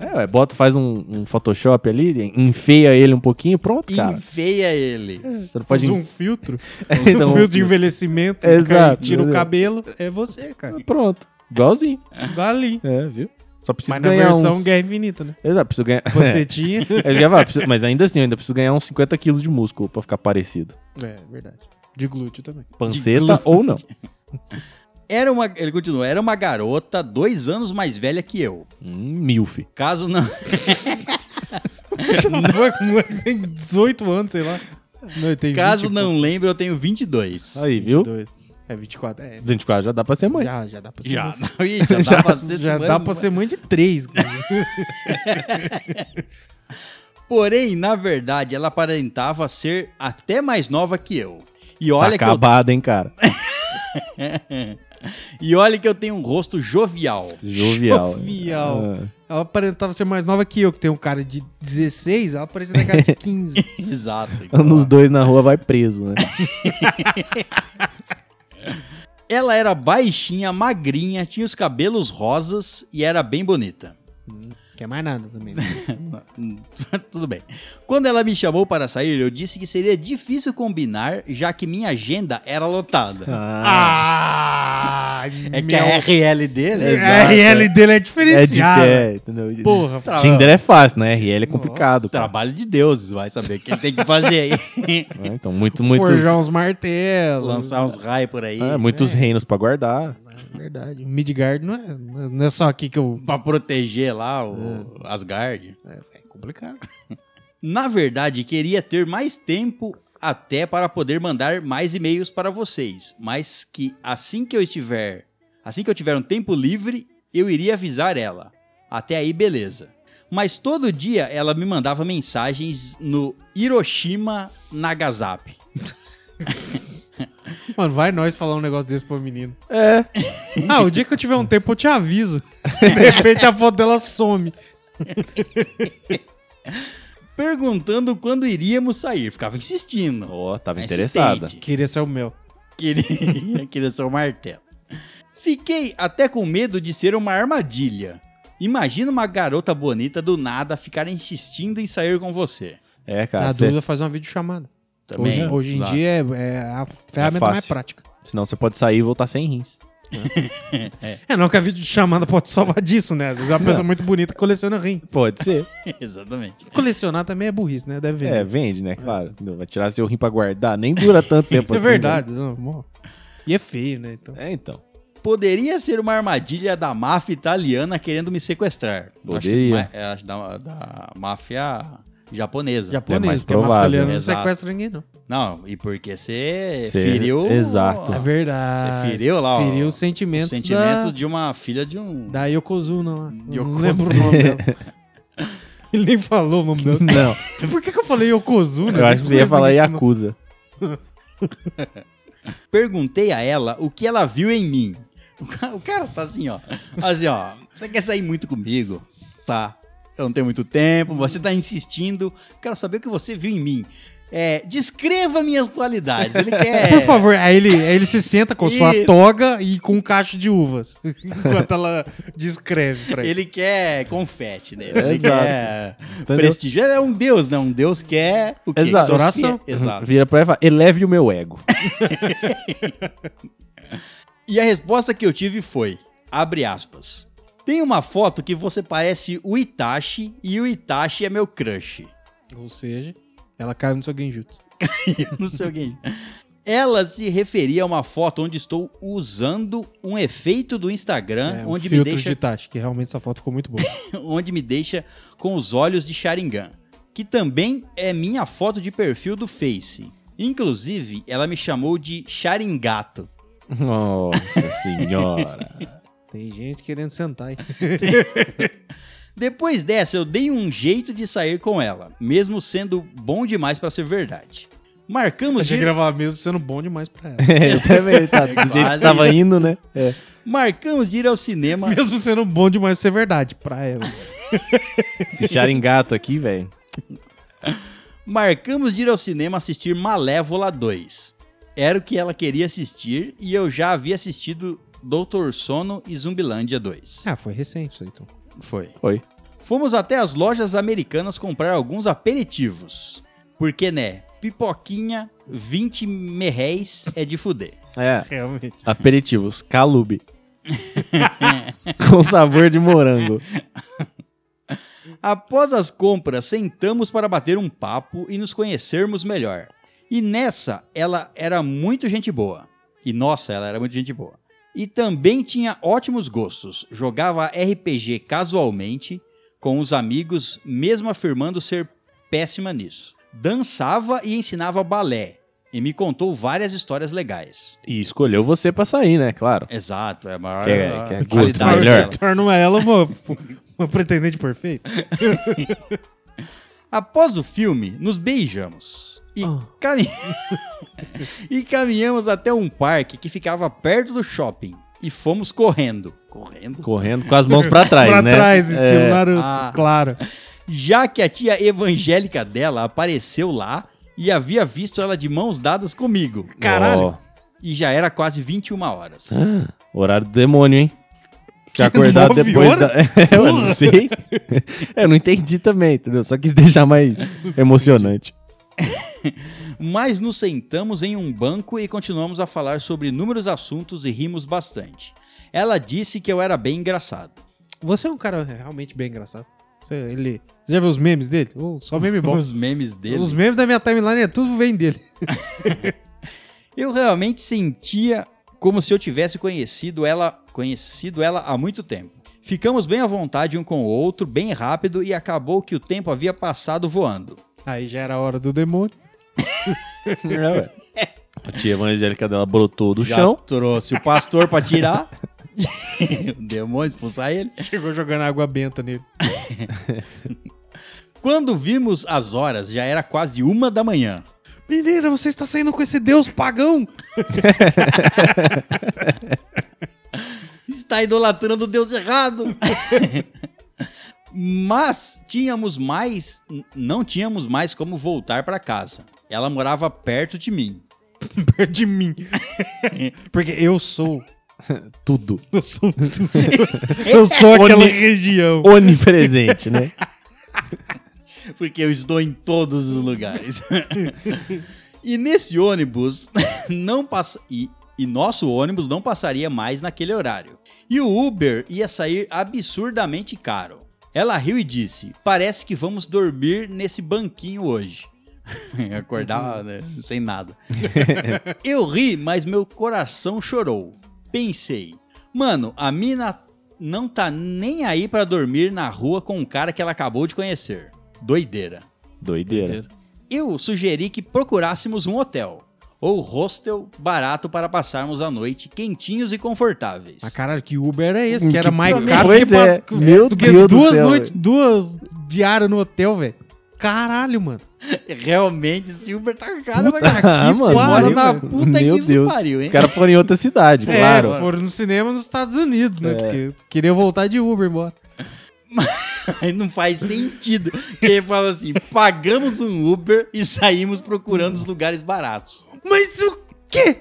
Speaker 1: É, ué, bota, faz um, um Photoshop ali, enfeia ele um pouquinho, pronto, cara.
Speaker 2: Enfeia ele.
Speaker 1: Você não pode.
Speaker 3: Usa um filtro.
Speaker 1: É, então,
Speaker 3: um
Speaker 1: um
Speaker 3: filtro de
Speaker 1: filtro.
Speaker 3: envelhecimento.
Speaker 1: Exato,
Speaker 3: cara, tira o
Speaker 1: entendeu?
Speaker 3: cabelo. É você, cara.
Speaker 1: Pronto. Igualzinho.
Speaker 3: Dá ali.
Speaker 1: É, viu? Só preciso
Speaker 3: Mas na
Speaker 1: ganhar
Speaker 3: versão
Speaker 1: uns...
Speaker 3: Guerra Infinita, né?
Speaker 1: Exato, preciso ganhar...
Speaker 3: Você tinha.
Speaker 1: É, eu ia falar, preciso- Mas ainda assim, eu ainda preciso ganhar uns 50 quilos de músculo pra ficar parecido.
Speaker 3: É, verdade. De glúteo também.
Speaker 1: Panceta ou não.
Speaker 2: Era uma, ele continua, era uma garota dois anos mais velha que eu.
Speaker 1: Hum, milf.
Speaker 2: Caso não,
Speaker 3: Moleque, moleque tem 18 anos, sei lá. Não, ele tem
Speaker 2: caso
Speaker 3: 20 e
Speaker 2: não lembre, eu tenho 22.
Speaker 1: Aí, viu?
Speaker 3: 22. É 24. É,
Speaker 1: 24 já dá pra ser mãe.
Speaker 3: já, já dá pra ser
Speaker 2: Já,
Speaker 3: mãe.
Speaker 2: Ih, já, dá pra ser né?
Speaker 3: Já
Speaker 2: mãe-
Speaker 3: dá pra ser mãe de 3.
Speaker 2: Porém, na verdade, ela aparentava ser até mais nova que eu. E
Speaker 1: Tá
Speaker 2: olha, que eu,
Speaker 1: acabada, hein, cara.
Speaker 2: e olha que eu tenho um rosto jovial.
Speaker 1: Jovial.
Speaker 3: Jovial.
Speaker 1: Ah.
Speaker 3: Ela aparentava ser mais nova que eu, que tem um cara de 16, ela parecia da cara de 15.
Speaker 2: Exato.
Speaker 1: Nos dois na rua vai preso, né?
Speaker 2: Ela era baixinha, magrinha, tinha os cabelos rosas e era bem bonita.
Speaker 3: Quer mais nada também. né?
Speaker 2: Hum, Tudo bem. Quando ela me chamou para sair, eu disse que seria difícil combinar, já que minha agenda era lotada.
Speaker 1: Ah,
Speaker 3: Ah!
Speaker 2: É que a RL dele
Speaker 3: meu-
Speaker 1: Exato,
Speaker 3: a RL dele é
Speaker 1: é de
Speaker 3: diferenciada.
Speaker 1: pé, entendeu?
Speaker 3: Porra,
Speaker 2: Tra-
Speaker 1: Tinder é fácil, né? RL é complicado,
Speaker 2: é
Speaker 1: cara.
Speaker 2: trabalho de deuses, vai saber o que ele tem que fazer aí.
Speaker 1: É, Então, muito, muitos,
Speaker 3: forjar uns martelos.
Speaker 2: Lançar uns raios por aí
Speaker 1: ah, muitos reinos pra guardar.
Speaker 3: É Verdade. O Midgard não é, não é só aqui que eu.
Speaker 2: pra proteger lá o Asgard.
Speaker 3: É complicado.
Speaker 2: Na verdade, queria ter mais tempo até para poder mandar mais e-mails para vocês, mas que assim que eu estiver, assim que eu tiver um tempo livre, eu iria avisar ela. Até aí, beleza. Mas todo dia ela me mandava mensagens no Hiroshima Nagasaki.
Speaker 3: Mano, vai nós falar um negócio desse pro menino.
Speaker 1: É,
Speaker 3: Ah, o dia que eu tiver um tempo eu te aviso. De repente a foto dela some.
Speaker 2: Perguntando quando iríamos sair. Ficava insistindo.
Speaker 1: Ó, tava
Speaker 2: É
Speaker 1: interessada.
Speaker 2: insistente.
Speaker 3: Queria ser o meu.
Speaker 2: Queria, queria ser o martelo. Fiquei até com medo de ser uma armadilha. Imagina uma garota bonita do nada ficar insistindo em sair com você.
Speaker 1: É,
Speaker 3: Na
Speaker 1: cara. cê-
Speaker 3: dúvida, Tá, faz uma videochamada.
Speaker 2: Também,
Speaker 3: Hoje, hoje em
Speaker 2: exato.
Speaker 3: dia é, é a ferramenta mais
Speaker 1: fácil.
Speaker 3: prática.
Speaker 1: Senão você pode sair e voltar sem rins.
Speaker 3: É, não que a videochamada pode salvar disso, né? Às vezes é uma pessoa muito bonita que coleciona rim.
Speaker 1: Pode ser.
Speaker 2: Exatamente.
Speaker 3: Colecionar também é burrice, né? Deve
Speaker 1: É,
Speaker 3: ver.
Speaker 1: vende, né? Claro. Não, Vai tirar seu rim pra guardar. Nem dura tanto tempo
Speaker 3: É,
Speaker 1: assim.
Speaker 3: verdade. não, mó. e é feio, né? Então.
Speaker 1: né? É, então.
Speaker 2: Poderia ser uma armadilha da máfia italiana querendo me sequestrar. Acho que
Speaker 1: Poderia.
Speaker 2: ma- é, acho da, da máfia
Speaker 1: É mais
Speaker 2: japonesa.
Speaker 3: Japonês, porque a
Speaker 1: provável,
Speaker 3: italiana não
Speaker 2: exato.
Speaker 3: sequestra ninguém, não.
Speaker 2: Não, e porque você
Speaker 1: Cê-
Speaker 2: feriu.
Speaker 1: exato.
Speaker 3: É
Speaker 2: Você
Speaker 3: verdade.
Speaker 2: feriu lá ó,
Speaker 3: Feriu os
Speaker 2: os
Speaker 3: sentimentos,
Speaker 2: sentimentos,
Speaker 3: da,
Speaker 2: de uma filha de um.
Speaker 3: da Yokozuna lá. Eu Não
Speaker 2: Yokozuna.
Speaker 3: lembro o nome dela. Ele nem falou o nome dela.
Speaker 1: Não,
Speaker 3: Por que, que eu falei Yokozuna? assim,
Speaker 1: eu acho que você ia falar Yakuza.
Speaker 2: Perguntei a ela o que ela viu em mim. O ca- O cara tá assim, ó. Assim, ó. Você quer sair muito comigo? Tá. Eu não tenho muito tempo, você tá insistindo. Quero saber o que você viu em mim. É, descreva minhas qualidades. Ele quer.
Speaker 3: Por favor, aí ele, aí ele se senta com sua
Speaker 2: É. Isso.
Speaker 3: toga e com um cacho de uvas. Enquanto ela descreve pra ele.
Speaker 2: Ele quer confete, né? Ele
Speaker 1: Exato.
Speaker 2: quer prestígio. Ele é um deus, não. Um deus quer o quê?
Speaker 1: Exato.
Speaker 2: Oração. Exato.
Speaker 1: Vira pra ela e fala, eleve o meu ego.
Speaker 2: E a resposta que eu tive foi, abre aspas, tem uma foto que você parece o Itachi e o Itachi é meu crush.
Speaker 3: Ou seja, ela caiu no seu genjutsu.
Speaker 2: Não sei o que. Ela se referia a uma foto onde estou usando um efeito do Instagram,
Speaker 3: É, um
Speaker 2: Ah, onde, me
Speaker 3: filtro
Speaker 2: deixa,
Speaker 3: de Tati, que realmente essa foto ficou muito boa.
Speaker 2: onde me deixa com os olhos de Sharingan, que também é minha foto de perfil do Face. Inclusive, ela me chamou de Sharingato.
Speaker 1: Nossa senhora.
Speaker 3: Tem gente querendo sentar aí.
Speaker 2: Depois dessa, eu dei um jeito de sair com ela, mesmo sendo bom demais pra ser verdade. Marcamos,
Speaker 3: Achei
Speaker 2: de...
Speaker 3: que ele falava mesmo sendo bom demais pra ela.
Speaker 1: É, eu também, tá, do
Speaker 2: Quase
Speaker 1: jeito que tava
Speaker 2: isso.
Speaker 1: indo, né? É.
Speaker 2: Marcamos de ir ao cinema.
Speaker 3: Mesmo sendo bom demais pra ser verdade pra ela.
Speaker 1: Esse charingato aqui, velho.
Speaker 2: Marcamos de ir ao cinema assistir Malévola 2. Era o que ela queria assistir e eu já havia assistido Doutor Sono e Zumbilândia 2.
Speaker 3: Ah, foi recente isso aí, então.
Speaker 2: Foi.
Speaker 1: Oi.
Speaker 2: Fomos até as lojas americanas comprar alguns aperitivos. Porque, né? Pipoquinha, 20 merréis é de fuder.
Speaker 1: É,
Speaker 3: Realmente.
Speaker 1: aperitivos, calube. Com sabor de morango.
Speaker 2: Após as compras, sentamos para bater um papo e nos conhecermos melhor. E nessa, ela era muito gente boa. E nossa, ela era muito gente boa. E também tinha ótimos gostos. Jogava RPG casualmente com os amigos, mesmo afirmando ser péssima nisso. Dançava e ensinava balé. E me contou várias histórias legais.
Speaker 1: E escolheu você pra sair, né? Claro.
Speaker 2: Exato, é a maior
Speaker 1: Que é- que é gosto
Speaker 2: qualidade
Speaker 1: melhor.
Speaker 2: dela.
Speaker 3: Tornou ela uma, uma pretendente perfeita.
Speaker 2: Após o filme, nos beijamos. E,
Speaker 3: Ah.
Speaker 2: cami- e caminhamos até um parque que ficava perto do shopping. E fomos correndo. Correndo?
Speaker 1: Correndo com as mãos pra trás,
Speaker 3: pra
Speaker 1: né?
Speaker 3: trás, estilo
Speaker 1: É.
Speaker 3: Naruto,
Speaker 2: Ah.
Speaker 3: claro.
Speaker 2: Já que a tia evangélica dela apareceu lá e havia visto ela de mãos dadas comigo.
Speaker 3: Caralho.
Speaker 1: Ó,
Speaker 2: E já era quase 21 horas.
Speaker 1: horário do demônio, hein? Tinha acordado
Speaker 3: nove
Speaker 1: depois da.
Speaker 3: horas?
Speaker 1: É, eu não sei. eu não entendi também, entendeu? Só quis deixar mais emocionante.
Speaker 2: Mas nos sentamos em um banco e continuamos a falar sobre inúmeros assuntos e rimos bastante. Ela disse que eu era bem engraçado.
Speaker 3: Você é um cara realmente bem engraçado. Você, ele, você já viu os memes dele? Oh, só meme bom.
Speaker 2: Os memes dele.
Speaker 3: os memes da minha timeline é tudo vem dele.
Speaker 2: Eu realmente sentia como se eu tivesse conhecido ela, conhecido ela há muito tempo. Ficamos bem à vontade um com o outro, bem rápido, e acabou que o tempo havia passado voando.
Speaker 3: Aí já era a hora do demônio.
Speaker 1: É, ué. A tia evangélica dela brotou do
Speaker 2: Já
Speaker 1: chão.
Speaker 2: trouxe o pastor pra tirar. o demônio expulsar ele.
Speaker 3: Chegou jogando água benta nele.
Speaker 2: Quando vimos as horas, já era quase uma da manhã.
Speaker 3: Menina, você está saindo com esse deus pagão.
Speaker 2: Está idolatrando o Deus errado. Mas tínhamos mais, não tínhamos mais como voltar pra casa. Ela morava perto de mim.
Speaker 3: Perto de mim. Porque eu sou.
Speaker 1: Tudo.
Speaker 3: Eu sou, eu sou aquela
Speaker 1: Oni-
Speaker 3: região.
Speaker 1: Onipresente, né?
Speaker 2: Porque eu estou em todos os lugares. e nesse ônibus não passa e, e nosso ônibus não passaria mais naquele horário. E o Uber ia sair absurdamente caro. Ela riu e disse: "Parece que vamos dormir nesse banquinho hoje." Acordar né, sem nada. eu ri, mas meu coração chorou. Pensei: Mano, a mina não tá nem aí pra dormir na rua com um cara que ela acabou de conhecer. Doideira.
Speaker 1: Doideira.
Speaker 2: Eu sugeri que procurássemos um hotel ou hostel barato para passarmos a noite quentinhos e confortáveis.
Speaker 3: Mas caralho, que Uber é esse? Que era mais
Speaker 1: Também.
Speaker 3: caro
Speaker 1: Pois
Speaker 3: que
Speaker 1: Hum, é.
Speaker 3: pas-
Speaker 1: Meu
Speaker 3: do que
Speaker 1: Deus do
Speaker 3: duas
Speaker 1: céu,
Speaker 3: noites, duas diárias no hotel, velho. Caralho, mano.
Speaker 2: Realmente, esse Uber tá caro,
Speaker 3: Puta
Speaker 2: mas aqui
Speaker 1: que
Speaker 2: você mora
Speaker 1: pariu,
Speaker 2: na
Speaker 1: velho.
Speaker 2: puta
Speaker 1: Meu
Speaker 2: que
Speaker 1: Deus.
Speaker 2: pariu, hein?
Speaker 1: Os caras foram em outra cidade, claro. É.
Speaker 3: É, foram no cinema nos Estados Unidos, né? Porque queria voltar de Uber embora.
Speaker 2: Aí não faz sentido. Ele fala assim: pagamos um Uber e saímos procurando os lugares baratos.
Speaker 3: Mas o quê?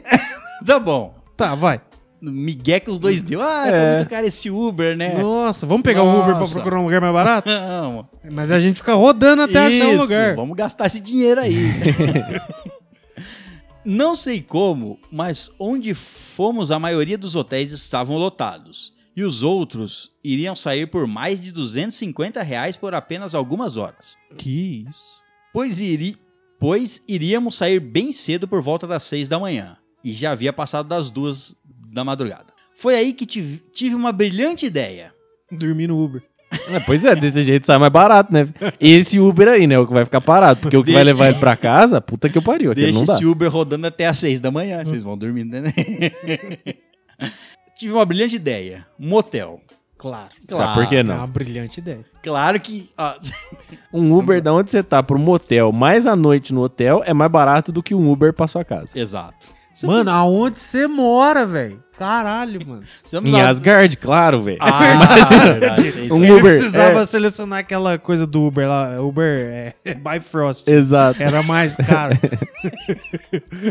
Speaker 2: Tá bom.
Speaker 3: Tá, vai.
Speaker 2: Miguel que os dois deu. Ah, tá
Speaker 1: É.
Speaker 2: muito caro esse Uber, né?
Speaker 3: Nossa, vamos pegar o Uber pra
Speaker 2: Nossa.
Speaker 3: procurar um lugar mais barato?
Speaker 2: Não.
Speaker 3: Mas a gente fica rodando até achar um
Speaker 2: Isso,
Speaker 3: lugar.
Speaker 2: Vamos gastar esse dinheiro aí. Não sei como, mas onde fomos, a maioria dos hotéis estavam lotados. E os outros iriam sair por mais de 250 reais por apenas algumas horas.
Speaker 3: Que isso?
Speaker 2: Pois, iri... pois iríamos sair bem cedo por volta das seis da manhã. E já havia passado das duas da madrugada. Foi aí que tive, tive uma brilhante ideia.
Speaker 3: Dormir no Uber.
Speaker 1: É, pois é, desse jeito sai mais barato, né? Esse Uber aí, né? É o que vai ficar parado. Porque o que vai
Speaker 2: Deixa-
Speaker 1: levar ele pra casa, puta que eu pariu. Aquele
Speaker 2: Deixa
Speaker 1: não dá.
Speaker 2: esse Uber rodando até às seis da manhã. Vocês vão dormindo, né? Tive uma brilhante ideia. Motel.
Speaker 3: Claro.
Speaker 1: Tá, por que
Speaker 3: É
Speaker 1: não?
Speaker 3: uma brilhante ideia.
Speaker 2: Claro que. ah,
Speaker 1: Um Uber da onde você tá pro motel, mais a noite no hotel, é mais barato do que um Uber pra sua casa.
Speaker 2: Exato. Você
Speaker 1: é
Speaker 2: não
Speaker 3: Mano, aonde você mora, velho? Caralho, mano.
Speaker 2: precisa- você não
Speaker 1: Em
Speaker 2: precisava-
Speaker 1: Asgard, claro, velho.
Speaker 2: Ah, verdade, tem isso
Speaker 1: Um
Speaker 2: aí.
Speaker 3: Ele
Speaker 1: Uber,
Speaker 3: precisava
Speaker 1: é.
Speaker 3: selecionar aquela coisa do Uber lá. Uber é Bifrost.
Speaker 1: Exato.
Speaker 3: Era mais caro.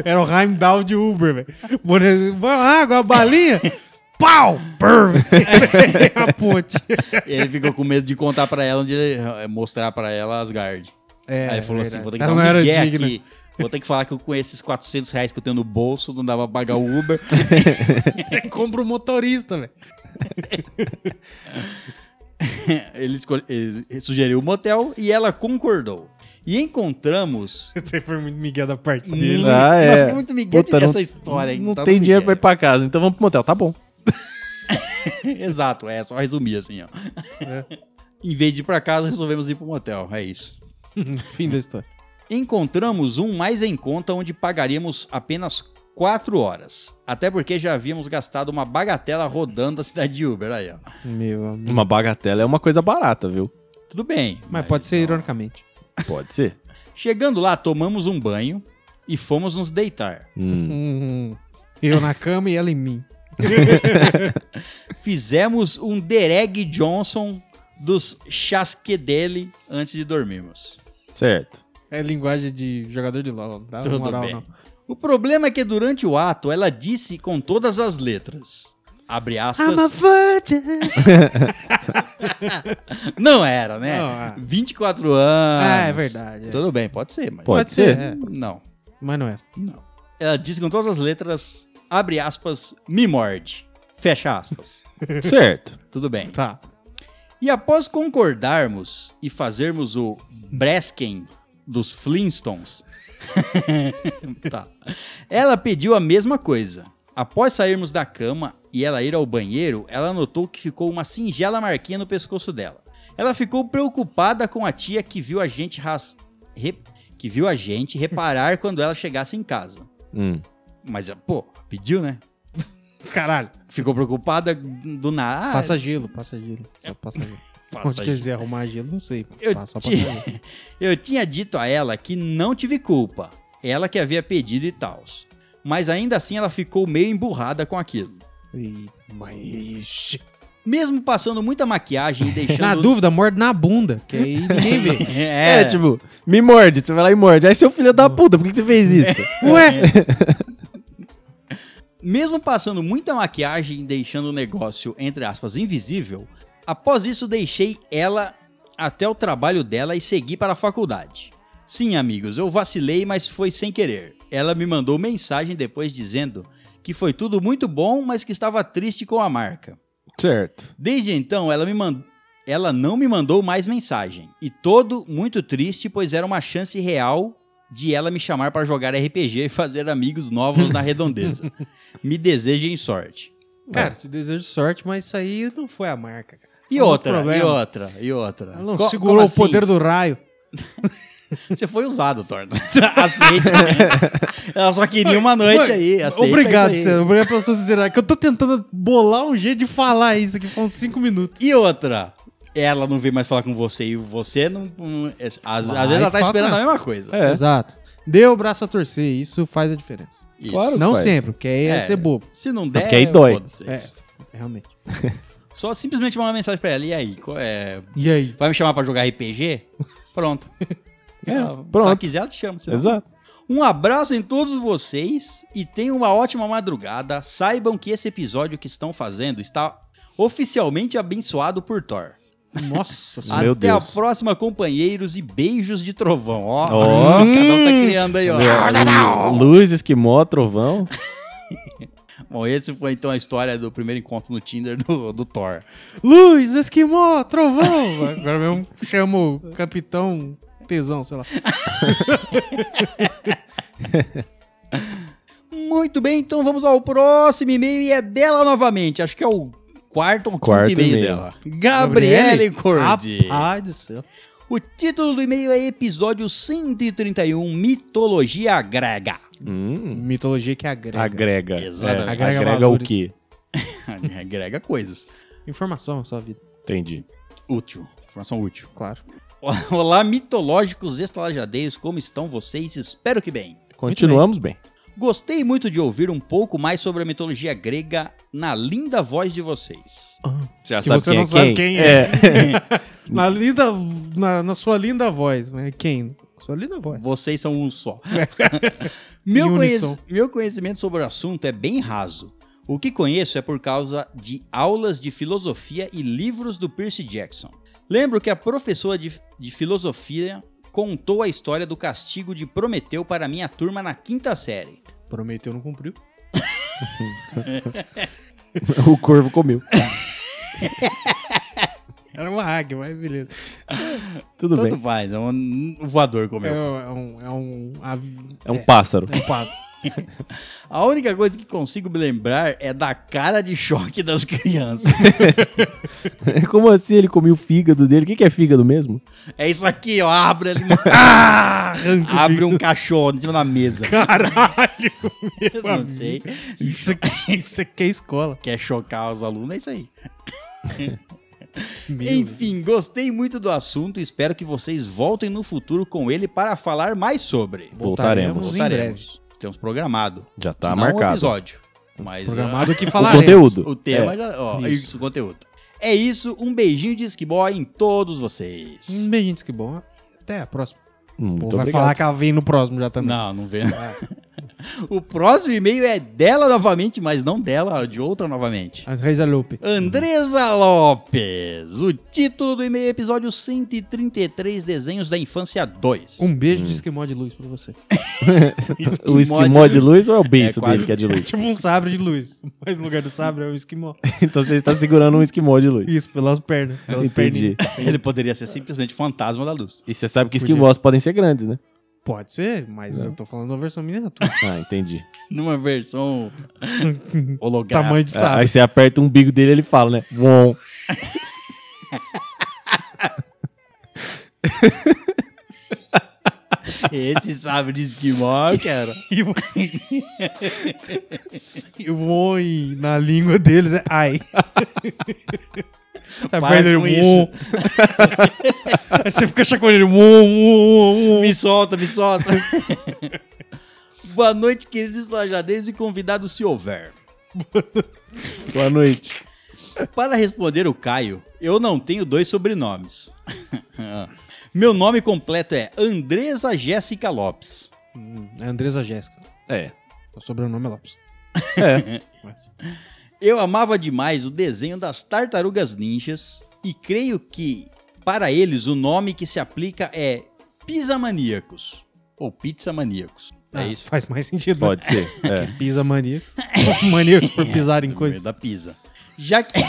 Speaker 3: Era o Heimdall de Uber, velho. Por exemplo, Vamos lá, agora a balinha. Pau! Brrr! a ponte.
Speaker 2: Ele ficou com medo de contar pra ela onde ele, eh, mostrar pra ela Asgard.
Speaker 3: É,
Speaker 2: Aí ele falou assim:
Speaker 3: verdade.
Speaker 2: vou ter que
Speaker 3: Ela
Speaker 2: dar
Speaker 3: não
Speaker 2: um
Speaker 3: era
Speaker 2: migué
Speaker 3: digna.
Speaker 2: aqui. Vou ter que falar que eu, com esses 400 reais que eu tenho no bolso, não dava pra pagar o Uber.
Speaker 3: Compra o motorista, velho.
Speaker 2: ele, escolhe- ele sugeriu o motel e ela concordou. E encontramos.
Speaker 3: Você foi muito miguel da parte dele.
Speaker 2: muito-
Speaker 1: Ah,
Speaker 2: mas
Speaker 1: é.
Speaker 2: foi muito migué
Speaker 1: Puta,
Speaker 2: essa
Speaker 1: não-
Speaker 2: história. aí,
Speaker 1: Não
Speaker 2: tá
Speaker 1: tem
Speaker 2: no
Speaker 1: dinheiro pra ir
Speaker 2: migué.
Speaker 1: pra casa, então vamos pro motel. Tá bom.
Speaker 2: Exato, é, só resumir assim, ó. em vez de ir pra casa, resolvemos ir pro motel, é isso.
Speaker 3: Fim da história.
Speaker 2: Encontramos um mais em conta onde pagaríamos apenas 4 horas. Até porque já havíamos gastado uma bagatela rodando a cidade de Uber aí, ó.
Speaker 3: Meu amigo.
Speaker 1: Uma bagatela é uma coisa barata, viu?
Speaker 2: Tudo bem.
Speaker 3: Mas pode ser ironicamente.
Speaker 1: Pode ser.
Speaker 2: Chegando lá, tomamos um banho e fomos nos deitar.
Speaker 1: Hum.
Speaker 3: Hum, eu na cama e ela em mim.
Speaker 2: Fizemos um Dereg Johnson dos Chasquedele antes de dormirmos.
Speaker 1: Certo.
Speaker 3: É linguagem de jogador de LOL. Não dá
Speaker 2: Tudo
Speaker 3: moral,
Speaker 2: bem.
Speaker 3: não.
Speaker 2: O problema é que durante o ato ela disse com todas as letras. Abre
Speaker 3: Ah,
Speaker 2: aspas.
Speaker 3: virgin.
Speaker 2: Não era, né?
Speaker 3: Não, é.
Speaker 2: 24 anos.
Speaker 3: Ah, é verdade, é.
Speaker 2: Tudo bem, pode ser, mas.
Speaker 1: Pode,
Speaker 3: Pode
Speaker 1: ser.
Speaker 3: ser, é.
Speaker 2: Não.
Speaker 3: Mas não é. era.
Speaker 2: Ela disse com todas as letras, abre aspas, me morde. Fecha aspas.
Speaker 1: É. Certo.
Speaker 2: Tudo bem.
Speaker 3: Tá.
Speaker 2: E após concordarmos e fazermos o Bresken dos Flintstones, tá. ela pediu a mesma coisa. Após sairmos da cama e ela ir ao banheiro, ela notou que ficou uma singela marquinha no pescoço dela. Ela ficou preocupada com a tia que viu a gente ras... re- que viu a gente reparar quando ela chegasse em casa.
Speaker 1: Hum.
Speaker 2: Mas, pô, pediu, né?
Speaker 3: Caralho.
Speaker 2: Ficou preocupada do nada. Ah,
Speaker 3: Passa gelo, passa gelo. Só passa gelo.
Speaker 2: É. passa
Speaker 3: Onde quiser arrumar gelo, não sei.
Speaker 2: Eu,
Speaker 3: Passa, só passa
Speaker 2: ti-
Speaker 3: gelo.
Speaker 2: eu tinha dito a ela que não tive culpa. Ela que havia pedido e tal. Mas ainda assim ela ficou meio emburrada com aquilo.
Speaker 3: Ih, Mas...
Speaker 2: Mesmo passando muita maquiagem e deixando.
Speaker 3: Na dúvida, morde na bunda, que aí ninguém vê.
Speaker 1: É.
Speaker 2: É,
Speaker 1: tipo, me morde, você vai lá e morde. Aí, seu filho da puta, por que que você fez isso?
Speaker 3: Ué?
Speaker 2: Mesmo passando muita maquiagem e deixando o negócio, entre aspas, invisível, após isso deixei ela até o trabalho dela e segui para a faculdade. Sim, amigos, eu vacilei, mas foi sem querer. Ela me mandou mensagem depois dizendo que foi tudo muito bom, mas que estava triste com a marca.
Speaker 1: Certo.
Speaker 2: Desde então, ela me mandou. Ela não me mandou mais mensagem. E todo muito triste, pois era uma chance real de ela me chamar para jogar RPG e fazer amigos novos na redondeza. me desejem sorte.
Speaker 3: Cara, te desejo sorte, mas isso aí não foi a marca, cara.
Speaker 2: E
Speaker 3: Não é
Speaker 2: outra, e
Speaker 3: problema.
Speaker 2: outra, e outra.
Speaker 3: Ela não
Speaker 2: Co-
Speaker 3: segurou
Speaker 2: como
Speaker 3: o poder
Speaker 2: assim?
Speaker 3: do raio.
Speaker 2: Você foi usado, Torna. Aceite. né? Ela só queria uma noite
Speaker 3: Mano,
Speaker 2: aí. aceita
Speaker 3: Obrigado,
Speaker 2: isso aí.
Speaker 3: César. Obrigado pela sua sinceridade. Que eu tô tentando bolar um jeito de falar isso aqui, uns cinco minutos.
Speaker 2: E outra, ela não veio mais falar com você e você não. não- às, às
Speaker 3: Vai,
Speaker 2: vezes ela tá
Speaker 3: fala
Speaker 2: esperando
Speaker 3: com
Speaker 2: a mesma coisa.
Speaker 1: É,
Speaker 3: Exato. Dê o braço a torcer, isso faz a diferença.
Speaker 2: Isso.
Speaker 1: claro que
Speaker 3: não
Speaker 1: faz.
Speaker 3: sempre, porque aí é,
Speaker 2: É.
Speaker 3: ser bobo.
Speaker 2: Se não der.
Speaker 1: Porque aí dói.
Speaker 2: foda-se.
Speaker 3: É, realmente.
Speaker 2: Só simplesmente mandar uma mensagem pra ela. E aí? qual é?
Speaker 3: E aí?
Speaker 2: Vai me chamar pra jogar RPG? Pronto.
Speaker 1: É,
Speaker 2: Ela- Se ela
Speaker 1: pronto.
Speaker 2: quiser, ela te chama. se não-
Speaker 1: Exato.
Speaker 2: Um abraço em todos vocês e tenham uma ótima madrugada. Saibam que esse episódio que estão fazendo está oficialmente abençoado por Thor.
Speaker 3: Nossa senhora.
Speaker 1: Meu
Speaker 2: Até
Speaker 1: Deus.
Speaker 2: a próxima, companheiros, e beijos de trovão. Ó,
Speaker 1: Ó.
Speaker 2: cada um tá criando aí, ó.
Speaker 1: Lu- Luz, esquimó, trovão.
Speaker 2: Bom, esse foi então a história do primeiro encontro no Tinder do, do Thor.
Speaker 3: Luz, Esquimó, Trovão. Agora mesmo chama o Capitão Tesão, sei lá.
Speaker 2: Muito bem, então vamos ao próximo e-mail e é dela novamente. Acho que é o quarto ou quinto
Speaker 1: Quarto
Speaker 2: e-mail
Speaker 1: e-mail.
Speaker 2: dela. Gabriele Cordi.
Speaker 3: Rapaz do céu.
Speaker 2: O título do e-mail é Episódio 131 Mitologia Grega.
Speaker 1: Hum,
Speaker 3: Mitologia que agrega.
Speaker 1: agrega.
Speaker 2: Exatamente.
Speaker 1: É,
Speaker 3: Agrega
Speaker 1: agrega o
Speaker 3: valores.
Speaker 1: quê?
Speaker 2: Grega coisas.
Speaker 3: Informação na sua vida.
Speaker 1: Entendi.
Speaker 2: Útil. Informação útil.
Speaker 3: Claro.
Speaker 2: Olá, mitológicos estalajadeiros, como estão vocês? Espero que bem.
Speaker 1: Continuamos bem.
Speaker 2: Gostei muito de ouvir um pouco mais sobre a mitologia grega na linda voz de vocês.
Speaker 1: Já
Speaker 3: Que você não sabe quem é. Na, linda, na, na sua linda voz. Mas quem? Sua linda voz.
Speaker 2: Vocês são um só. meu,
Speaker 3: Em
Speaker 2: conhec-
Speaker 3: unisson.
Speaker 2: meu conhecimento sobre o assunto é bem raso. O que conheço é por causa de aulas de filosofia e livros do Percy Jackson. Lembro que a professora de, de filosofia contou a história do castigo de Prometeu para minha turma na quinta série.
Speaker 3: Prometeu, não cumpriu.
Speaker 1: o corvo comeu.
Speaker 3: Era uma águia, mas beleza.
Speaker 1: Tudo
Speaker 2: Tanto
Speaker 1: bem.
Speaker 2: faz, é um voador como
Speaker 3: É,
Speaker 2: eu.
Speaker 3: um- é um. É um, avi-
Speaker 1: É um pássaro.
Speaker 3: é um pássaro.
Speaker 2: A única coisa que consigo me lembrar é da cara de choque das crianças.
Speaker 1: Como assim ele comeu o fígado dele? O que, que é fígado mesmo?
Speaker 2: é isso aqui, ó. Abre ali.
Speaker 3: Ah, Arranca
Speaker 2: abre um cachorro em cima da mesa.
Speaker 3: Caralho!
Speaker 2: Eu não sei.
Speaker 3: Isso, isso aqui é escola.
Speaker 2: Quer chocar os alunos, é isso aí. Enfim, gostei muito do assunto e espero que vocês voltem no futuro com ele para falar mais sobre.
Speaker 1: Voltaremos.
Speaker 3: Voltaremos.
Speaker 2: Temos programado.
Speaker 1: Já tá
Speaker 2: Se não, Um
Speaker 1: marcado.
Speaker 2: episódio. Mas, ah,
Speaker 3: Programado que
Speaker 1: o
Speaker 3: falaremos.
Speaker 1: conteúdo.
Speaker 2: O tema já. Ó,
Speaker 3: Isso.
Speaker 2: isso. o conteúdo. É isso, um beijinho de esquibó em todos vocês.
Speaker 3: Um beijinho, que bom. Até a próxima.
Speaker 1: Hum, Muito
Speaker 3: Pô, vai
Speaker 1: obrigado.
Speaker 3: falar que ela vem no próximo já também.
Speaker 2: Não, não vê. o próximo e-mail é dela novamente, mas não dela, de outra novamente.
Speaker 3: A Reisa Lupe.
Speaker 2: Andresa Lopes. O título do e-mail é episódio 133 Desenhos da Infância 2.
Speaker 3: Um beijo de esquimó de luz pra você.
Speaker 1: O esquimó de luz ou é o beiço
Speaker 2: É, quase.
Speaker 1: dele que é de luz?
Speaker 3: tipo um sabre de luz. Mas no lugar do sabre é um esquimó.
Speaker 1: então você está segurando um esquimó de luz.
Speaker 3: Isso, pelas pernas. Pelas
Speaker 1: Entendi.
Speaker 3: perninhas.
Speaker 2: Ele poderia ser simplesmente fantasma da luz.
Speaker 1: E você sabe que
Speaker 3: Podia.
Speaker 1: esquimós podem ser grandes, né?
Speaker 3: Pode ser, mas eu tô falando da versão tá miniatura.
Speaker 1: Ah, entendi.
Speaker 2: Numa versão holográfica.
Speaker 3: Tamanho de
Speaker 1: Ah,
Speaker 3: sabre.
Speaker 1: Aí você aperta o umbigo dele e ele fala, né? Bom.
Speaker 2: Esse sabe de esquimó, eu quero.
Speaker 3: E o oi na língua deles é ai. Tá
Speaker 2: Para
Speaker 3: perdendo
Speaker 2: com
Speaker 3: um.
Speaker 2: isso.
Speaker 3: Aí você fica chacoalhando. um, um, um, um.
Speaker 2: Me solta, me solta. Boa noite, queridos estalajadeiros e convidados, se houver.
Speaker 1: Boa noite.
Speaker 2: Para responder o Caio, eu não tenho dois sobrenomes. Meu nome completo é Andresa Jéssica Lopes.
Speaker 3: Hum, É Andresa Jéssica.
Speaker 1: É.
Speaker 3: O sobrenome é Lopes.
Speaker 1: É.
Speaker 3: Mas-
Speaker 2: Eu amava demais o desenho das tartarugas ninjas e creio que, para eles, o nome que se aplica é Pizza Maníacos. Ou Pizza Maníacos.
Speaker 3: Ah,
Speaker 2: é isso.
Speaker 3: Faz mais sentido. né?
Speaker 1: Pode ser. É.
Speaker 3: Pisa maníacos. maníacos por pisar em
Speaker 2: No meio
Speaker 3: coisas.
Speaker 2: da pizza. Já que...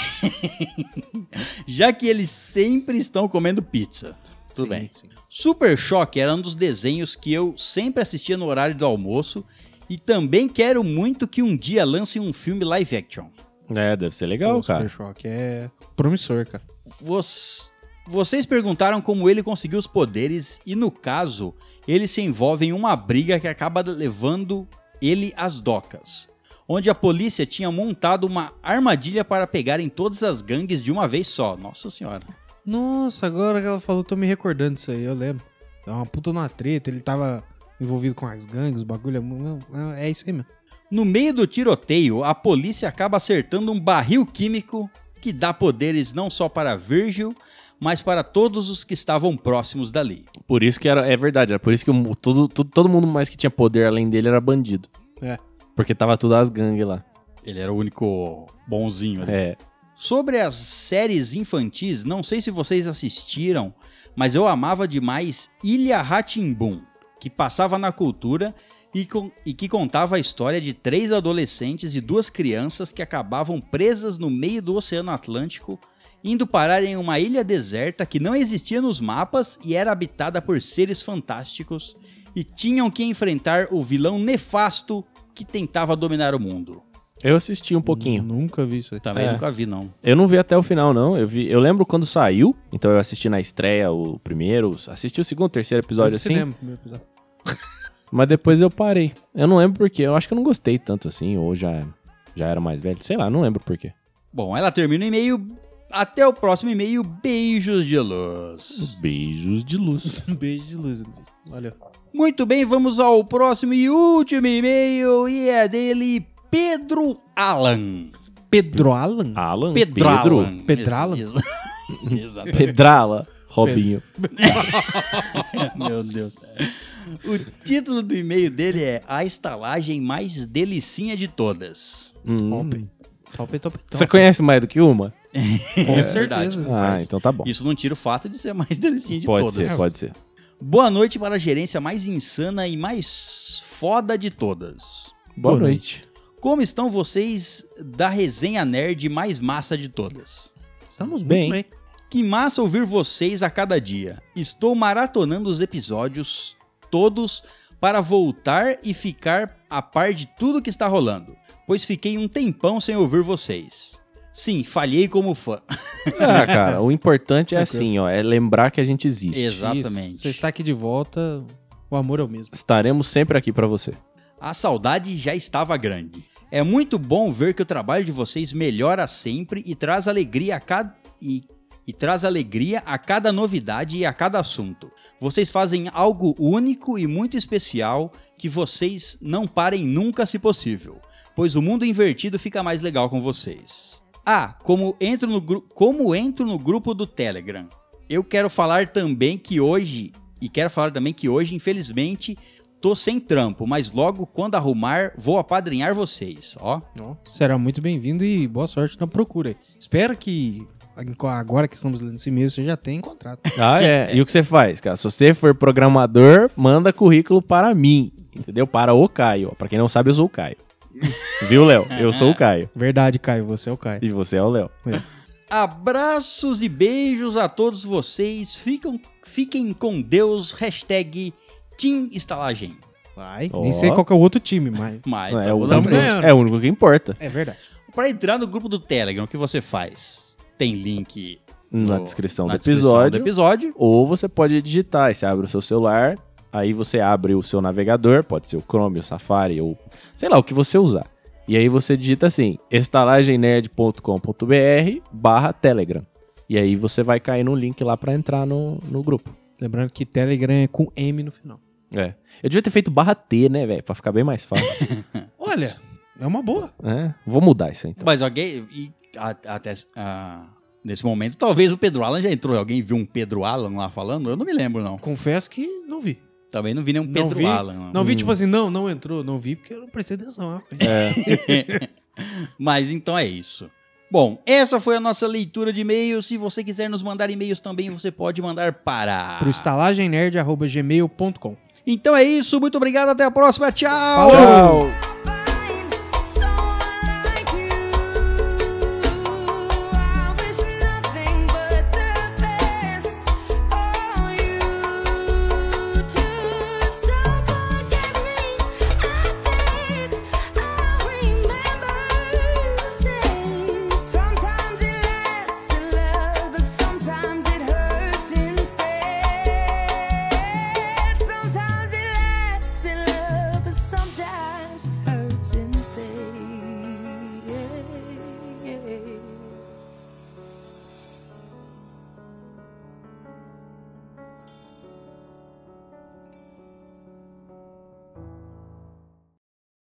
Speaker 2: Já que eles sempre estão comendo pizza. Tudo
Speaker 3: Sim,
Speaker 2: bem.
Speaker 3: sim.
Speaker 2: Super Choque era um dos desenhos que eu sempre assistia no horário do almoço e também quero muito que um dia lancem um filme live action.
Speaker 1: É, deve ser legal,
Speaker 3: o
Speaker 1: cara.
Speaker 3: Super Choque é promissor, cara.
Speaker 2: Vos- Vocês perguntaram como ele conseguiu os poderes e, no caso, ele se envolve em uma briga que acaba levando ele às docas, onde a polícia tinha montado uma armadilha para pegarem todas as gangues de uma vez só. Nossa senhora.
Speaker 3: Nossa, agora que ela falou, tô me recordando disso aí, eu lembro. É uma puta na treta, ele tava envolvido com as gangues, o bagulho é mu- é... É isso aí mesmo.
Speaker 2: No meio do tiroteio, a polícia acaba acertando um barril químico que dá poderes não só para Virgil, mas para todos os que estavam próximos dali.
Speaker 1: Por isso que era. É verdade, era por isso que o- todo, todo, todo mundo mais que tinha poder além dele era bandido.
Speaker 3: É.
Speaker 1: Porque tava tudo as gangues lá.
Speaker 2: Ele era o único bonzinho ali.
Speaker 1: É.
Speaker 2: Sobre as séries infantis, não sei se vocês assistiram, mas eu amava demais Ilha Ratimbum, que passava na cultura e, con- e que contava a história de três adolescentes e duas crianças que acabavam presas no meio do Oceano Atlântico, indo parar em uma ilha deserta que não existia nos mapas e era habitada por seres fantásticos e tinham que enfrentar o vilão nefasto que tentava dominar o mundo.
Speaker 1: Eu assisti um pouquinho.
Speaker 3: Nunca vi isso aí.
Speaker 2: Também
Speaker 1: É.
Speaker 2: nunca vi, não.
Speaker 1: Eu não vi até o final, não. Eu, vi, eu lembro quando saiu, então eu assisti na estreia o primeiro, assisti o segundo, terceiro episódio assim,
Speaker 3: Cinema, primeiro episódio.
Speaker 1: mas depois eu parei. Eu não lembro porquê, eu acho que eu não gostei tanto assim, ou já, já era mais velho, sei lá, não lembro porquê.
Speaker 2: Bom, ela termina o e-mail. Até o próximo e-mail. Beijos de luz.
Speaker 1: Beijos de luz.
Speaker 3: Um beijo de luz, André. Valeu.
Speaker 2: Muito bem, vamos ao próximo e último e-mail. E é dele, Pedro Alan.
Speaker 3: Pedro Alan?
Speaker 1: Alan,
Speaker 2: Pedro Alan.
Speaker 3: Pedro Alan?
Speaker 2: Isso, isso. Exato.
Speaker 1: Pedrala, Robinho.
Speaker 2: Meu Deus. O título do e-mail dele é A Estalagem Mais Delicinha de Todas.
Speaker 1: Hum.
Speaker 3: Top. Top, top, top.
Speaker 1: Você conhece mais do que uma?
Speaker 3: Com
Speaker 2: verdade.
Speaker 3: certeza.
Speaker 1: Ah,
Speaker 2: Mas
Speaker 1: então tá bom.
Speaker 2: Isso não tira o fato de ser a mais delicinha de
Speaker 1: Pode
Speaker 2: todas.
Speaker 1: ser, pode ser.
Speaker 2: Boa noite para a gerência mais insana e mais foda de todas.
Speaker 1: Boa,
Speaker 3: Boa
Speaker 1: noite.
Speaker 2: Como estão vocês da resenha nerd mais massa de todas?
Speaker 3: Estamos muito
Speaker 1: Bem.
Speaker 3: bem.
Speaker 2: Que massa ouvir vocês a cada dia. Estou maratonando os episódios todos para voltar e ficar a par de tudo que está rolando, pois fiquei um tempão sem ouvir vocês. Sim, falhei como fã.
Speaker 1: Ah, cara, o importante é assim, ó, é lembrar que a gente existe.
Speaker 2: Exatamente.
Speaker 3: Isso. Você está aqui de volta, o amor é o mesmo.
Speaker 1: Estaremos sempre aqui pra você.
Speaker 2: A saudade já estava grande. É muito bom ver que o trabalho de vocês melhora sempre e traz alegria a cada e, e traz alegria a cada novidade e a cada assunto. Vocês fazem algo único e muito especial que vocês não parem nunca se possível, pois o mundo invertido fica mais legal com vocês. Ah, como entro no gru- como entro no grupo do Telegram. Eu quero falar também que hoje e quero falar também que hoje, infelizmente, Tô sem trampo, mas logo quando arrumar, vou apadrinhar vocês, ó.
Speaker 3: Será muito bem-vindo e boa sorte na procura. aí. Espero que agora que estamos lendo esse e-mail, você já tenha encontrado.
Speaker 1: Ah, é. E o que você faz, cara? Se você for programador, manda currículo para mim, entendeu? Para o Caio. Para quem não sabe, eu sou o Caio. Viu, Léo? Eu sou o Caio.
Speaker 3: Verdade, Caio, você é o Caio.
Speaker 1: E você é o Léo.
Speaker 2: Abraços e beijos a todos vocês. Ficam, fiquem com Deus. Hashtag Team Estalagem.
Speaker 3: Vai.
Speaker 1: Ó.
Speaker 3: Nem sei qual que é o outro time, mas...
Speaker 2: Mas
Speaker 1: É,
Speaker 2: tá
Speaker 1: o
Speaker 2: rolando
Speaker 1: único,
Speaker 2: pra-
Speaker 3: ganhando.
Speaker 1: é o único que importa.
Speaker 3: É verdade.
Speaker 2: Pra entrar no grupo do Telegram, o que você faz? Tem link
Speaker 1: Na
Speaker 2: no-
Speaker 1: descrição
Speaker 2: na
Speaker 1: do episódio.
Speaker 2: do episódio.
Speaker 1: Ou você pode digitar, aí você abre o seu celular, aí você abre o seu navegador, pode ser o Chrome, o Safari, ou sei lá, o que você usar. E aí você digita assim, estalagemnerd.com.br barra Telegram. E aí você vai cair no link lá pra entrar no, no grupo.
Speaker 3: Lembrando que Telegram é com M no final.
Speaker 1: É. Eu devia ter feito barra T, né, velho? Pra ficar bem mais fácil.
Speaker 3: Olha, é uma boa.
Speaker 1: É, Vou mudar isso aí, então.
Speaker 2: Mas alguém. e a- até, ah, nesse momento, talvez o Pedro Alan já entrou. Alguém viu um Pedro Alan lá falando? Eu não me lembro, não.
Speaker 3: Confesso que não vi.
Speaker 2: Também não vi nenhum
Speaker 3: Não
Speaker 2: Pedro
Speaker 3: vi.
Speaker 2: Alan. um-
Speaker 3: Não vi, tipo assim, não, não entrou, não vi, porque eu não prestei atenção. né? rapaz.
Speaker 2: É. Mas então é isso. Bom, essa foi a nossa leitura de e-mails. Se você quiser nos mandar e-mails também, você pode mandar para.
Speaker 3: Pro estalagemnerd.gmail.com
Speaker 2: Então é isso. Muito obrigado. Até a próxima. Tchau.
Speaker 1: Tchau!